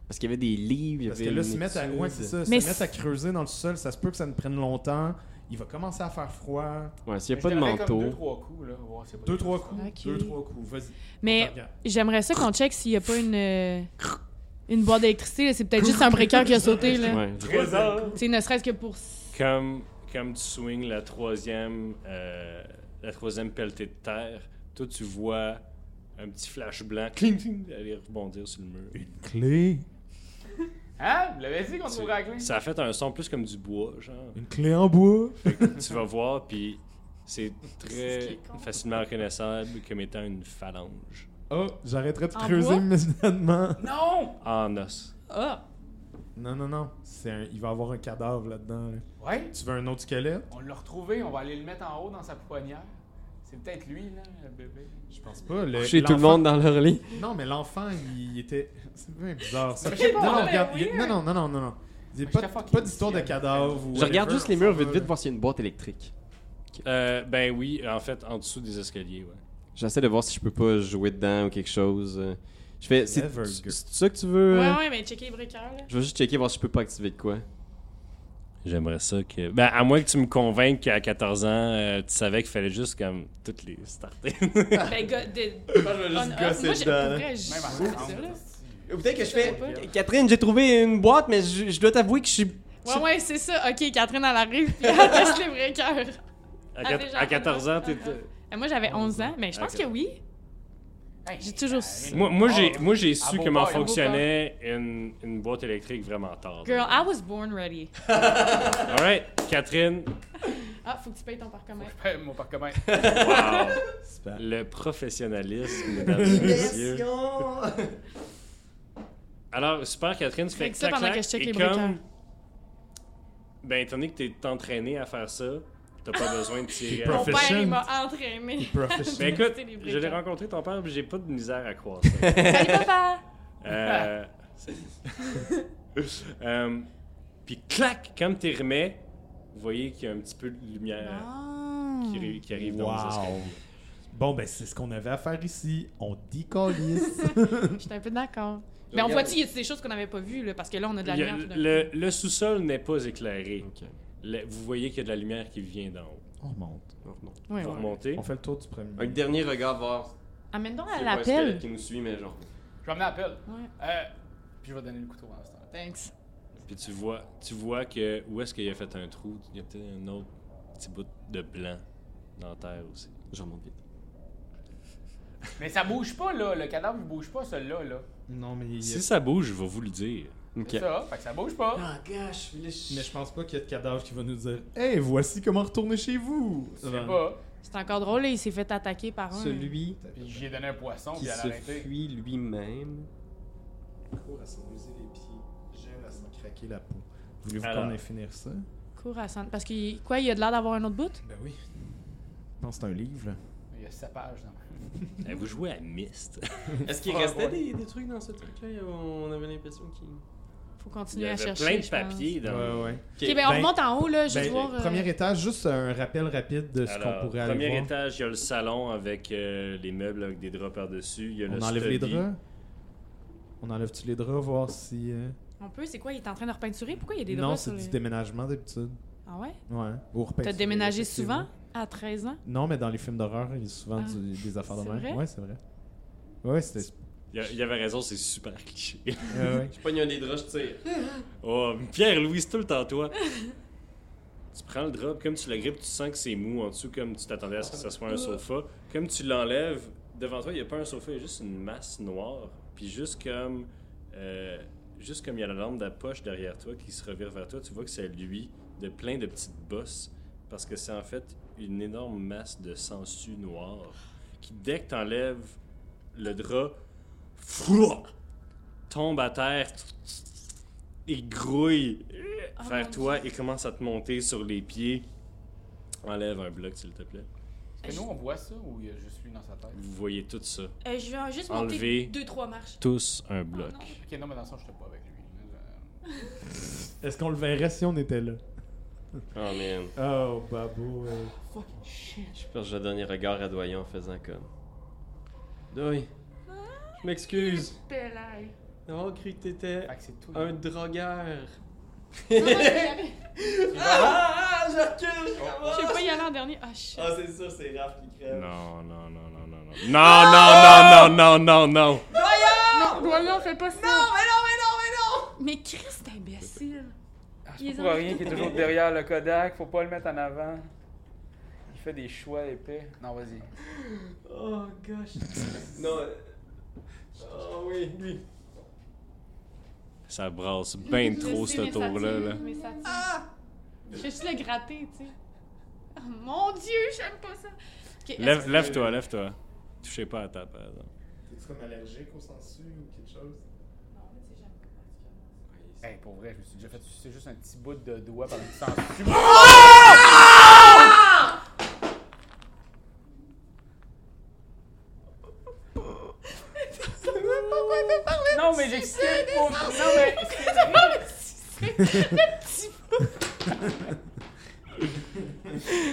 Speaker 5: Parce qu'il y avait des livres, il y
Speaker 4: Parce
Speaker 5: avait
Speaker 4: que là,
Speaker 5: une
Speaker 4: se mettre, à,
Speaker 5: étude.
Speaker 4: ouais, c'est ça, se
Speaker 3: Mais
Speaker 4: mettre
Speaker 3: c'est-
Speaker 4: à creuser dans le sol, ça se peut que ça ne prenne longtemps. Il va commencer à faire froid.
Speaker 5: Ouais, s'il
Speaker 2: Mais
Speaker 5: n'y a pas
Speaker 2: je
Speaker 5: de
Speaker 2: te ferais comme
Speaker 5: manteau.
Speaker 2: Deux, trois coups, là. voir s'il y a pas
Speaker 4: Deux,
Speaker 2: quelque
Speaker 4: trois
Speaker 2: chose.
Speaker 4: coups.
Speaker 3: Ok.
Speaker 4: Deux, trois coups. Vas-y.
Speaker 3: Mais
Speaker 4: Regarde.
Speaker 3: j'aimerais ça qu'on check s'il y a pas une... euh, Une boîte d'électricité, là. c'est peut-être juste un précaire qui a sauté, là.
Speaker 5: Ouais.
Speaker 1: Trésor.
Speaker 3: Tu sais, ne serait-ce que pour...
Speaker 1: Comme, comme tu swings la troisième, euh, la troisième pelletée de terre, toi, tu vois un petit flash blanc cling, cling, aller rebondir sur le mur.
Speaker 4: Une clé.
Speaker 2: Hein? Vous l'avez dit qu'on trouverait la clé?
Speaker 1: Ça a fait un son plus comme du bois,
Speaker 2: (laughs)
Speaker 1: genre.
Speaker 4: Une clé en bois.
Speaker 1: tu vas voir, puis c'est
Speaker 3: C'est ce qui
Speaker 1: très
Speaker 3: est con.
Speaker 1: facilement reconnaissable comme étant une phalange
Speaker 4: Oh, j'arrêterai de
Speaker 3: En
Speaker 4: creuser
Speaker 3: bois?
Speaker 4: immédiatement.
Speaker 2: Non!
Speaker 1: en os.
Speaker 3: Ah!
Speaker 4: Non, non, non. C'est un- Il va avoir un cadavre là-dedans. là.
Speaker 2: Ouais?
Speaker 4: Tu veux un autre squelette?
Speaker 2: On l'a retrouvé, on va aller le mettre en haut dans sa pouponnière. C'est peut-être lui, là, le bébé.
Speaker 4: Je pense pas. Le,
Speaker 5: Coucher tout le monde dans leur lit.
Speaker 4: l'enfant- Non, mais l'enfant, il était... C'est bien bizarre, ça.
Speaker 2: Mais je sais pas,
Speaker 4: non, non,
Speaker 2: mais
Speaker 4: regarde, il-
Speaker 3: weird.
Speaker 4: non, non, non, non, non, non. Il y a
Speaker 2: Mais
Speaker 4: pas,
Speaker 2: j'étais fucking
Speaker 4: pas d'histoire de
Speaker 2: ici,
Speaker 4: cadavre ou
Speaker 5: Je regarde
Speaker 4: whatever,
Speaker 5: juste les
Speaker 4: on
Speaker 5: murs
Speaker 4: s'en
Speaker 5: vite
Speaker 4: va,
Speaker 5: vite
Speaker 4: là.
Speaker 5: voir s'il y a une boîte électrique.
Speaker 1: Euh, ben oui, en fait, en dessous des escaliers, ouais.
Speaker 5: J'essaie de voir si je peux pas jouer dedans ou quelque chose. euh. Je fais. C'est
Speaker 4: Never
Speaker 5: c'est-
Speaker 4: good.
Speaker 5: c'est ça que tu veux?
Speaker 3: Ouais,
Speaker 5: euh?
Speaker 3: ouais, mais checker les précaires,
Speaker 1: (laughs)
Speaker 3: là.
Speaker 5: Je vais juste checker voir si je peux pas activer de quoi.
Speaker 1: J'aimerais ça que. Ben, à moins que tu me convainques qu'à 14 ans, euh, tu savais qu'il fallait juste comme toutes les starter. (laughs)
Speaker 3: ben, gars, de...
Speaker 5: juste
Speaker 3: on-
Speaker 5: gosser
Speaker 3: moi, je-
Speaker 5: dedans,
Speaker 3: pour
Speaker 5: hein.
Speaker 3: vrai, je-
Speaker 2: Même en
Speaker 3: c'est ça,
Speaker 2: trente,
Speaker 3: là.
Speaker 5: Ou peut-être que je
Speaker 3: fais- Ouais.
Speaker 5: Catherine, j'ai trouvé une boîte, mais je, je dois t'avouer que je suis.
Speaker 3: Ouais, ouais, c'est ça. Ok, Catherine, elle arrive,
Speaker 1: (laughs)
Speaker 3: puis elle teste les précaires.
Speaker 1: À,
Speaker 3: Ah,
Speaker 1: quat-
Speaker 3: déjà,
Speaker 1: à 14 ans, t'es.
Speaker 3: ah, Euh, Moi, j'avais 11 ans, mais je pense
Speaker 1: Ok.
Speaker 3: que oui.
Speaker 2: Hey,
Speaker 3: J'ai toujours
Speaker 2: ah,
Speaker 3: su.
Speaker 1: Moi, moi, j'ai, moi, j'ai
Speaker 2: Ah,
Speaker 1: su
Speaker 2: beau
Speaker 1: comment
Speaker 2: boy, beau
Speaker 1: fonctionnait une, une boîte électrique vraiment tard.
Speaker 3: Girl, ah I was born ready.
Speaker 1: Alright, Catherine,
Speaker 3: Ah, faut que tu payes ton parc commun.
Speaker 2: Ouais, Moi, par
Speaker 3: (laughs)
Speaker 2: comment?
Speaker 1: wow.
Speaker 4: Super.
Speaker 1: (laughs) le professionnalisme, mesdames et messieurs. Alors, super, Catherine, tu fais
Speaker 3: Fait que ça
Speaker 1: clac,
Speaker 3: pendant
Speaker 1: clac,
Speaker 3: que je check
Speaker 1: et
Speaker 3: les
Speaker 1: comme-
Speaker 3: briqueurs.
Speaker 1: Ben, étant donné que t'es entraîné à faire ça, t'as pas besoin de tirer.
Speaker 4: Mon
Speaker 3: Mon
Speaker 1: à-
Speaker 4: Proficient.
Speaker 3: père, il m'a entraîné.
Speaker 1: (laughs)
Speaker 4: Profession-
Speaker 1: Ben écoute,
Speaker 3: C'est les briqueurs.
Speaker 1: je l'ai rencontré ton père, puis j'ai pas de misère à croire
Speaker 3: (laughs)
Speaker 1: ça.
Speaker 3: Salut, papa!
Speaker 1: Euh, (laughs) euh, puis clac, comme t'es remets, vous voyez qu'il y a un petit peu de lumière
Speaker 3: Ah.
Speaker 1: Euh, qui, ri- qui arrive dans les escaliers.
Speaker 4: Wow. Bon, ben, c'est ce qu'on avait à faire ici. On décalisse.
Speaker 3: J'étais un peu d'accord. Mais on voit-tu, y a des choses qu'on n'avait pas vues, là, parce que là, on a de la
Speaker 1: Il y a-
Speaker 3: lumière. tout d'un
Speaker 1: le le sous-sol n'est pas éclairé.
Speaker 5: Ok.
Speaker 1: Le- vous voyez qu'il y a de la lumière qui vient d'en haut.
Speaker 4: on remonte.
Speaker 5: Non, non.
Speaker 3: coup. Ouais,
Speaker 1: Vous
Speaker 3: ouais.
Speaker 1: remontez.
Speaker 4: On fait le tour du premier.
Speaker 5: Un dernier regard voir.
Speaker 3: Amène donc à
Speaker 5: c'est pas un squelette
Speaker 3: l'appel.
Speaker 5: qui nous suit, mais genre.
Speaker 2: Je vais amener la pelle.
Speaker 3: Ouais,
Speaker 2: Euh, puis je vais donner le couteau en ce temps-là.
Speaker 3: thanks.
Speaker 1: Puis tu vois, tu vois que où est-ce qu'il a fait un trou, il y a peut-être un autre petit bout de blanc dans la terre aussi.
Speaker 5: Je remonte vite.
Speaker 2: Mais ça bouge pas, là. Le cadavre, il bouge pas, celui-là, là.
Speaker 4: Non, mais il y a-
Speaker 1: Si ça bouge, je vais vous le
Speaker 3: (laughs)
Speaker 1: dire.
Speaker 5: Ok.
Speaker 2: C'est ça, fait que ça bouge pas.
Speaker 5: Ah, gosh,
Speaker 4: Mais je pense pas qu'il y a de cadavre qui va nous dire « Hey, voici comment retourner chez vous! »
Speaker 2: Je sais pas.
Speaker 3: C'est encore drôle, là, il s'est fait attaquer par un.
Speaker 5: Celui
Speaker 2: Puis j'ai donné un poisson,
Speaker 5: qui
Speaker 2: puis elle a
Speaker 5: se
Speaker 2: arrêté.
Speaker 5: fuit (laughs) lui-même.
Speaker 4: court à s'ennuiser les pieds, gèle à s'en craquer la peau. Voulez-vous
Speaker 1: Alors.
Speaker 4: qu'on aille finir ça?
Speaker 3: Cours à Sand- Parce que, quoi, il a de l'air d'avoir un autre bout?
Speaker 4: Ben oui. Je pense que c'est un livre, là.
Speaker 2: Il y a sa page dans
Speaker 1: Eh, vous jouez à Myst.
Speaker 5: Est-ce
Speaker 2: qu'il restait
Speaker 5: des, trucs dans ce truc-là On avait l'impression qu'il.
Speaker 3: Faut
Speaker 1: Il y
Speaker 3: continuer à
Speaker 1: avait
Speaker 3: chercher.
Speaker 1: plein de
Speaker 3: je pense.
Speaker 1: papiers dans
Speaker 4: ouais.
Speaker 3: Ok, ben on
Speaker 4: Ben,
Speaker 3: remonte en haut, là, juste
Speaker 4: Ben,
Speaker 3: voir. euh,
Speaker 4: Premier étage, juste un rappel rapide de ce qu'on
Speaker 1: Alors,
Speaker 4: pourrait aller
Speaker 1: premier
Speaker 4: voir.
Speaker 1: étage, il y a le salon avec euh, les meubles avec des draps par-dessus. Il y a
Speaker 4: On
Speaker 1: le
Speaker 4: enlève les
Speaker 1: study.
Speaker 4: draps? On enlève-tu les draps, voir si... euh,
Speaker 3: On peut, c'est quoi, il est en train de repeinturer? Pourquoi il y a des
Speaker 4: Non,
Speaker 3: draps
Speaker 4: c'est
Speaker 3: sur
Speaker 4: du
Speaker 3: le...
Speaker 4: déménagement d'habitude.
Speaker 3: Ah ouais?
Speaker 4: Ouais. Au repas,
Speaker 3: T'as déménagé
Speaker 4: effectivement.
Speaker 3: souvent à 13 ans?
Speaker 4: Non, mais dans les films d'horreur, il y a souvent
Speaker 3: Ah,
Speaker 4: du- des affaires de
Speaker 3: c'est
Speaker 4: même.
Speaker 3: vrai?
Speaker 4: Ouais, c'est vrai. Ouais, c'était.
Speaker 1: Il y a- il avait raison, c'est super cliché. (laughs)
Speaker 4: Ouais, ouais.
Speaker 5: Je pogne un des draps, je tire.
Speaker 1: Oh, Pierre-Louis, c'est tout le temps toi. tu prends le drop, comme tu le grippes, tu sens que c'est mou en dessous, comme tu t'attendais à ce que ça soit un sofa. Comme tu l'enlèves, devant toi, il n'y a pas un sofa, il y a juste une masse noire. Puis juste comme, euh, juste comme il y a la lampe de la poche derrière toi qui se revire vers toi, tu vois que c'est lui de plein de petites bosses. Parce que c'est en fait une énorme masse de sangsues noires qui, dès que tu enlèves le drap, fouah, tombe à terre il grouille
Speaker 3: Oh
Speaker 1: vers
Speaker 3: mon
Speaker 1: toi et commence à te monter sur les pieds. Enlève un bloc, s'il te plaît.
Speaker 2: Est-ce que nous, on voit ça ou il y a juste lui dans sa tête?
Speaker 1: Vous voyez tout ça.
Speaker 3: Euh, je vais juste
Speaker 1: Enlever.
Speaker 3: monter deux, trois marches.
Speaker 1: Tous un
Speaker 3: Oh
Speaker 1: bloc.
Speaker 3: non.
Speaker 2: Ok, non, mais dans le sens, je pas avec lui. là.
Speaker 4: Est-ce qu'on le verrait si on était là?
Speaker 5: Oh man.
Speaker 4: Oh, babou. ouais.
Speaker 5: Je pense que je donne un regard à Doyon en faisant comme. Doy. Je m'excuse
Speaker 3: Belle aille.
Speaker 5: d'avoir cru que t'étais
Speaker 2: Fait que c'est tout.
Speaker 5: un drogueur.
Speaker 3: (laughs) Non, non, j'avais-
Speaker 5: Ah, ah, je recule, je
Speaker 3: Oh, Je
Speaker 5: commence.
Speaker 3: sais pas y aller en dernier. Ah, shit.
Speaker 5: Ah, c'est sûr, c'est Raph
Speaker 3: Oh
Speaker 5: qui crève.
Speaker 1: Non, non, non, non, non, non. Non, non, non, non, non, non.
Speaker 3: Non, Doyon, fais pas ça. Non, mais non, mais non, mais non. Mais Chris, t'es imbécile.
Speaker 2: Ah,
Speaker 3: Ils
Speaker 2: c'est pas
Speaker 3: ont-
Speaker 2: pour rien qu'il est toujours derrière le Kodak, faut pas le mettre en avant. Il fait des choix épais. Non, vas-y.
Speaker 5: Oh gosh. non. euh, Oh oui, lui.
Speaker 1: Ça brasse
Speaker 3: (laughs)
Speaker 1: bien trop
Speaker 3: Je sais,
Speaker 1: ce
Speaker 3: mais ça
Speaker 1: tour-là.
Speaker 3: tue,
Speaker 1: Là.
Speaker 3: mais ça tue. Je vais juste le gratter, tu sais. Oh, mon Dieu, j'aime pas ça. Ok, est-ce
Speaker 1: Lève- Lève-toi, lève-toi. Touchez pas à ta par exemple.
Speaker 4: T'es-tu comme allergique au sensu ou quelque chose?
Speaker 2: Hey, pour vrai, je me suis déjà fait sucer juste un petit bout de doigt par une sens. Non, mais j'explique pour. Non, mais.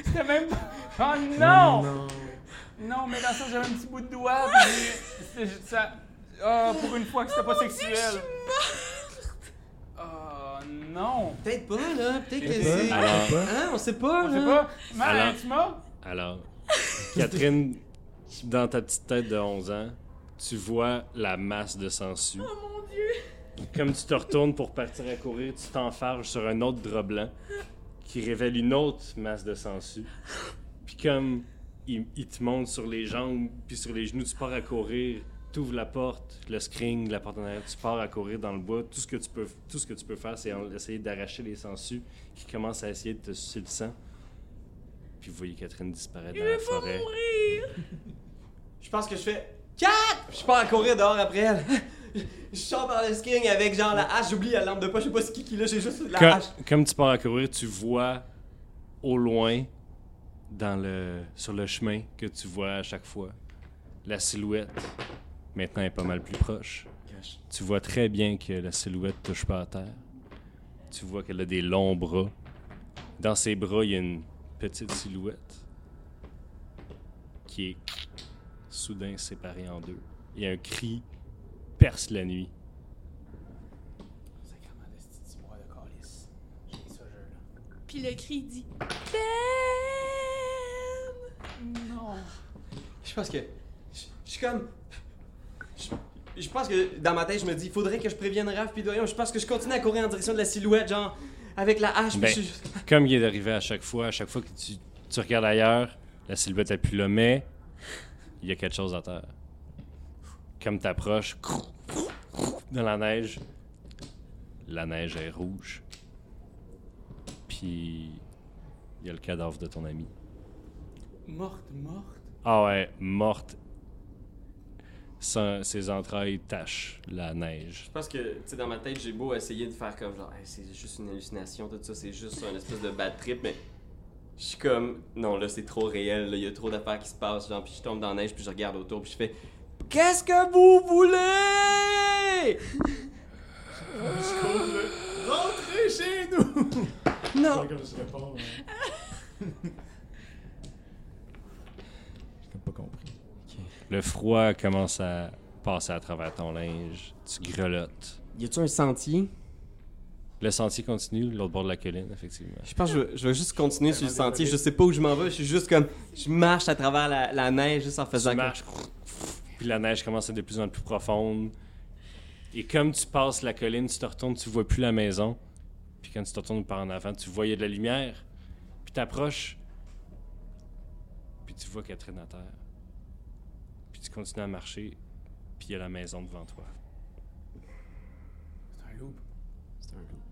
Speaker 2: C'était même pas. Oh non! Non, mais dans ça, j'avais un petit bout de doigt, puis c'était juste ça. Ah, pour une fois que c'était pas sexuel. Oh non!
Speaker 5: Peut-être pas, là. Peut-être que
Speaker 4: pas.
Speaker 5: c'est.
Speaker 1: Alors,
Speaker 5: Hein, on sait pas,
Speaker 2: Je
Speaker 5: là.
Speaker 2: sais pas,
Speaker 1: Alors-
Speaker 2: Mal, tu m'as?
Speaker 1: Alors, (laughs) Catherine, dans ta petite tête de 11 ans, tu vois la masse de sangsues.
Speaker 3: Oh mon Dieu.
Speaker 1: Comme tu te retournes pour partir à courir, tu t'enfarges sur un autre drap blanc qui révèle une autre masse de sangsues. Puis comme il, il te monte sur les jambes, puis sur les genoux, tu pars à courir, t'ouvres la porte, le screen, la porte en arrière, tu pars à courir dans le bois. Tout ce que tu peux, tout ce que tu peux faire, c'est en- essayer d'arracher les sangsues qui commencent à essayer de te sucer le sang. Puis vous voyez Catherine disparaître
Speaker 3: Je
Speaker 1: dans la
Speaker 3: veux pas
Speaker 1: forêt.
Speaker 3: mourir.
Speaker 5: Je pense que je fais 4! Je pars à courir dehors après elle. (laughs) Je sors par le string avec genre la hache, j'oublie la lampe de poche, je sais pas ce qui qui là, j'ai juste la
Speaker 1: Comme,
Speaker 5: hache.
Speaker 1: comme tu pars à courir, tu vois au loin, dans le, sur le chemin que tu vois à chaque fois, la silhouette maintenant est pas mal plus proche. Tu vois très bien que la silhouette touche pas à terre. Tu vois qu'elle a des longs bras. Dans ses bras, il y a une petite silhouette qui est soudain séparée en deux. Et un cri perce la nuit.
Speaker 2: Sacrement de ce petit bois de calice. J'ai ce jeu-là.
Speaker 3: Puis le cri dit T'aimes.
Speaker 2: Non!
Speaker 5: Je pense que. Je je suis comme. Je, je pense que dans ma tête, je me dis, faudrait que je prévienne Raph puis Doyon. Je pense que je continue à courir en direction de la silhouette, genre avec la hache. puis
Speaker 1: Ben.
Speaker 5: je suis-
Speaker 1: Comme il est arrivé à chaque fois, à chaque fois que tu, tu regardes ailleurs, la silhouette est plus là, mais il y a quelque chose à terre. Comme t'approches, dans la neige, la neige est rouge. Puis il y a le cadavre de ton ami.
Speaker 2: Morte, morte?
Speaker 1: Ah ouais, morte. Sans- ses entrailles tachent la neige.
Speaker 5: Je pense que, tu sais, dans ma tête, j'ai beau essayer de faire comme genre, Hey, c'est juste une hallucination, tout ça, c'est juste un espèce de bad trip, mais je suis comme, non, là, c'est trop réel, là, il y a trop d'affaires qui se passent, genre, puis je tombe dans la neige, puis je regarde autour, puis je fais, qu'est-ce que vous voulez?
Speaker 4: Rentrez chez nous!
Speaker 5: Non!
Speaker 4: Comme je réponds. ouais. J'ai comme pas compris.
Speaker 1: Le froid commence à passer à travers ton linge. Tu grelottes.
Speaker 5: Y a-tu un sentier?
Speaker 1: Le sentier continue, l'autre bord de la colline, effectivement.
Speaker 5: Je pense que je vais- je vais juste continuer sur le sentier. Je sais pas où je m'en vais. Je suis juste comme. Je marche à travers la, la neige juste en faisant.
Speaker 1: Tu
Speaker 5: comme-
Speaker 1: marches, puis la neige commence à être de plus en plus profonde. Et comme tu passes la colline, tu te retournes, tu vois plus la maison. Puis quand tu te retournes par en avant, tu vois il y a de la lumière. Puis t'approches. Puis tu vois qu'elle traîne à terre. Puis tu continues à marcher. Puis il y a la maison devant toi.
Speaker 2: C'est un loup.
Speaker 5: C'est un loup.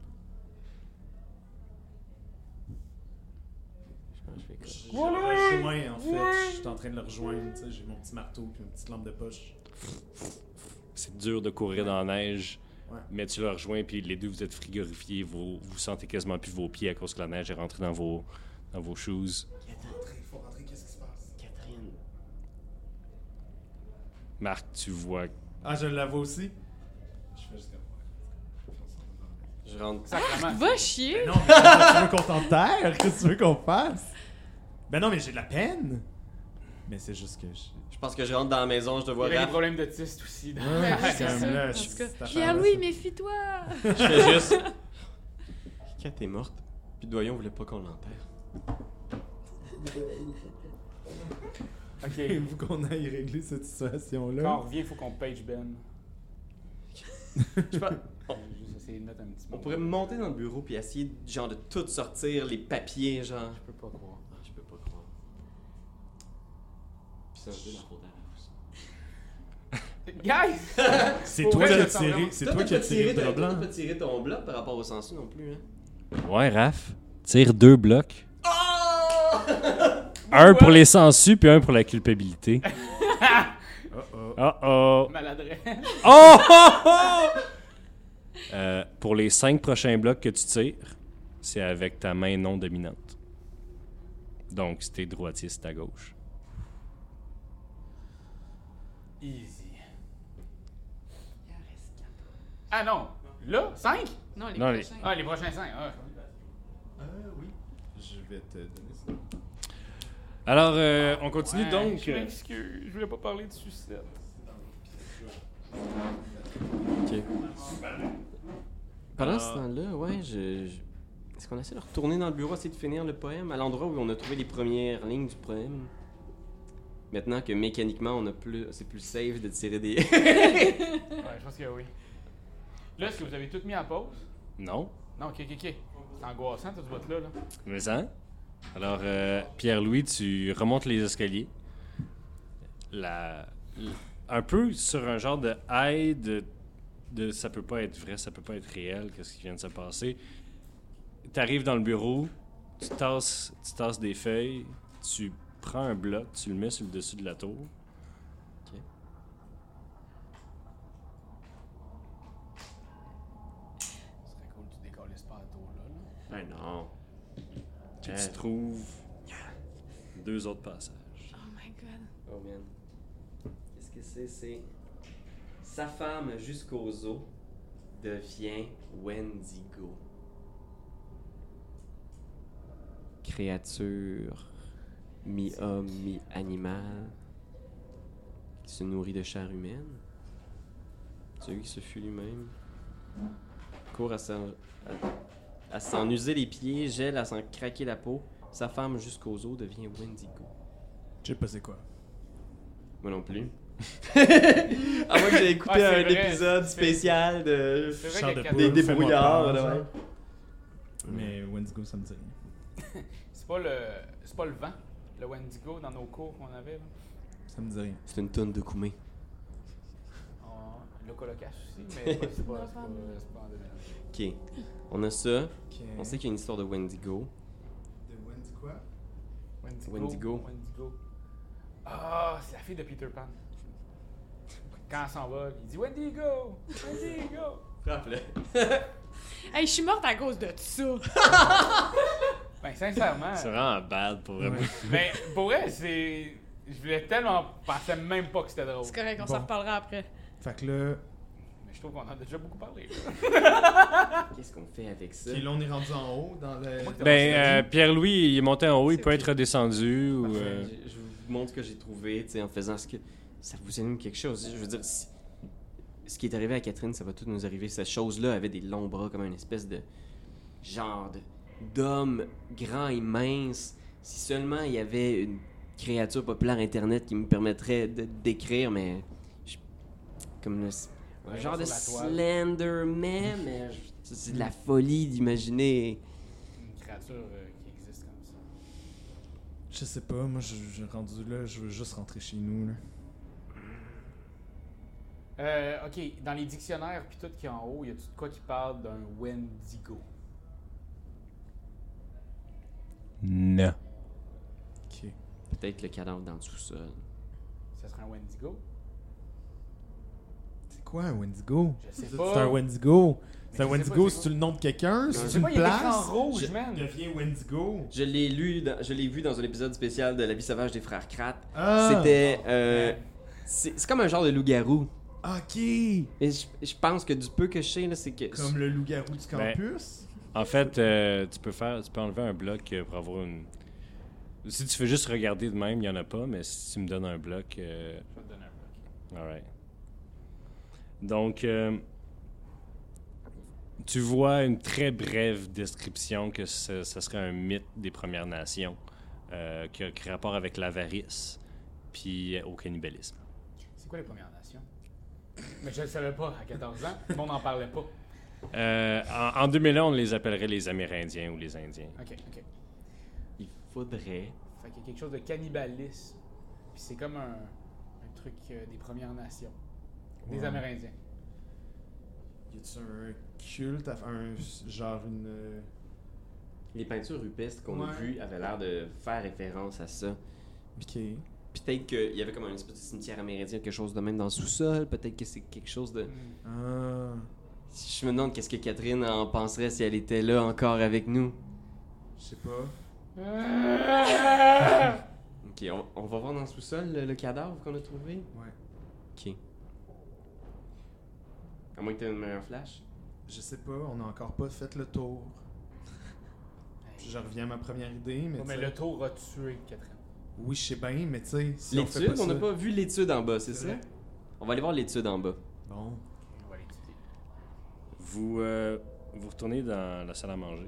Speaker 5: Je pense que je vais comme-
Speaker 6: Je le rejoins, en fait. Je suis en train de le rejoindre. tu sais, J'ai mon petit marteau puis une petite lampe de poche.
Speaker 1: C'est dur de courir dans la neige.
Speaker 6: Ouais.
Speaker 1: Mais tu le rejoins, puis les deux, vous êtes frigorifiés. Vous, vous sentez quasiment plus vos pieds à cause que la neige est rentrée dans vos, dans vos shoes.
Speaker 6: Il faut rentrer, qu'est-ce qui se passe?
Speaker 5: Catherine.
Speaker 1: Marc, tu vois
Speaker 6: Ah, je l'avoue aussi? Je fais juste comme.
Speaker 5: Je rentre.
Speaker 2: Sacrement.
Speaker 3: Va chier!
Speaker 6: Non, mais-
Speaker 4: tu veux qu'on t'enterre? Qu'est-ce que tu veux qu'on fasse?
Speaker 6: ben non, mais j'ai de la peine! Mais c'est juste que je.
Speaker 5: Je pense que je rentre dans la maison, je te vois
Speaker 2: Il y a des
Speaker 5: Raph.
Speaker 2: problèmes d'autistes aussi. dans-
Speaker 3: Ben oui, c'est
Speaker 6: Comme
Speaker 3: ça.
Speaker 6: là,
Speaker 3: En
Speaker 6: je-
Speaker 3: tout cas,
Speaker 6: cette
Speaker 3: Pierre-Louis,
Speaker 6: affaire-là,
Speaker 3: méfie-toi!
Speaker 5: Je fais juste. (laughs) Kat est morte. Puis Doyon voulait pas qu'on l'enterre.
Speaker 2: Ok.
Speaker 4: Vous qu'on aille régler cette
Speaker 2: Quand on
Speaker 4: situation-là.
Speaker 2: revient, il faut qu'on page Ben.
Speaker 5: Je pense-
Speaker 2: (laughs) Je vais juste essayer de mettre un petit
Speaker 5: On
Speaker 2: moment.
Speaker 5: pourrait monter dans le bureau puis essayer genre de tout sortir, les papiers, genre.
Speaker 2: Je peux pas croire.
Speaker 5: Ah, je peux pas croire. Puis c'est un peu la faute à Raph aussi.
Speaker 2: Guys!
Speaker 6: C'est
Speaker 2: Pour
Speaker 6: toi
Speaker 2: vrai,
Speaker 6: qui as
Speaker 2: je sens
Speaker 6: tiré,
Speaker 2: vraiment-
Speaker 6: c'est toi qui as tiré le drap blanc.
Speaker 5: pas tiré ton bloc par rapport au sensu non plus, hein.
Speaker 1: Ouais, Raph, tire deux blocs.
Speaker 5: Oh!
Speaker 1: Un pour les sangsues, puis un pour la
Speaker 2: (laughs)
Speaker 1: culpabilité. Oh oh.
Speaker 2: Maladresse.
Speaker 1: Oh oh, oh!
Speaker 2: (laughs)
Speaker 1: Euh, pour les cinq prochains blocs que tu tires, c'est avec ta main non dominante. Donc, si t'es droitier, c'est ta gauche.
Speaker 2: Easy. Ah non! Là? 5?
Speaker 3: Non, les
Speaker 1: Non, les-
Speaker 3: prochains.
Speaker 2: Ah, les prochains 5. Ah.
Speaker 4: Je vais te donner ça.
Speaker 1: Alors, euh, on continue
Speaker 2: Ouais,
Speaker 1: donc. euh,
Speaker 2: Je m'excuse, je voulais pas parler de sucette.
Speaker 6: Ah.
Speaker 5: Pendant ce temps-là, ouais, je. je- Est-ce qu'on essaie de retourner dans le bureau, essayer de finir le poème à l'endroit où on a trouvé les premières lignes du poème? Maintenant que mécaniquement on a plus. c'est plus safe de tirer des.
Speaker 2: Ouais, je pense que oui. Là, est-ce que vous avez tout mis à pause?
Speaker 1: Non,
Speaker 2: Non, ok, ok, ok. C'est angoissant, toute votre là, là.
Speaker 1: mais ça. Alors, euh, Pierre-Louis, tu remontes les escaliers. La... Un peu sur un genre de high de, de ça peut pas être vrai, ça peut pas être réel, qu'est-ce qui vient de se passer. T'arrives dans le bureau, tu tasses, tu tasses des feuilles, tu prends un bloc, tu le mets sur le dessus de la tour.
Speaker 5: Ok.
Speaker 2: Ce serait cool que tu décolles pas à tour, là, là.
Speaker 5: Ah
Speaker 1: Ben
Speaker 5: non.
Speaker 1: Et tu trouves deux autres passages.
Speaker 3: Oh my god.
Speaker 5: Oh man. Qu'est-ce que c'est? C'est. Sa femme jusqu'aux os devient Wendigo. Créature mi-homme, mi-animal qui se nourrit de chair humaine. Celui qui se fut lui-même. Court à s'en, à- à s'en user les pieds, gèle à s'en craquer la peau. Sa femme jusqu'aux os devient Wendigo.
Speaker 4: Je sais pas c'est quoi.
Speaker 5: Moi non
Speaker 2: (laughs)
Speaker 5: plus. à moins que j'ai écouté
Speaker 2: Ah, c'est
Speaker 5: un
Speaker 2: vrai.
Speaker 5: épisode spécial de.
Speaker 2: C'est vrai
Speaker 6: Genre
Speaker 2: que
Speaker 6: de
Speaker 2: quatre-
Speaker 5: Des
Speaker 6: Fais-moi
Speaker 5: débrouillards,
Speaker 6: peur,
Speaker 5: là,
Speaker 6: genre.
Speaker 5: ouais.
Speaker 6: Mais Wendigo, ça me dit rien.
Speaker 2: C'est pas le. C'est pas le vent, le Wendigo dans nos cours qu'on avait, là.
Speaker 6: Ça me dit rien.
Speaker 5: C'est une tonne de Koumé.
Speaker 2: En- Le colocache aussi, (laughs) mais pas- c'est pas, c'est pas, c'est pas en 2000.
Speaker 5: Ok. On a ça.
Speaker 4: Ok.
Speaker 5: On sait qu'il y a une histoire de Wendigo.
Speaker 4: De Wendy quoi?
Speaker 2: Wendigo.
Speaker 5: Wendigo.
Speaker 2: Wendigo. Ah, c'est la fille de Peter Pan. Quand elle s'en va, il dit Wendigo! Wendigo!
Speaker 5: Frappe-le.
Speaker 3: Hey, je suis morte à cause de ça.
Speaker 2: Ben, sincèrement.
Speaker 1: C'est vraiment bad pour vraiment.
Speaker 2: Mais pour vrai, c'est. Je voulais tellement. Je pensais même pas que c'était drôle.
Speaker 3: C'est correct, on
Speaker 4: Bon.
Speaker 3: s'en reparlera après.
Speaker 4: Fait que là,
Speaker 2: Mais je trouve qu'on en a déjà beaucoup parlé.
Speaker 5: Qu'est-ce qu'on fait avec ça?
Speaker 4: puis là on est rendu en haut dans le.
Speaker 1: Ben, euh, Pierre-Louis, il est monté en haut, il
Speaker 3: C'est
Speaker 1: peut
Speaker 3: ok.
Speaker 1: être redescendu ou.
Speaker 5: Parfait.
Speaker 1: euh,
Speaker 5: Je, je vous montre ce que j'ai trouvé tu sais, en faisant ce que. Ça vous anime quelque chose. Je veux dire, si- ce qui est arrivé à Catherine, ça va tout nous arriver. Cette chose-là avait des longs bras, comme une espèce de genre de- d'homme grand et mince. Si seulement il y avait une créature populaire Internet qui me permettrait de décrire, mais je- comme le- un
Speaker 2: Ouais,
Speaker 5: genre de
Speaker 2: sur la toile.
Speaker 5: Slender Man, mais je- c'est de la folie d'imaginer.
Speaker 2: Une créature euh, qui existe comme ça.
Speaker 4: Je sais pas, moi, je, je rendu là, je veux juste rentrer chez nous. Là.
Speaker 2: Euh, ok, dans les dictionnaires, puis tout qui est en haut, y a tout de quoi qui parle d'un Wendigo.
Speaker 1: Non.
Speaker 4: Ok.
Speaker 5: Peut-être le cadavre dans le sous-sol.
Speaker 2: Ça serait un Wendigo?
Speaker 4: C'est quoi un Wendigo?
Speaker 2: Je sais
Speaker 4: C'est
Speaker 2: pas.
Speaker 4: un Wendigo.
Speaker 2: je
Speaker 4: C'est
Speaker 2: sais
Speaker 4: un
Speaker 2: pas,
Speaker 4: Wendigo,
Speaker 2: c'est
Speaker 4: c'est-tu le nom de quelqu'un?
Speaker 2: Je
Speaker 4: C'est
Speaker 2: sais
Speaker 4: une
Speaker 2: pas, il y a
Speaker 4: place?
Speaker 2: des en rouge,
Speaker 4: Je-
Speaker 2: man.
Speaker 4: Deviens Wendigo.
Speaker 5: Je l'ai lu, dans- je l'ai vu dans un épisode spécial de La vie sauvage des frères Kratt.
Speaker 4: Ah,
Speaker 5: C'était. euh, c'est c'est comme un genre de loup-garou.
Speaker 4: Ok.
Speaker 5: Mais je, je pense que du peu que je sais, là, c'est que.
Speaker 4: Comme le loup-garou du
Speaker 1: Ben,
Speaker 4: campus.
Speaker 1: En fait, euh, tu peux faire, tu peux enlever un bloc euh, pour avoir une. Si tu fais juste regarder de même, il y en a pas, mais si tu me donnes un bloc, euh,
Speaker 2: Je vais te donner un bloc.
Speaker 1: alright. Donc, euh, tu vois une très brève description que ce, ce serait un mythe des Premières Nations euh, qui a qui a rapport avec l'avarice puis euh, au cannibalisme.
Speaker 2: C'est quoi les Premières Nations? Mais je le savais pas à 14 ans. Tout le monde n'en parlait pas.
Speaker 1: Euh, en, en 2001, on les appellerait les Amérindiens ou les Indiens.
Speaker 2: Ok, ok.
Speaker 5: Il faudrait.
Speaker 2: Fait qu'il y a quelque chose de cannibalisme. Puis c'est comme un, un truc euh, des Premières Nations. Des
Speaker 4: Ouais.
Speaker 2: Amérindiens.
Speaker 4: Y a-tu un culte, à- un genre une. euh,
Speaker 5: Les peintures rupestres qu'on a
Speaker 4: Ouais.
Speaker 5: vues avaient l'air de faire référence à ça.
Speaker 4: Ok.
Speaker 5: Puis Peut-être qu'il y avait comme un espèce de cimetière amérindien, quelque chose de même dans le sous-sol. Peut-être que c'est quelque chose de.
Speaker 2: Hmm.
Speaker 4: Ah.
Speaker 5: Je me demande qu'est-ce que Catherine en penserait si elle était là encore avec nous.
Speaker 4: Je sais pas.
Speaker 5: Ok, on, on va voir dans le sous-sol le, le cadavre qu'on a trouvé.
Speaker 4: Ouais.
Speaker 5: Ok. À moins que t'aies une meilleure flash.
Speaker 4: Je sais pas, on a encore pas fait le tour. Puis Je reviens à ma première idée, mais.
Speaker 2: Ouais, mais
Speaker 4: t'sais-
Speaker 2: le tour a tué Catherine.
Speaker 4: Oui, je sais bien, mais tu sais. Si on fait
Speaker 5: l'étude,
Speaker 4: pas
Speaker 5: on n'a
Speaker 4: ça-
Speaker 5: pas vu l'étude en bas, c'est
Speaker 4: C'est
Speaker 5: ça?
Speaker 4: vrai?
Speaker 5: On va aller voir l'étude en bas.
Speaker 4: Bon.
Speaker 2: On va l'étudier.
Speaker 1: Vous, euh, vous retournez dans la salle à manger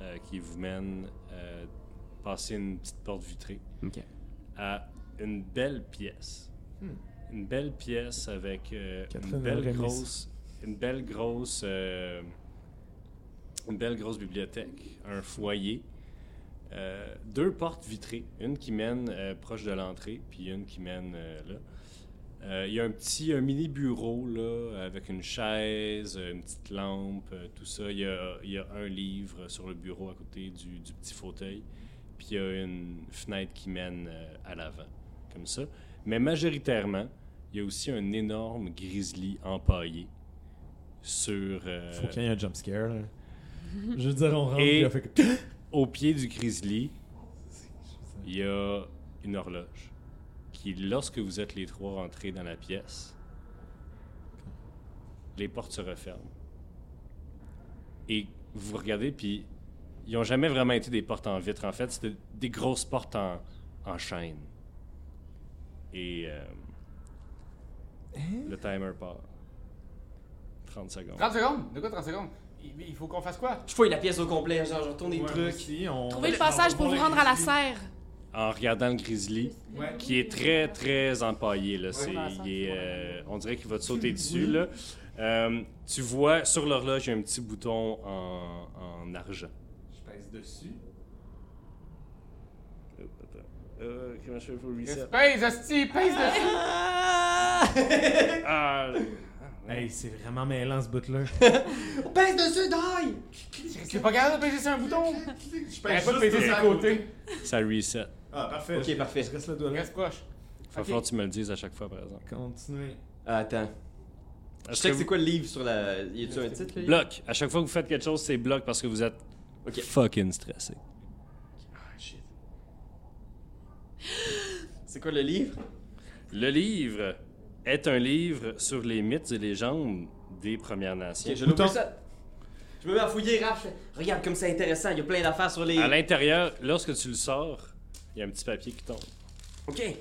Speaker 1: euh, qui vous mène euh, passer une petite porte vitrée
Speaker 5: Ok.
Speaker 1: à une belle pièce.
Speaker 4: Hmm.
Speaker 1: Une belle pièce avec euh,
Speaker 4: Catherine
Speaker 1: une,
Speaker 4: aurait
Speaker 1: belle
Speaker 4: aimé ça.
Speaker 1: grosse, une belle grosse euh, une belle grosse bibliothèque, un foyer, euh, deux portes vitrées, une qui mène euh, proche de l'entrée puis une qui mène euh, là. Euh, Il y a un petit un mini bureau là, avec une chaise, euh, une petite lampe, euh, tout ça. Il y a, il y a un livre sur le bureau à côté du, du petit fauteuil. Puis il y a une fenêtre qui mène euh, à l'avant, comme ça. Mais majoritairement, il y a aussi un énorme grizzly empaillé sur. euh,
Speaker 4: Faut qu'il y ait un
Speaker 3: (laughs)
Speaker 4: jumpscare, là. Je veux dire, on rentre,
Speaker 1: Et-
Speaker 4: puis on fait que.
Speaker 1: au pied du grizzly, il y a une horloge qui, lorsque vous êtes les trois rentrés dans la pièce, les portes se referment. Et vous regardez, puis ils n'ont jamais vraiment été des portes en vitre. En fait, c'était des grosses portes en, en chaîne. Et euh, le timer part. 30 secondes.
Speaker 2: 30 secondes! De quoi 30 secondes? Il, il faut qu'on fasse quoi?
Speaker 5: Je fouille la pièce au complet, genre je retourne des
Speaker 4: Ouais,
Speaker 5: trucs.
Speaker 4: aussi, on-
Speaker 3: Trouvez le passage pour vous rendre à la serre.
Speaker 1: En regardant le grizzly,
Speaker 4: Ouais.
Speaker 1: qui est très très empaillé là. C'est-
Speaker 3: Ouais.
Speaker 1: il est, euh, on dirait qu'il va te sauter dessus là. Euh, tu vois sur l'horloge il y a un petit bouton en, en argent.
Speaker 6: Je pèse dessus.
Speaker 1: comment je fais pour
Speaker 2: Pèse, hostie! Pèse
Speaker 4: (laughs)
Speaker 2: dessus!
Speaker 1: Ah,
Speaker 4: Hey, c'est vraiment mêlant ce bout-là.
Speaker 5: On pèse dessus, die!
Speaker 2: C'est pas capable de péter sur un bouton!
Speaker 4: Je
Speaker 2: T'arrêtes pas de péter sur le côté.
Speaker 1: Ça reset.
Speaker 4: Ah, parfait.
Speaker 5: Ok, parfait.
Speaker 4: Je reste le doigt là.
Speaker 2: Reste proche.
Speaker 1: Faut
Speaker 2: Ok.
Speaker 1: falloir que tu me le dises à chaque fois par exemple.
Speaker 4: Continuez.
Speaker 5: Ah, Attends. Je sais que c'est quoi le livre sur la. Y a-tu un titre là?
Speaker 1: Bloc. À chaque fois que vous faites quelque chose c'est bloc parce que vous êtes
Speaker 5: Ok.
Speaker 1: fucking stressé.
Speaker 5: C'est quoi le livre?
Speaker 1: Le livre est un livre sur les mythes et légendes des Premières Nations.
Speaker 5: Ok, je l'ouvre
Speaker 4: Bouton.
Speaker 5: ça. Je me mets à fouiller, Raph. Regarde comme c'est intéressant, y a plein d'affaires sur les.
Speaker 1: À l'intérieur, lorsque tu le sors, il y a un petit papier qui tombe.
Speaker 5: Ok.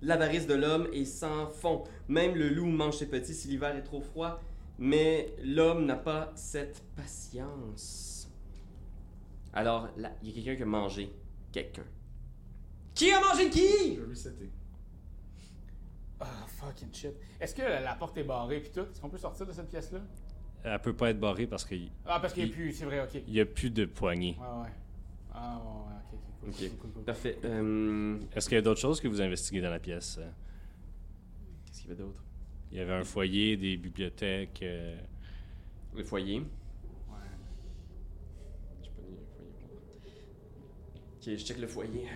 Speaker 5: l'avarice de l'homme est sans fond. Même le loup mange ses petits si l'hiver est trop froid, mais l'homme n'a pas cette patience. Alors là, il y a quelqu'un qui a mangé quelqu'un. Qui a mangé qui
Speaker 6: Je reseté.
Speaker 2: Ah, fucking shit. Est-ce que la porte est barrée puis tout? Est-ce qu'on peut sortir de cette pièce-là?
Speaker 1: Elle peut pas être barrée parce qu'il
Speaker 2: Ah, parce qu'il n'y
Speaker 1: Il-
Speaker 2: a plus, c'est vrai, ok. Ouais,
Speaker 1: n'y a plus de poignée.
Speaker 2: ouais. Ah, ouais, ouais, ok, ok, cool,
Speaker 5: Ok.
Speaker 2: cool, cool, cool.
Speaker 5: Parfait. euh,
Speaker 1: Est-ce qu'il y a d'autres choses que vous investiguez dans la pièce? euh?
Speaker 5: Qu'est-ce qu'il y avait d'autre
Speaker 1: Il y avait un foyer, des bibliothèques. euh,
Speaker 5: Le foyer.
Speaker 2: Ouais.
Speaker 5: J'ai pas mis le foyer. Ok, je check le foyer.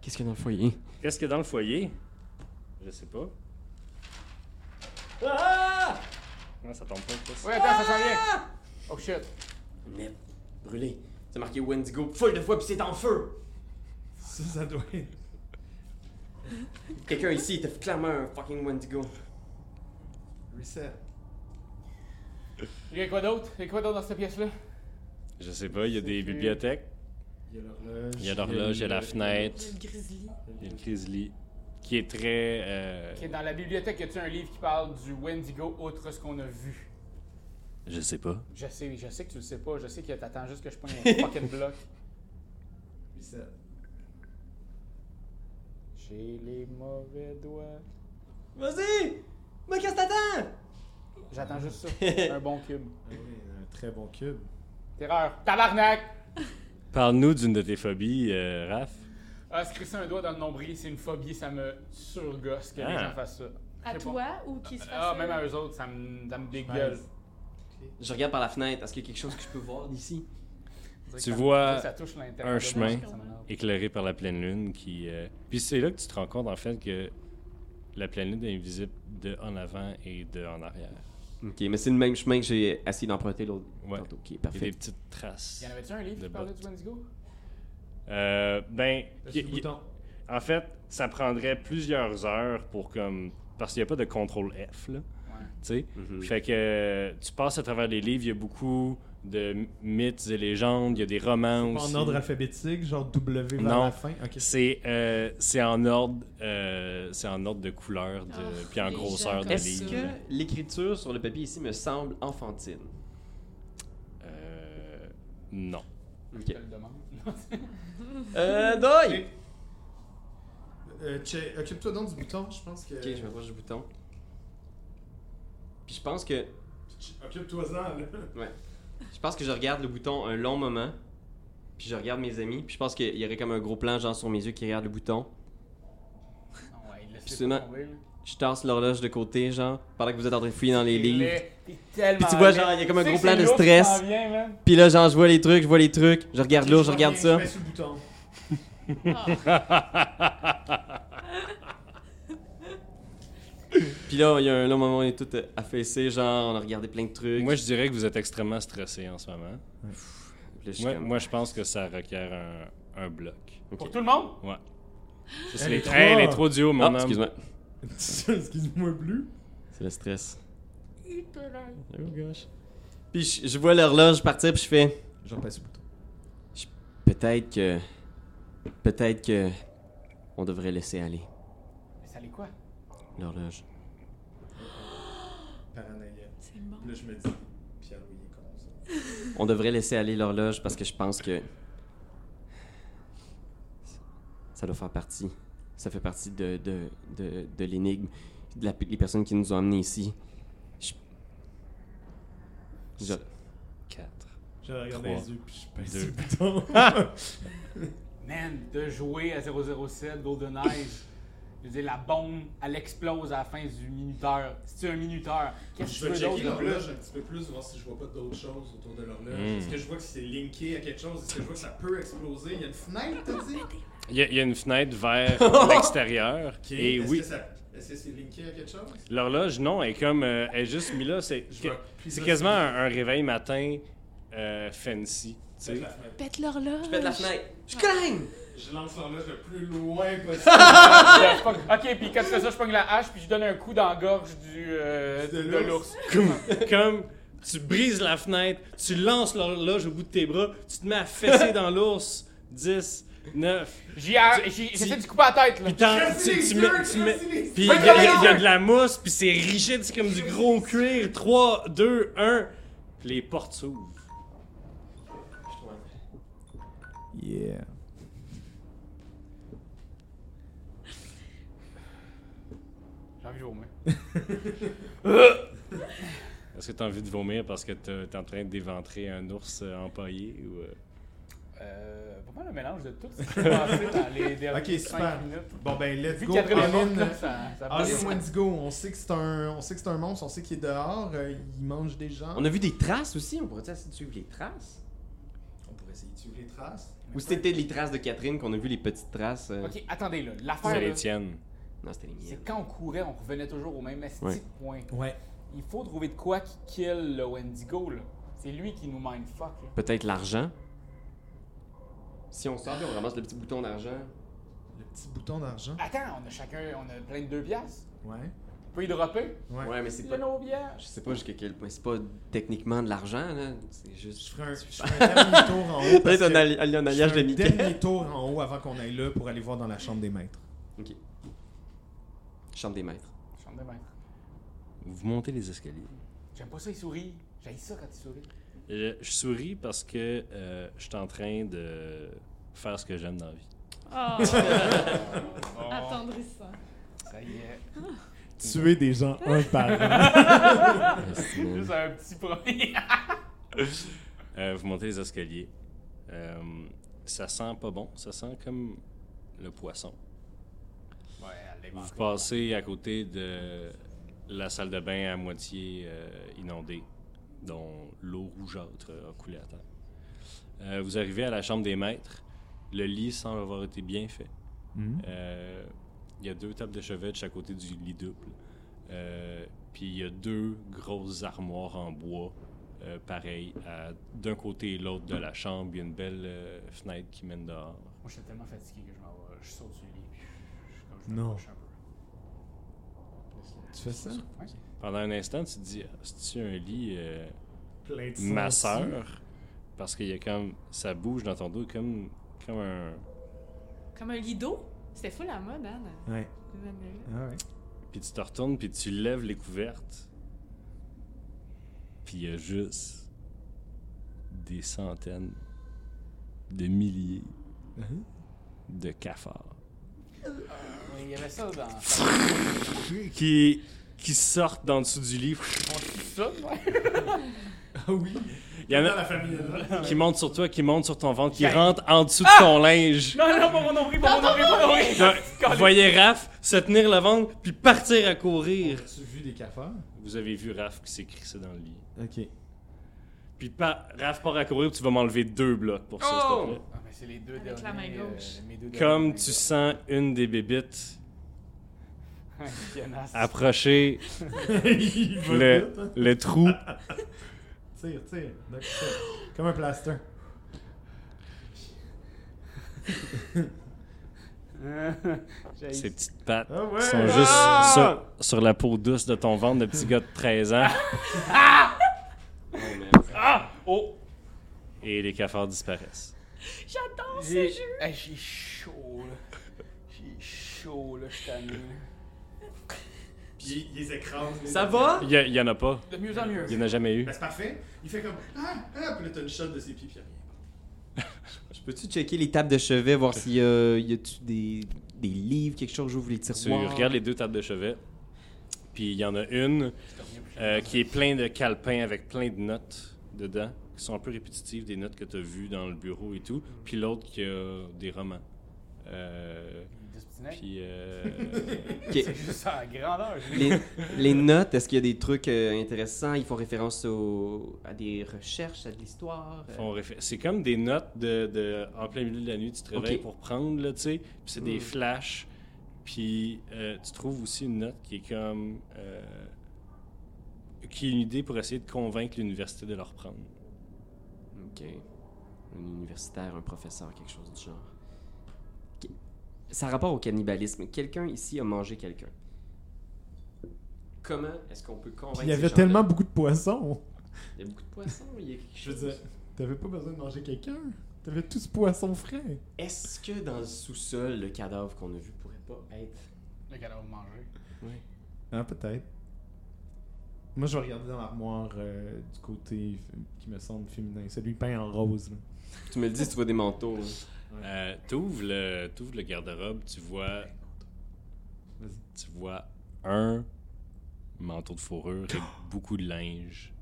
Speaker 5: Qu'est-ce qu'il y a dans le foyer
Speaker 1: Qu'est-ce qu'il y a dans le foyer? Je sais pas.
Speaker 5: Ah
Speaker 1: Non, ça tombe pas. Chris.
Speaker 2: Ouais, attends, ça s'en vient! Oh shit!
Speaker 5: Mais brûlé. C'est marqué Wendigo full de fois puis c'est en feu.
Speaker 6: Ça, ça doit être.
Speaker 5: Quelqu'un ici était clairement un fucking Wendigo.
Speaker 4: Reset.
Speaker 2: Il y a quoi d'autre? Il y a quoi d'autre dans cette pièce-là?
Speaker 1: Je sais pas, il y a des
Speaker 2: C'est-
Speaker 1: bibliothèques.
Speaker 6: Il y a l'horloge.
Speaker 1: Il y a l'horloge, il y a la
Speaker 6: le-
Speaker 1: fenêtre,
Speaker 3: Le grizzly.
Speaker 1: il y a le grizzly. Qui est très. euh,
Speaker 2: Ok, dans la bibliothèque, y a-tu un livre qui parle du Wendigo outre ce qu'on a vu?
Speaker 1: Je sais pas.
Speaker 2: Je sais, je sais que tu le sais pas, je sais que t'attends juste que je prenne un fucking bloc.
Speaker 6: Reset.
Speaker 2: J'ai les mauvais doigts.
Speaker 5: Vas-y Mais qu'est-ce que t'attends
Speaker 2: J'attends juste ça. un bon cube.
Speaker 6: Ah oui, un très bon cube.
Speaker 2: Terreur. Tabarnak!
Speaker 1: Parle-nous d'une de tes phobies, euh, Raph.
Speaker 2: Ah, se crisser un doigt dans le nombril, c'est une phobie, ça me surgosse que les
Speaker 1: Ah.
Speaker 2: gens fassent ça.
Speaker 3: À
Speaker 2: Je sais
Speaker 3: toi ou qui se
Speaker 2: pas.
Speaker 3: fasse.
Speaker 2: Ah, même
Speaker 3: un-
Speaker 2: à eux autres, ça me, ça me dégueule.
Speaker 5: Je regarde par la fenêtre, est-ce qu'il y a quelque chose que je peux voir d'ici
Speaker 2: On dirait que
Speaker 1: Tu
Speaker 2: ça-
Speaker 1: vois
Speaker 2: ça touche l'intérieur
Speaker 1: un
Speaker 2: de moi,
Speaker 1: chemin.
Speaker 2: ça m'énerve.
Speaker 1: éclairé par la pleine lune qui euh, puis c'est là que tu te rends compte en fait que la pleine lune est invisible de en avant et de en arrière.
Speaker 5: Ok, mais c'est le même chemin que j'ai essayé d'emprunter l'autre.
Speaker 1: Ouais.
Speaker 5: tantôt. Ok,
Speaker 1: Il y a
Speaker 5: parfait.
Speaker 1: des petites traces.
Speaker 2: Y en avait-tu un livre
Speaker 1: De
Speaker 2: qui parlait
Speaker 1: bottes.
Speaker 2: du Wendigo?
Speaker 1: Euh, ben y-
Speaker 6: Petit
Speaker 1: y-
Speaker 6: bouton.
Speaker 1: en fait, ça prendrait plusieurs heures pour comme parce qu'il n'y a pas de contrôle F là,
Speaker 2: Ouais.
Speaker 1: tu sais.
Speaker 5: Mhm.
Speaker 1: Fait que euh, tu passes à travers les livres, il y a beaucoup de mythes et légendes, il y a des romans
Speaker 4: Pas
Speaker 1: aussi.
Speaker 4: en ordre alphabétique, genre W vers
Speaker 1: Non.
Speaker 4: la fin. Ok.
Speaker 1: C'est euh, c'est en ordre euh, c'est en ordre de couleur de
Speaker 3: Ah,
Speaker 1: puis en
Speaker 3: les gens
Speaker 1: grosseur de
Speaker 3: comme
Speaker 5: Est-ce
Speaker 3: ça.
Speaker 1: livre.
Speaker 5: que l'écriture sur le papier ici me semble enfantine
Speaker 1: Euh, non.
Speaker 2: Je
Speaker 5: Ok.
Speaker 2: te le demande. (laughs)
Speaker 5: Euh, Doy
Speaker 4: Euh, che- Occupe-toi donc du bouton, je pense que.
Speaker 5: Ok, je m'approche du bouton. Puis je pense que.
Speaker 6: Occupe-toi-en, là.
Speaker 5: Je pense que je regarde le bouton un long moment. Puis je regarde mes amis. Puis je pense qu'il y aurait comme un gros plan, genre sur mes yeux, qui regarde le bouton.
Speaker 2: Non, ouais, il le sait
Speaker 5: Justement,
Speaker 2: pas tomber, là.
Speaker 5: Je tasse l'horloge de côté, genre, pendant que vous êtes en train de fouiller dans les livres.
Speaker 2: Laid. T'es tellement
Speaker 5: Puis tu vois,
Speaker 2: laid.
Speaker 5: genre, il y a comme un
Speaker 2: Tu sais
Speaker 5: gros
Speaker 2: que
Speaker 5: plan
Speaker 2: c'est
Speaker 5: de
Speaker 2: lourd qui
Speaker 5: stress.
Speaker 2: s'en vient, man.
Speaker 5: Puis là, genre, je vois les trucs, je vois les trucs, je regarde là, je regarde ça.
Speaker 6: Je mets sous le
Speaker 4: (laughs)
Speaker 6: bouton.
Speaker 4: Ah.
Speaker 3: (laughs)
Speaker 5: Puis là, il y a un long moment, on est tout euh, affaissés, genre, on a regardé plein de
Speaker 6: Euh,
Speaker 5: trucs.
Speaker 1: Moi, je dirais que vous êtes extrêmement stressé en ce moment.
Speaker 5: Puis là, je suis
Speaker 1: Moi,
Speaker 5: comme-
Speaker 1: moi, je pense que ça requiert un, un bloc.
Speaker 2: Pour tout le monde?
Speaker 1: Ça, c'est
Speaker 6: Hey,
Speaker 1: les
Speaker 6: les
Speaker 1: trois.
Speaker 6: trois!
Speaker 1: les trois duos,
Speaker 5: Ah,
Speaker 1: mon homme.
Speaker 5: excuse-moi.
Speaker 6: Excuse-moi plus.
Speaker 5: C'est le stress.
Speaker 3: Il peut l'un.
Speaker 5: Oh gosh. Puis je, je vois l'horloge partir, puis je fais.
Speaker 4: Je repasse le bouton.
Speaker 5: Peut-être que. Peut-être que. On devrait laisser aller
Speaker 2: Mais ça allait quoi?
Speaker 5: l'horloge.
Speaker 6: (gasps) Paranoïa.
Speaker 3: C'est bon.
Speaker 6: Là, je me dis, Pierre-Louis est con, ça.
Speaker 5: On devrait laisser aller l'horloge parce que je pense que ça doit faire partie. Ça fait partie de, de, de, de l'énigme, de la, les personnes qui nous ont amenés ici. Je... Je-
Speaker 1: Quatre.
Speaker 6: Je regarde dans
Speaker 1: Trois.
Speaker 6: les yeux, puis je pèse
Speaker 1: Deux.
Speaker 6: sur le (laughs) bouton.
Speaker 2: Man, de jouer à 007 GoldenEye, je veux dire, la bombe, elle explose à la fin du minuteur. Si tu un minuteur, qu'est-ce
Speaker 6: Je
Speaker 2: que
Speaker 6: vais
Speaker 2: tu veux
Speaker 6: checker
Speaker 2: d'autre? là?
Speaker 6: l'horloge un petit peu plus, voir si je vois pas d'autres choses autour de l'horloge.
Speaker 1: Mm.
Speaker 6: Est-ce que je vois que c'est linké à quelque chose? Est-ce que je vois que ça peut exploser? Il y a une fenêtre, t'as dit?
Speaker 1: Il y, a- il y a une fenêtre vers
Speaker 6: (laughs)
Speaker 1: l'extérieur.
Speaker 6: Ok,
Speaker 1: Et
Speaker 6: est-ce
Speaker 1: Eh oui,
Speaker 6: que ça- Est-ce que c'est linké à quelque chose?
Speaker 1: l'horloge, non, elle est comme. euh, elle est juste mise là. C'est
Speaker 6: Je
Speaker 1: que-
Speaker 6: vais- puis
Speaker 1: c'est
Speaker 6: là,
Speaker 1: quasiment un, un réveil matin euh, fancy. tu
Speaker 6: c'est
Speaker 1: sais.
Speaker 6: la fenêtre.
Speaker 3: Pète l'horloge.
Speaker 5: Je cogne!
Speaker 6: Je lance l'horloge le plus
Speaker 5: (laughs)
Speaker 6: loin possible.
Speaker 2: Je pogne- Ok, puis quand tu fais ça, je pogne la hache, puis je donne un coup dans la gorge du, euh,
Speaker 6: De
Speaker 2: de l'ours.
Speaker 6: l'ours.
Speaker 1: (laughs) Comme. Tu
Speaker 6: (laughs)
Speaker 1: brises la fenêtre, tu lances l'horloge au bout de tes bras, tu te mets à fesser dans l'ours. 10, 9.
Speaker 2: J'y ai- j'y- J'essaie de couper la tête, là.
Speaker 1: Puis t'en-
Speaker 6: Crassis
Speaker 1: tu,
Speaker 6: les
Speaker 1: tu
Speaker 6: yeux,
Speaker 1: mets,
Speaker 6: crassis
Speaker 1: tu mets-
Speaker 6: les yeux.
Speaker 1: puis il y,
Speaker 6: Fais
Speaker 1: a-
Speaker 6: comme les
Speaker 1: il y a
Speaker 6: autres.
Speaker 1: de la mousse, puis c'est rigide, c'est comme du gros cuir. 3, 2, 1, puis les portes s'ouvrent.
Speaker 4: Yeah.
Speaker 2: J'ai envie de vomir.
Speaker 1: Est-ce que t'as envie de vomir parce que t'es t'es en train de d'éventrer un ours euh, empaillé ou... euh?
Speaker 2: Euh, pas mal un mélange de tout ce (laughs) qui s'est passé dans les dernières
Speaker 4: Ok, super.
Speaker 2: 5 minutes.
Speaker 4: Bon, ben, let's
Speaker 2: Vu
Speaker 4: go.
Speaker 2: qu'il y a très
Speaker 4: Aline, Ah,
Speaker 2: là, Ah, ça, ça passe.
Speaker 4: Aline Wendigo, on sait que c'est un, on sait que c'est un monstre, on sait qu'il est dehors, euh, il mange des gens.
Speaker 5: On a vu des traces aussi, on pourrait essayer de suivre les traces.
Speaker 6: On pourrait essayer de suivre les traces.
Speaker 5: Ou c'était les traces de Catherine qu'on a vu, les petites traces. euh,
Speaker 2: Ok, attendez, là.
Speaker 1: C'est
Speaker 2: L'affaire,
Speaker 1: les
Speaker 2: là,
Speaker 1: tiennes.
Speaker 5: Non, c'était les miennes.
Speaker 2: c'est quand on courait, on revenait toujours au même esti
Speaker 5: Ouais.
Speaker 2: de point.
Speaker 6: Ouais.
Speaker 2: Il faut trouver de quoi qui kill le Wendigo, là. C'est lui qui nous mindfuck, là.
Speaker 5: Peut-être l'argent. Si on sort, puis on ramasse le petit bouton d'argent.
Speaker 4: Le petit bouton d'argent.
Speaker 2: Attends, on a chacun, on a plein de deux piastres.
Speaker 4: Ouais.
Speaker 2: On peut y dropper.
Speaker 4: Ouais.
Speaker 5: Ouais, mais c'est
Speaker 2: Il
Speaker 5: pas.
Speaker 2: a nos bières.
Speaker 5: Je sais pas jusqu'à quel point. C'est pas techniquement de l'argent, là. C'est juste.
Speaker 4: Je ferai un, je ferai un dernier tour en haut. parce
Speaker 5: (laughs) Peut-être un,
Speaker 4: que-
Speaker 5: alli- alli- un
Speaker 4: je
Speaker 5: alliage
Speaker 4: ferai
Speaker 5: de
Speaker 4: un
Speaker 5: Mickey.
Speaker 4: dernier tour en haut avant qu'on aille là pour aller voir dans la chambre des maîtres.
Speaker 5: Ok. (laughs) Chambre des maîtres.
Speaker 2: Chambre de maître.
Speaker 1: Vous montez les escaliers.
Speaker 2: J'aime pas ça, il sourit. J'aille ça quand il (laughs) sourit.
Speaker 1: Je, je souris parce que euh, je suis en train de faire ce que j'aime dans la vie.
Speaker 4: (laughs)
Speaker 3: Oh,
Speaker 2: Bon,
Speaker 3: attendrissant.
Speaker 2: ça y est.
Speaker 4: Tuer des gens un par un. Ah,
Speaker 5: Merci, man.
Speaker 2: Juste un petit (laughs) premier.
Speaker 1: Euh, vous montez les escaliers. Euh, ça sent pas bon. Ça sent comme le poisson.
Speaker 2: ouais, allez,
Speaker 1: Vous passez à côté de la salle de bain à moitié euh, inondée, dont l'eau rougeâtre a coulé à terre. Euh, vous arrivez à la chambre des maîtres. Le lit semble avoir été bien fait.
Speaker 4: Mhm.
Speaker 1: Euh, Il y a deux tables de chevet de chaque côté du lit double. Euh, Puis il y a deux grosses armoires en bois, euh, pareil, à- d'un côté et l'autre de la chambre. Il y a une belle euh, fenêtre qui mène dehors.
Speaker 2: Moi, j'étais tellement fatigué que je m'en vais. Je saute du lit. puis je- je- comme je
Speaker 4: Non.
Speaker 2: m'approche un peu.
Speaker 4: (laughs) Tu fais ça?
Speaker 2: Ouais.
Speaker 1: Pendant un instant, tu te dis, Ah, c'est-tu un lit... euh,
Speaker 6: Plein de
Speaker 1: ma
Speaker 6: sens.
Speaker 1: sœur parce qu'il y a comme ça bouge dans ton dos comme comme un
Speaker 3: Comme un lido. C'était fou la mode, hein, dans
Speaker 4: Ouais.
Speaker 3: les années-là.
Speaker 4: Ah ouais.
Speaker 1: puis tu te retournes puis tu lèves les couvertes puis il y a juste des centaines de milliers
Speaker 6: Uh-huh.
Speaker 1: de cafards
Speaker 2: Oui, il y avait ça dans.
Speaker 1: qui qui sortent d'en dessous du lit
Speaker 2: On dit ça, ouais.
Speaker 4: Ah oui.
Speaker 1: il y en
Speaker 6: Dans la
Speaker 1: a
Speaker 6: famille de
Speaker 1: qui montent sur toi qui montent sur ton ventre qui
Speaker 2: J'ai-
Speaker 1: rentrent en dessous
Speaker 2: Ah!
Speaker 1: de ton linge
Speaker 2: Non, non, pas mon nombril, pas mon nombril, pas mon nombril.
Speaker 1: Là, vous voyez Raph se tenir le ventre puis partir à courir
Speaker 4: As-tu vu des cafards?
Speaker 1: vous avez vu Raph qui s'est crissé dans le lit
Speaker 4: (laughs) Ok.
Speaker 1: Puis pa Raph part à courir, tu vas m'enlever deux blocs pour ça, s'il te
Speaker 5: Oh!
Speaker 1: plaît.
Speaker 2: Ah, mais c'est les deux
Speaker 3: Avec la
Speaker 2: derniers,
Speaker 3: main
Speaker 2: euh,
Speaker 3: gauche.
Speaker 2: mes deux
Speaker 1: Comme
Speaker 2: derniers. euh,
Speaker 1: tu sens une des bébites
Speaker 2: Ouais, Jonas.
Speaker 4: Ah,
Speaker 1: approcher
Speaker 4: Il va
Speaker 1: le,
Speaker 4: vite, hein.
Speaker 1: le trou,
Speaker 4: Tire, tire. Donc, tire. Comme un plaster.
Speaker 2: J'ai-
Speaker 1: ses petites pattes
Speaker 4: Ah ouais!
Speaker 1: qui sont juste sur, sur la peau douce de ton ventre de petit gars de 13 ans
Speaker 4: Ah!
Speaker 5: Ouais, mais-
Speaker 2: Oh!
Speaker 1: et les cafards disparaissent.
Speaker 3: J'adore ce
Speaker 2: J'ai
Speaker 3: jeu.
Speaker 2: Ah, j'ai chaud, là. J'ai chaud, là, je suis tanné.
Speaker 4: Puis il les écrase.
Speaker 5: Ça
Speaker 4: Ah!
Speaker 5: va?
Speaker 1: Il y, a- il y en a pas,
Speaker 2: De mieux en mieux.
Speaker 1: il y en a jamais eu.
Speaker 4: Ben, c'est parfait. Il fait comme. Ah, ah, puis là, t'as une shot de ses pieds, puis rien.
Speaker 5: Je peux-tu checker les tables de chevet, voir s'il y a, y a-tu des, des livres, quelque chose, j'ouvre les
Speaker 1: Tu
Speaker 5: tiroirs.
Speaker 1: regardes les deux tables de chevet, puis il y en a une euh, qui est plein de calepins avec plein de notes dedans, qui sont un peu répétitives, des notes que tu as vues dans le bureau et tout, puis l'autre qui a des romans. Euh,
Speaker 2: Deux petits necks.
Speaker 1: Puis, euh,
Speaker 5: Ok.
Speaker 2: C'est juste à la grandeur. j'ai-
Speaker 5: les, les notes, est-ce qu'il y a des trucs euh, intéressants? Ils font référence au- à des recherches, à de l'histoire. euh,
Speaker 1: font réfé- c'est comme des notes de, de- en plein milieu de la nuit, tu te réveilles
Speaker 5: Ok.
Speaker 1: pour prendre, là, tu sais. Puis c'est des
Speaker 5: Mm.
Speaker 1: flashs. Puis euh, tu trouves aussi une note qui est comme. euh, qui est une idée pour essayer de convaincre l'université de leur prendre.
Speaker 5: Ok. Un universitaire, un professeur, quelque chose du genre. Qu- Ça a rapport au cannibalisme. Quelqu'un ici a mangé quelqu'un. Comment est-ce qu'on peut convaincre
Speaker 4: Il y
Speaker 5: ces
Speaker 4: avait
Speaker 5: gens-là?
Speaker 4: tellement beaucoup de poissons.
Speaker 5: Il y a beaucoup de poissons. Il y a quelque
Speaker 4: Je veux
Speaker 5: chose.
Speaker 4: dire, t'avais pas besoin de manger quelqu'un. T'avais tout ce poisson frais.
Speaker 5: Est-ce que dans le sous-sol, le cadavre qu'on a vu pourrait pas être.
Speaker 2: Le cadavre mangé.
Speaker 4: Ah, peut-être. Moi, je vais regarder dans l'armoire euh, du côté f- qui me semble féminin. Celui peint en rose. là.
Speaker 5: Tu me le dis si tu vois des manteaux. hein. là.
Speaker 1: Euh, t'ouvres le, t'ouvres le garde-robe, tu vois. Tu vois un manteau de fourrure
Speaker 4: (gasps)
Speaker 1: avec beaucoup de linge.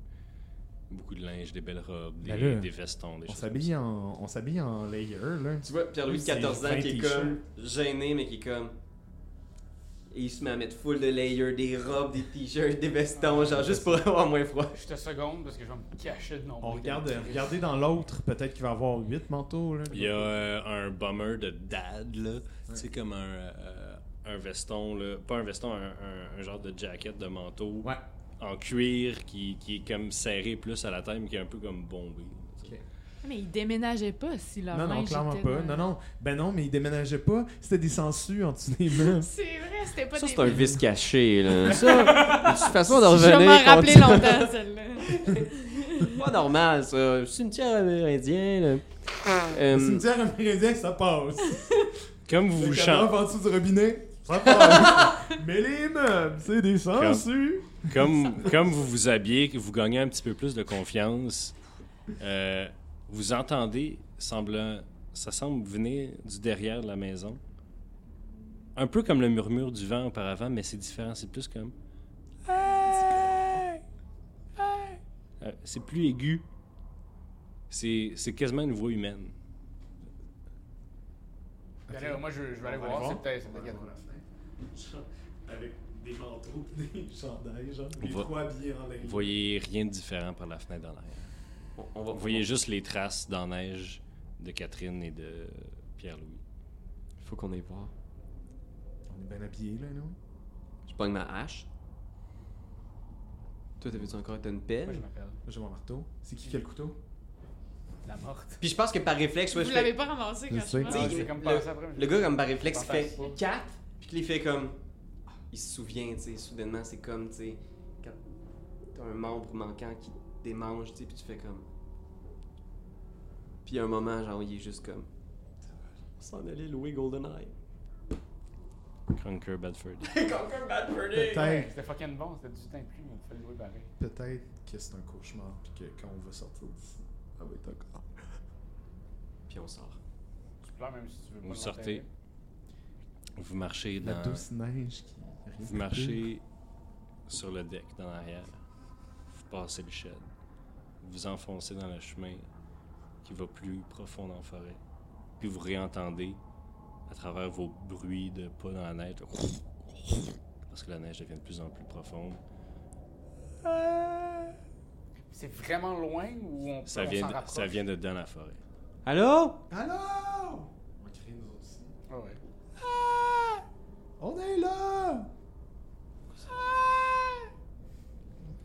Speaker 1: Beaucoup de linge, des belles robes, des,
Speaker 4: Ben là,
Speaker 1: des vestons, des
Speaker 4: On
Speaker 1: choses.
Speaker 4: s'habille en, on s'habille en layer, là.
Speaker 5: Tu vois Pierre-Louis de
Speaker 4: C'est
Speaker 5: 14 ans
Speaker 4: vingt
Speaker 5: qui est
Speaker 4: t-shirts.
Speaker 5: comme gêné, mais qui est comme. Et il se met à mettre full de layers, des robes, des t-shirts, des vestons, genre juste pour (laughs) avoir moins froid.
Speaker 2: Je te seconde parce que je vais me cacher de mon
Speaker 4: On regarde, regardez dans l'autre, peut-être qu'il va y avoir huit manteaux, là.
Speaker 1: Il y a euh, un bummer de dad, là. Tu sais, comme un, euh, un veston, là. Pas un veston, un, un- un genre de jacket, de manteau.
Speaker 4: Ouais.
Speaker 1: En cuir qui, qui est comme serré plus à la tête, mais qui est un peu comme bombé.
Speaker 3: Mais ils déménageaient pas si leur
Speaker 4: Non, non,
Speaker 3: linge
Speaker 4: clairement
Speaker 3: était
Speaker 4: pas.
Speaker 3: dans-
Speaker 4: Non, non. Ben non, mais il déménageait pas. C'était des sangsues en dessous des murs.
Speaker 3: C'est vrai, c'était pas
Speaker 5: Ça,
Speaker 3: des...
Speaker 5: c'est un vice caché, (laughs) là. Ça, de toute façon, d'en
Speaker 3: Je vais
Speaker 5: revenir.
Speaker 3: m'en rappeler
Speaker 5: contre-
Speaker 3: longtemps, celle-là.
Speaker 4: (laughs)
Speaker 5: pas normal, ça. Cimetière amérindien, là.
Speaker 4: Le
Speaker 5: Euh,
Speaker 4: cimetière amérindien, ça passe.
Speaker 1: Comme
Speaker 4: Le
Speaker 1: vous vous chan-
Speaker 4: cadavre en dessous du robinet, ça passe. mais les meubles, c'est des sangsues.
Speaker 1: comme, comme vous vous habillez, que vous gagnez un petit peu plus de confiance, euh, vous entendez, semblant, ça semble venir du derrière de la maison. Un peu comme le murmure du vent auparavant, mais c'est différent. C'est plus comme. Euh, c'est plus aigu. C'est c'est quasiment une voix humaine.
Speaker 2: Allez, moi, je, je vais aller
Speaker 4: va
Speaker 2: voir.
Speaker 4: aller
Speaker 2: C'est
Speaker 4: voir.
Speaker 2: peut-être. c'est peut-être-
Speaker 6: Avec des manteaux (laughs) pis des chandails, genre. Les
Speaker 1: On va-
Speaker 6: trois habillés en laine.
Speaker 1: Vous voyez rien de différent par la fenêtre dans l'air.
Speaker 5: on- on va-
Speaker 1: Vous voyez juste les traces dans la neige de Catherine et de Pierre-Louis.
Speaker 5: Faut qu'on aille voir.
Speaker 4: On est bien habillés, là, non?
Speaker 5: Je pogne ma hache. Toi, t'avais-tu encore t'as une
Speaker 2: Moi, je
Speaker 5: pelle?
Speaker 2: m'appelle.
Speaker 4: J'ai mon marteau. C'est qui qui a le couteau?
Speaker 2: La morte.
Speaker 5: Puis je pense que par réflexe, ouais,
Speaker 3: Vous
Speaker 5: je
Speaker 3: l'avez
Speaker 5: fais...
Speaker 3: pas ramassé
Speaker 4: Je
Speaker 3: quand je
Speaker 4: sais.
Speaker 2: Ah,
Speaker 5: il-
Speaker 2: j'ai
Speaker 5: le-
Speaker 3: pense.
Speaker 2: comme pensé après, mais j'ai-
Speaker 5: le gars, comme par réflexe, il
Speaker 2: J'en passe
Speaker 5: fait
Speaker 2: pas.
Speaker 5: 4, puis qu'il les fait comme. Il se souvient, tu sais, soudainement, c'est comme, tu sais, quand t'as un membre manquant qui démange, tu sais, puis tu fais comme. Puis il y a un moment, genre, il est juste comme. On s'en allait louer GoldenEye.
Speaker 1: Conquer Bedford.
Speaker 5: Conquer Bad Birdie!
Speaker 2: Ouais,
Speaker 4: Peut-être,
Speaker 2: C'était fucking bon, c'était du temps plus, mais tu fais le louer pareil.
Speaker 4: peut-être que c'est un cauchemar, puis que quand on va sortir d'ici, ça va être encore.
Speaker 5: Puis on sort.
Speaker 2: Tu pleures même si tu veux pas.
Speaker 1: Vous
Speaker 2: le
Speaker 1: sortez.
Speaker 2: enterrer.
Speaker 1: Vous marchez
Speaker 4: La
Speaker 1: dans.
Speaker 4: douce neige qui.
Speaker 1: Vous marchez sur le deck dans l'arrière. Vous passez le shed. Vous vous enfoncez dans le chemin qui va plus profond dans la forêt. Puis vous réentendez à travers vos bruits de pas dans la neige. Parce que la neige devient de plus en plus profonde.
Speaker 2: C'est vraiment loin ou on peut
Speaker 1: Ça
Speaker 2: on
Speaker 1: vient,
Speaker 2: s'en
Speaker 1: de-
Speaker 2: rapproche?
Speaker 1: ça vient de dans la forêt.
Speaker 5: Allô?
Speaker 4: Allô? On crie nous autres ici.
Speaker 2: Ah ouais.
Speaker 4: Euh, Ah! On est là!
Speaker 6: Ah!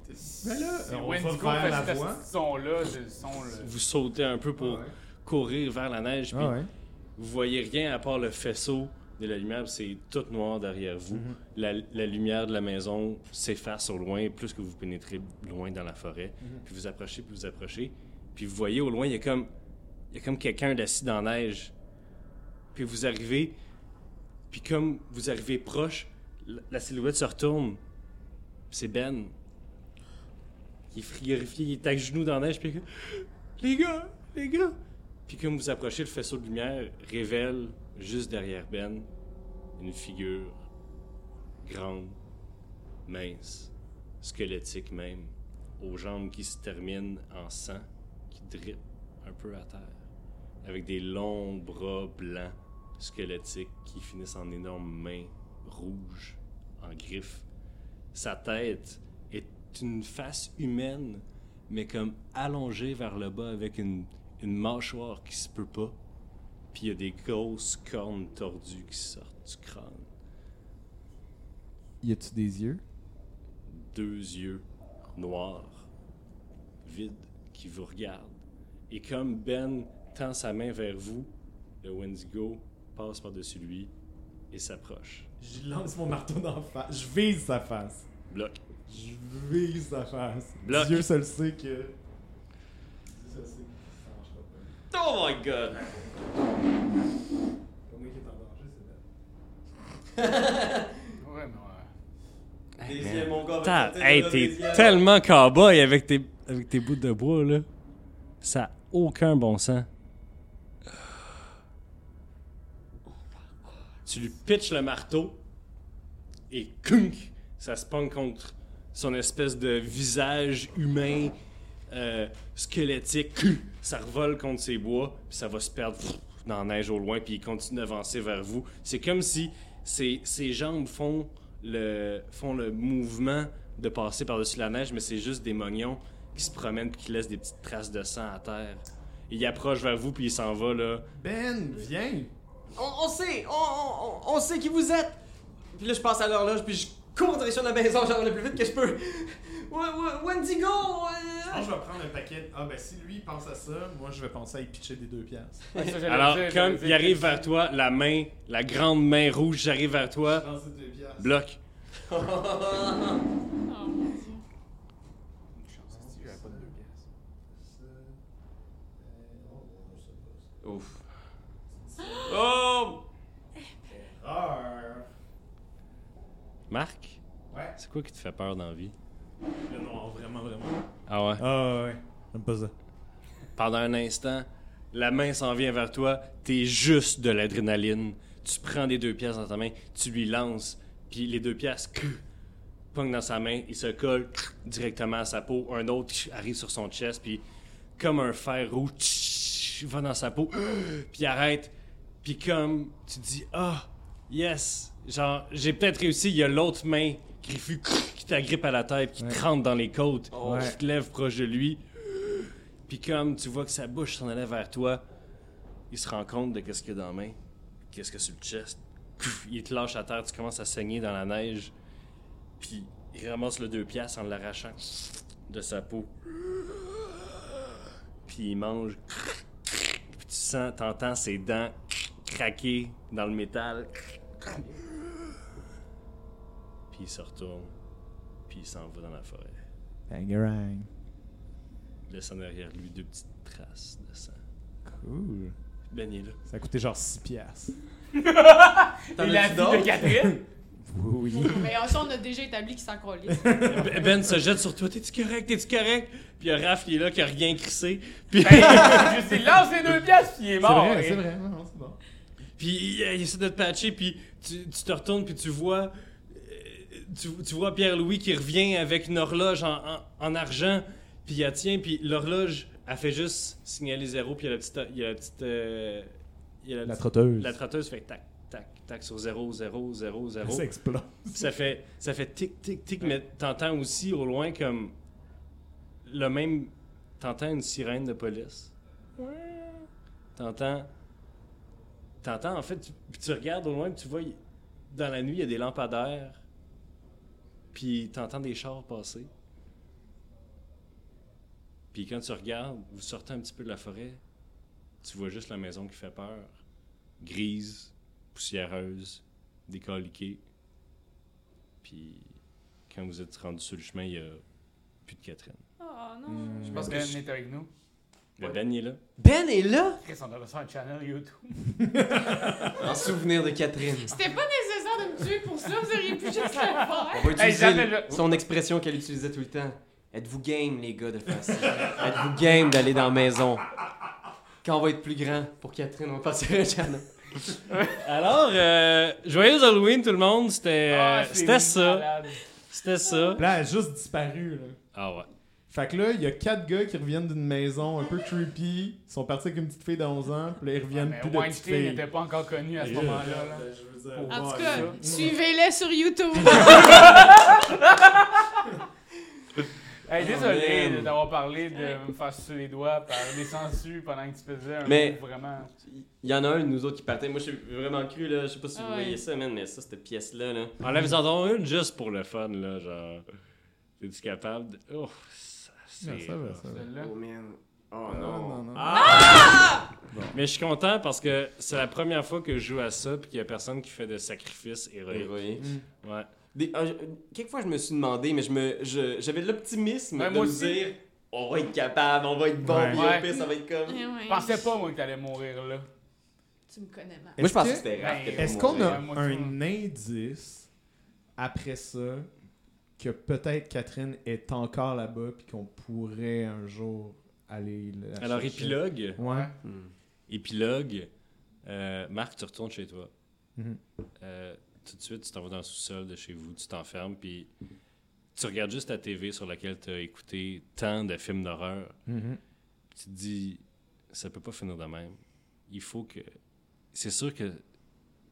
Speaker 4: Mais Ben là,
Speaker 2: C'est
Speaker 4: on
Speaker 2: Wendigo
Speaker 4: va
Speaker 2: fait
Speaker 4: vers la
Speaker 2: ce
Speaker 4: voie.
Speaker 2: son-là,
Speaker 1: (laughs)
Speaker 2: ce son-là.
Speaker 1: Vous sautez un peu pour
Speaker 4: Ah ouais.
Speaker 1: courir vers la neige. Puis
Speaker 4: Ah ouais.
Speaker 1: Vous voyez rien à part le faisceau de la lumière, puis c'est tout noir derrière vous. la, la lumière de la maison s'efface au loin, plus que vous pénétrez loin dans la forêt. Puis vous approchez, puis vous approchez. Puis vous voyez au loin, il y a comme, il y a comme quelqu'un d'assis dans la neige. Puis vous arrivez, puis comme vous arrivez proche, la, la silhouette se retourne. Puis C'est Ben. Il est frigorifié, il est à genoux dans la neige, puis il est comme, (gasps) Les gars, les gars! Puis comme vous approchez, le faisceau de lumière révèle, juste derrière Ben, une figure grande, mince, squelettique même, aux jambes qui se terminent en sang, qui drippent un peu à terre, avec des longs bras blancs, squelettiques, qui finissent en énormes mains rouges, en griffes. Sa tête est une face humaine, mais comme allongée vers le bas avec une, une mâchoire qui se peut pas. Puis il y a des grosses cornes tordues qui sortent du crâne.
Speaker 4: Y a-tu des yeux?
Speaker 1: deux yeux noirs, vides, qui vous regardent. Et comme Ben tend sa main vers vous, le Wendigo passe par-dessus lui et s'approche.
Speaker 4: Je lance mon marteau dans la face. Je vise sa face.
Speaker 1: Bloc.
Speaker 4: Je vise sa face.
Speaker 1: Bloc.
Speaker 4: Dieu seul sait que. Dieu seul sait que ça marchera pas.
Speaker 5: Oh my god!
Speaker 6: Pas moi qui est en danger, c'est
Speaker 2: Ouais, mais ouais.
Speaker 5: Ah,
Speaker 6: bête. Deuxième, mon
Speaker 5: ben,
Speaker 6: gars.
Speaker 1: Putain,
Speaker 6: vas-y,
Speaker 1: hey,
Speaker 6: là,
Speaker 1: t'es
Speaker 6: deuxième.
Speaker 1: tellement cow-boy avec tes, avec tes bouts de bois, là. Ça a aucun bon sens. Tu lui pitches le marteau et kunk, ça se pend contre son espèce de visage humain euh, squelettique. (clears throat) Kunk, ça revole contre ses bois, puis ça va se perdre pff, dans la neige au loin, puis il continue d'avancer vers vous. C'est comme si ses, ses jambes font le, font le mouvement de passer par-dessus la neige, mais c'est juste des mognons qui se promènent puis qui laissent des petites traces de sang à terre. Il approche vers vous puis il s'en va là.
Speaker 4: Ben, viens!
Speaker 5: On, on sait, on, on- on- on sait qui vous êtes. Puis là, je passe à l'horloge, puis je cours en direction de la maison, genre le plus vite que je peux. (laughs) W- w- Wendigo!
Speaker 6: Je pense
Speaker 5: euh,
Speaker 6: que je vais prendre un paquet. Ah, ben si lui il pense à ça, moi je vais penser à y pitcher des deux piastres.
Speaker 2: Ouais, ça, j'allais
Speaker 1: Alors
Speaker 2: dire, j'allais
Speaker 1: comme
Speaker 2: dire
Speaker 1: il arrive
Speaker 2: que-
Speaker 1: vers toi, la main, la grande main rouge, j'arrive vers
Speaker 6: Je
Speaker 1: toi,
Speaker 6: pense aux deux piastres.
Speaker 1: bloque.
Speaker 3: Oh, mon Dieu.
Speaker 2: J'avais pas de deux pièces.
Speaker 4: Euh,
Speaker 5: Ouf. Oh!
Speaker 4: Oh!
Speaker 6: Erreur.
Speaker 1: Marc,
Speaker 6: Ouais.
Speaker 1: c'est quoi qui te fait peur dans la vie
Speaker 6: Là, non, vraiment, vraiment.
Speaker 1: Ah ouais.
Speaker 4: Ah ouais, j'aime pas ça.
Speaker 1: Pendant un instant, la main s'en vient vers toi, t'es juste de l'adrénaline. Tu prends les deux pièces dans ta main, tu lui lances, puis les deux pièces (clears throat) clou, pognent dans sa main, il se colle clou, directement à sa peau. Un autre clou, arrive sur son chest, puis comme un fer rouge, tch, va dans sa peau, (clears throat) puis arrête. Puis comme tu dis, ah, yes, genre, j'ai peut-être réussi, il y a l'autre main qui, fut- (clears throat) qui t'agrippe à la tête, qui te rentre dans les côtes, qui te lève proche de lui. Puis comme tu vois que sa bouche s'en allait vers toi, il se rend compte de qu'est-ce qu'il y a dans la main, qu'est-ce qu'il y a sur le chest. Pouf, Il te lâche à terre, tu commences à saigner dans la neige. Puis il ramasse le deux piastres en l'arrachant de sa peau. Puis il mange. Puis tu sens, t'entends ses dents craquer dans le métal. Puis il se retourne. Puis il s'en va dans la forêt
Speaker 4: Bangarang.
Speaker 1: laissant derrière lui deux petites traces de sang.
Speaker 4: Cool.
Speaker 1: Ben, il est là.
Speaker 4: Ça a coûté genre 6 piastres.
Speaker 5: T'en
Speaker 2: Et la
Speaker 5: as-tu
Speaker 2: vie
Speaker 5: d'autres?
Speaker 2: de Catherine?
Speaker 4: Oui.
Speaker 3: Mais euh, ça, on a déjà établi qu'il s'en collait.
Speaker 1: Ben, Ben se jette sur toi. T'es-tu correct? T'es-tu correct? Puis il y a Raph, il est là, qui a rien crissé. Puis,
Speaker 2: Ben. Je sais, lance les deux pièces, puis il est
Speaker 4: C'est
Speaker 2: mort.
Speaker 4: vrai,
Speaker 2: Et-
Speaker 4: c'est vrai. Non, non, c'est bon.
Speaker 1: (laughs) puis il, il essaie de te patcher. Puis tu, tu te retournes, puis tu vois... euh, Tu, tu vois Pierre-Louis qui revient avec une horloge en, en- en argent. Puis il la tient. Puis l'horloge, elle fait juste signaler zéro. Puis il y a la petite... Il y a la petite... euh, il y a la
Speaker 4: La
Speaker 1: petite-
Speaker 4: trotteuse.
Speaker 1: la trotteuse fait tac, tac, tac sur zéro, zéro, zéro, zéro.
Speaker 4: Ça explose.
Speaker 1: ça fait ça fait tic tic tic mais t'entends aussi au loin comme le même t'entends une sirène de police t'entends t'entends en fait tu, puis tu regardes au loin puis tu vois il- dans la nuit il y a des lampadaires puis t'entends des chars passer puis quand tu regardes vous sortez un petit peu de la forêt tu vois juste la maison qui fait peur grise poussiéreuse décalquée puis quand vous êtes rendu sur le chemin, il y a plus de Catherine.
Speaker 3: Oh
Speaker 4: Mm.
Speaker 3: non.
Speaker 2: Je pense que
Speaker 5: Ben
Speaker 2: Ben est avec nous.
Speaker 1: Le Ben il est là.
Speaker 5: Ben est là!
Speaker 2: Chris, on devrait faire un channel YouTube.
Speaker 5: En souvenir de Catherine.
Speaker 3: C'était pas nécessaire de me tuer pour ça, vous auriez pu juste le faire.
Speaker 5: On va utiliser
Speaker 2: j'appelle
Speaker 5: le-
Speaker 2: le-
Speaker 5: son expression qu'elle utilisait tout le temps. Êtes-vous game, les gars, de faire ça? Êtes-vous game d'aller dans la maison? Quand on va être plus grand, pour Catherine, on va passer un channel.
Speaker 1: Alors, euh, joyeux Halloween tout le monde. C'était euh,
Speaker 2: Ah, c'est
Speaker 1: c'était ça.
Speaker 2: malade.
Speaker 1: C'était ça.
Speaker 4: Là, elle a juste disparu. Là.
Speaker 1: Ah ouais.
Speaker 4: Fait que là, il y a quatre gars qui reviennent d'une maison un peu creepy. Ils sont partis avec une petite fille de 11 ans. Puis là, ils reviennent
Speaker 2: Mais
Speaker 4: plus de Ben, petite
Speaker 2: Weinstein
Speaker 4: fille.
Speaker 2: n'était pas encore connu à ce
Speaker 1: Yeah.
Speaker 2: moment-là. là.
Speaker 6: Je veux dire,
Speaker 2: Pour-
Speaker 3: En tout
Speaker 6: ouais,
Speaker 3: cas,
Speaker 6: ça.
Speaker 3: suivez-les sur YouTube.
Speaker 2: Hey,
Speaker 5: Oh,
Speaker 2: désolé
Speaker 5: man.
Speaker 2: d'avoir parlé de me faire sucer les doigts par des sangsues pendant que tu faisais un
Speaker 5: Mais-
Speaker 2: move vraiment.
Speaker 5: Il y en a un de nous autres qui partait. Moi, je suis vraiment cru, là. Je sais pas si vous
Speaker 3: Ah ouais.
Speaker 5: voyez ça, man, mais ça, cette pièce-là, là.
Speaker 1: Enlève-en donc une juste pour le fun, là. Genre, es-tu capable de. Oh, ça, c'est-
Speaker 4: Non, ça va, ça va.
Speaker 2: celle-là.
Speaker 5: Oh, man. Oh,
Speaker 4: non,
Speaker 5: non.
Speaker 4: non, non.
Speaker 1: Ah!
Speaker 2: Ah!
Speaker 1: Mais je suis content parce que c'est la première fois que je joue à ça puis qu'il y a personne qui fait de sacrifices héroïques.
Speaker 5: Héroïque.
Speaker 1: Ouais.
Speaker 5: Des- ah, je- quelquefois, je me suis demandé, mais je me, je- j'avais l'optimisme
Speaker 2: Ouais,
Speaker 5: de
Speaker 2: moi
Speaker 5: me
Speaker 2: aussi.
Speaker 5: dire on va être capable, on va être bon,
Speaker 4: Ouais.
Speaker 5: puis
Speaker 2: Ouais.
Speaker 5: au pire, ça va être comme.
Speaker 3: (laughs) Eh ouais.
Speaker 2: Je pensais pas, moi, que t'allais mourir là.
Speaker 3: Tu me connais mal.
Speaker 5: Moi, je pensais
Speaker 4: que-
Speaker 5: que c'était rare.
Speaker 2: Ben,
Speaker 5: que
Speaker 4: Est-ce
Speaker 5: t'aies
Speaker 4: qu'on a
Speaker 5: mourir.
Speaker 2: Moi, je
Speaker 4: un indice après ça que peut-être Catherine est encore là-bas puis qu'on pourrait un jour aller la
Speaker 1: Alors,
Speaker 4: chercher?
Speaker 1: épilogue.
Speaker 4: Ouais.
Speaker 5: Hmm.
Speaker 1: Épilogue. euh, Marc, tu retournes chez toi.
Speaker 4: Mhm.
Speaker 1: Euh, tout de suite, tu t'en vas dans le sous-sol de chez vous, tu t'enfermes, puis tu regardes juste ta TV sur laquelle tu as écouté tant de films d'horreur.
Speaker 4: Mhm.
Speaker 1: Tu te dis, ça peut pas finir de même. Il faut que. C'est sûr que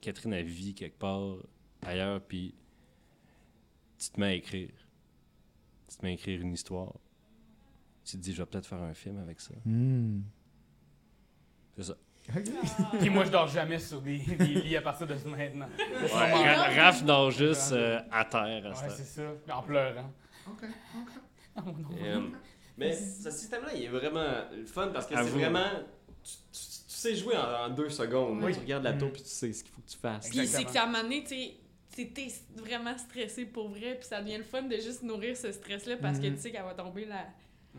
Speaker 1: Catherine a vie quelque part ailleurs, puis tu te mets à écrire. Tu te mets à écrire une histoire. Tu te dis, je vais peut-être faire un film avec ça.
Speaker 4: Hmm.
Speaker 1: C'est ça.
Speaker 4: Ok.
Speaker 2: Puis moi, je dors jamais sur des, des lits à partir de
Speaker 1: (laughs)
Speaker 2: ce maintenant.
Speaker 1: Ouais, Ra- Raph dort juste euh, à terre à
Speaker 2: Ouais,
Speaker 1: cette
Speaker 2: c'est
Speaker 1: heure.
Speaker 2: ça. En pleurant.
Speaker 5: Et, euh, mais ce système-là, il est vraiment le fun parce que c'est
Speaker 1: Avoue.
Speaker 5: vraiment. Tu, tu- tu sais jouer en, en deux secondes.
Speaker 3: Oui.
Speaker 5: Tu regardes la tour
Speaker 4: Mm.
Speaker 5: puis tu sais ce qu'il faut que tu fasses.
Speaker 3: Puis c'est
Speaker 2: Exactement.
Speaker 3: que ça m'a donné, tu sais, tu sais, t'es vraiment stressé pour vrai, puis ça devient le fun de juste nourrir ce stress-là parce que
Speaker 4: Mhm.
Speaker 3: tu sais qu'elle va tomber la,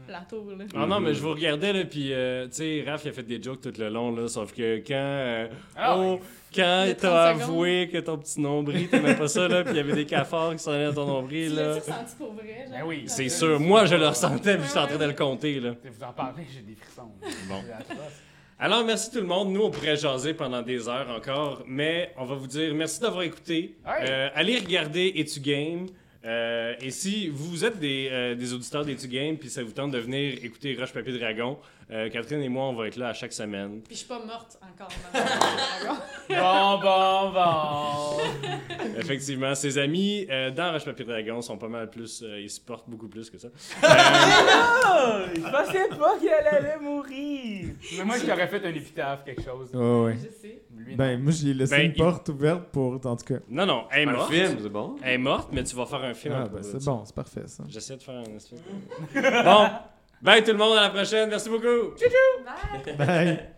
Speaker 3: la tour, là.
Speaker 1: Ah non, mais je vous regardais, là, puis, euh, tu sais, Raph, il a fait des jokes tout le long, là, sauf que quand, euh,
Speaker 2: Ah,
Speaker 1: oh, quand
Speaker 3: De 30
Speaker 1: t'as
Speaker 3: secondes.
Speaker 1: avoué que ton petit nombril, t'aimais pas ça, là, puis il y avait des cafards qui s'en allaient dans ton
Speaker 3: Tu
Speaker 1: nombril, là.
Speaker 3: l'as-tu ressenti pour vrai? genre?
Speaker 2: Ben oui.
Speaker 1: C'est sûr, moi, je le ressentais, puis j'étais en train de le compter, là.
Speaker 2: Vous en parlez, j'ai des frissons. là.
Speaker 1: Bon.
Speaker 2: C'est atroce.
Speaker 1: Alors, merci tout le monde. Nous, on pourrait jaser pendant des heures encore, mais on va vous dire merci d'avoir écouté.
Speaker 2: Ouais.
Speaker 1: Euh, allez regarder Etu Game. Euh, et si vous êtes des, euh, des auditeurs d'Etu Game, puis ça vous tente de venir écouter Roche Papier Dragon, euh, Catherine et moi, on va être là à chaque semaine.
Speaker 3: Puis je suis pas morte encore. dans-
Speaker 2: Bon, bon, bon.
Speaker 1: Effectivement, ses amis euh, dans Roche Papier Dragon sont pas mal plus. euh, ils supportent beaucoup plus que ça.
Speaker 2: Je pensais pas qu'elle allait mourir. Mais moi, je t'aurais fait un épitaphe, quelque chose.
Speaker 4: Ah ouais.
Speaker 3: Je sais.
Speaker 2: Lui,
Speaker 4: Ben, moi, j'ai laissé
Speaker 1: Ben,
Speaker 4: une
Speaker 1: il-
Speaker 4: porte ouverte pour. En tout cas.
Speaker 1: Non, non, elle est
Speaker 5: Un
Speaker 1: morte.
Speaker 5: film, c'est bon.
Speaker 1: Elle est morte, mais tu vas faire un film. à
Speaker 4: Ah,
Speaker 1: propos
Speaker 4: ben,
Speaker 1: de
Speaker 4: c'est
Speaker 1: ça.
Speaker 4: bon, c'est parfait
Speaker 1: (laughs)
Speaker 4: ça.
Speaker 1: J'essaie de faire un (laughs) espèce de- bon, bye tout le monde, à la prochaine. Merci beaucoup.
Speaker 3: Bye!
Speaker 4: Bye.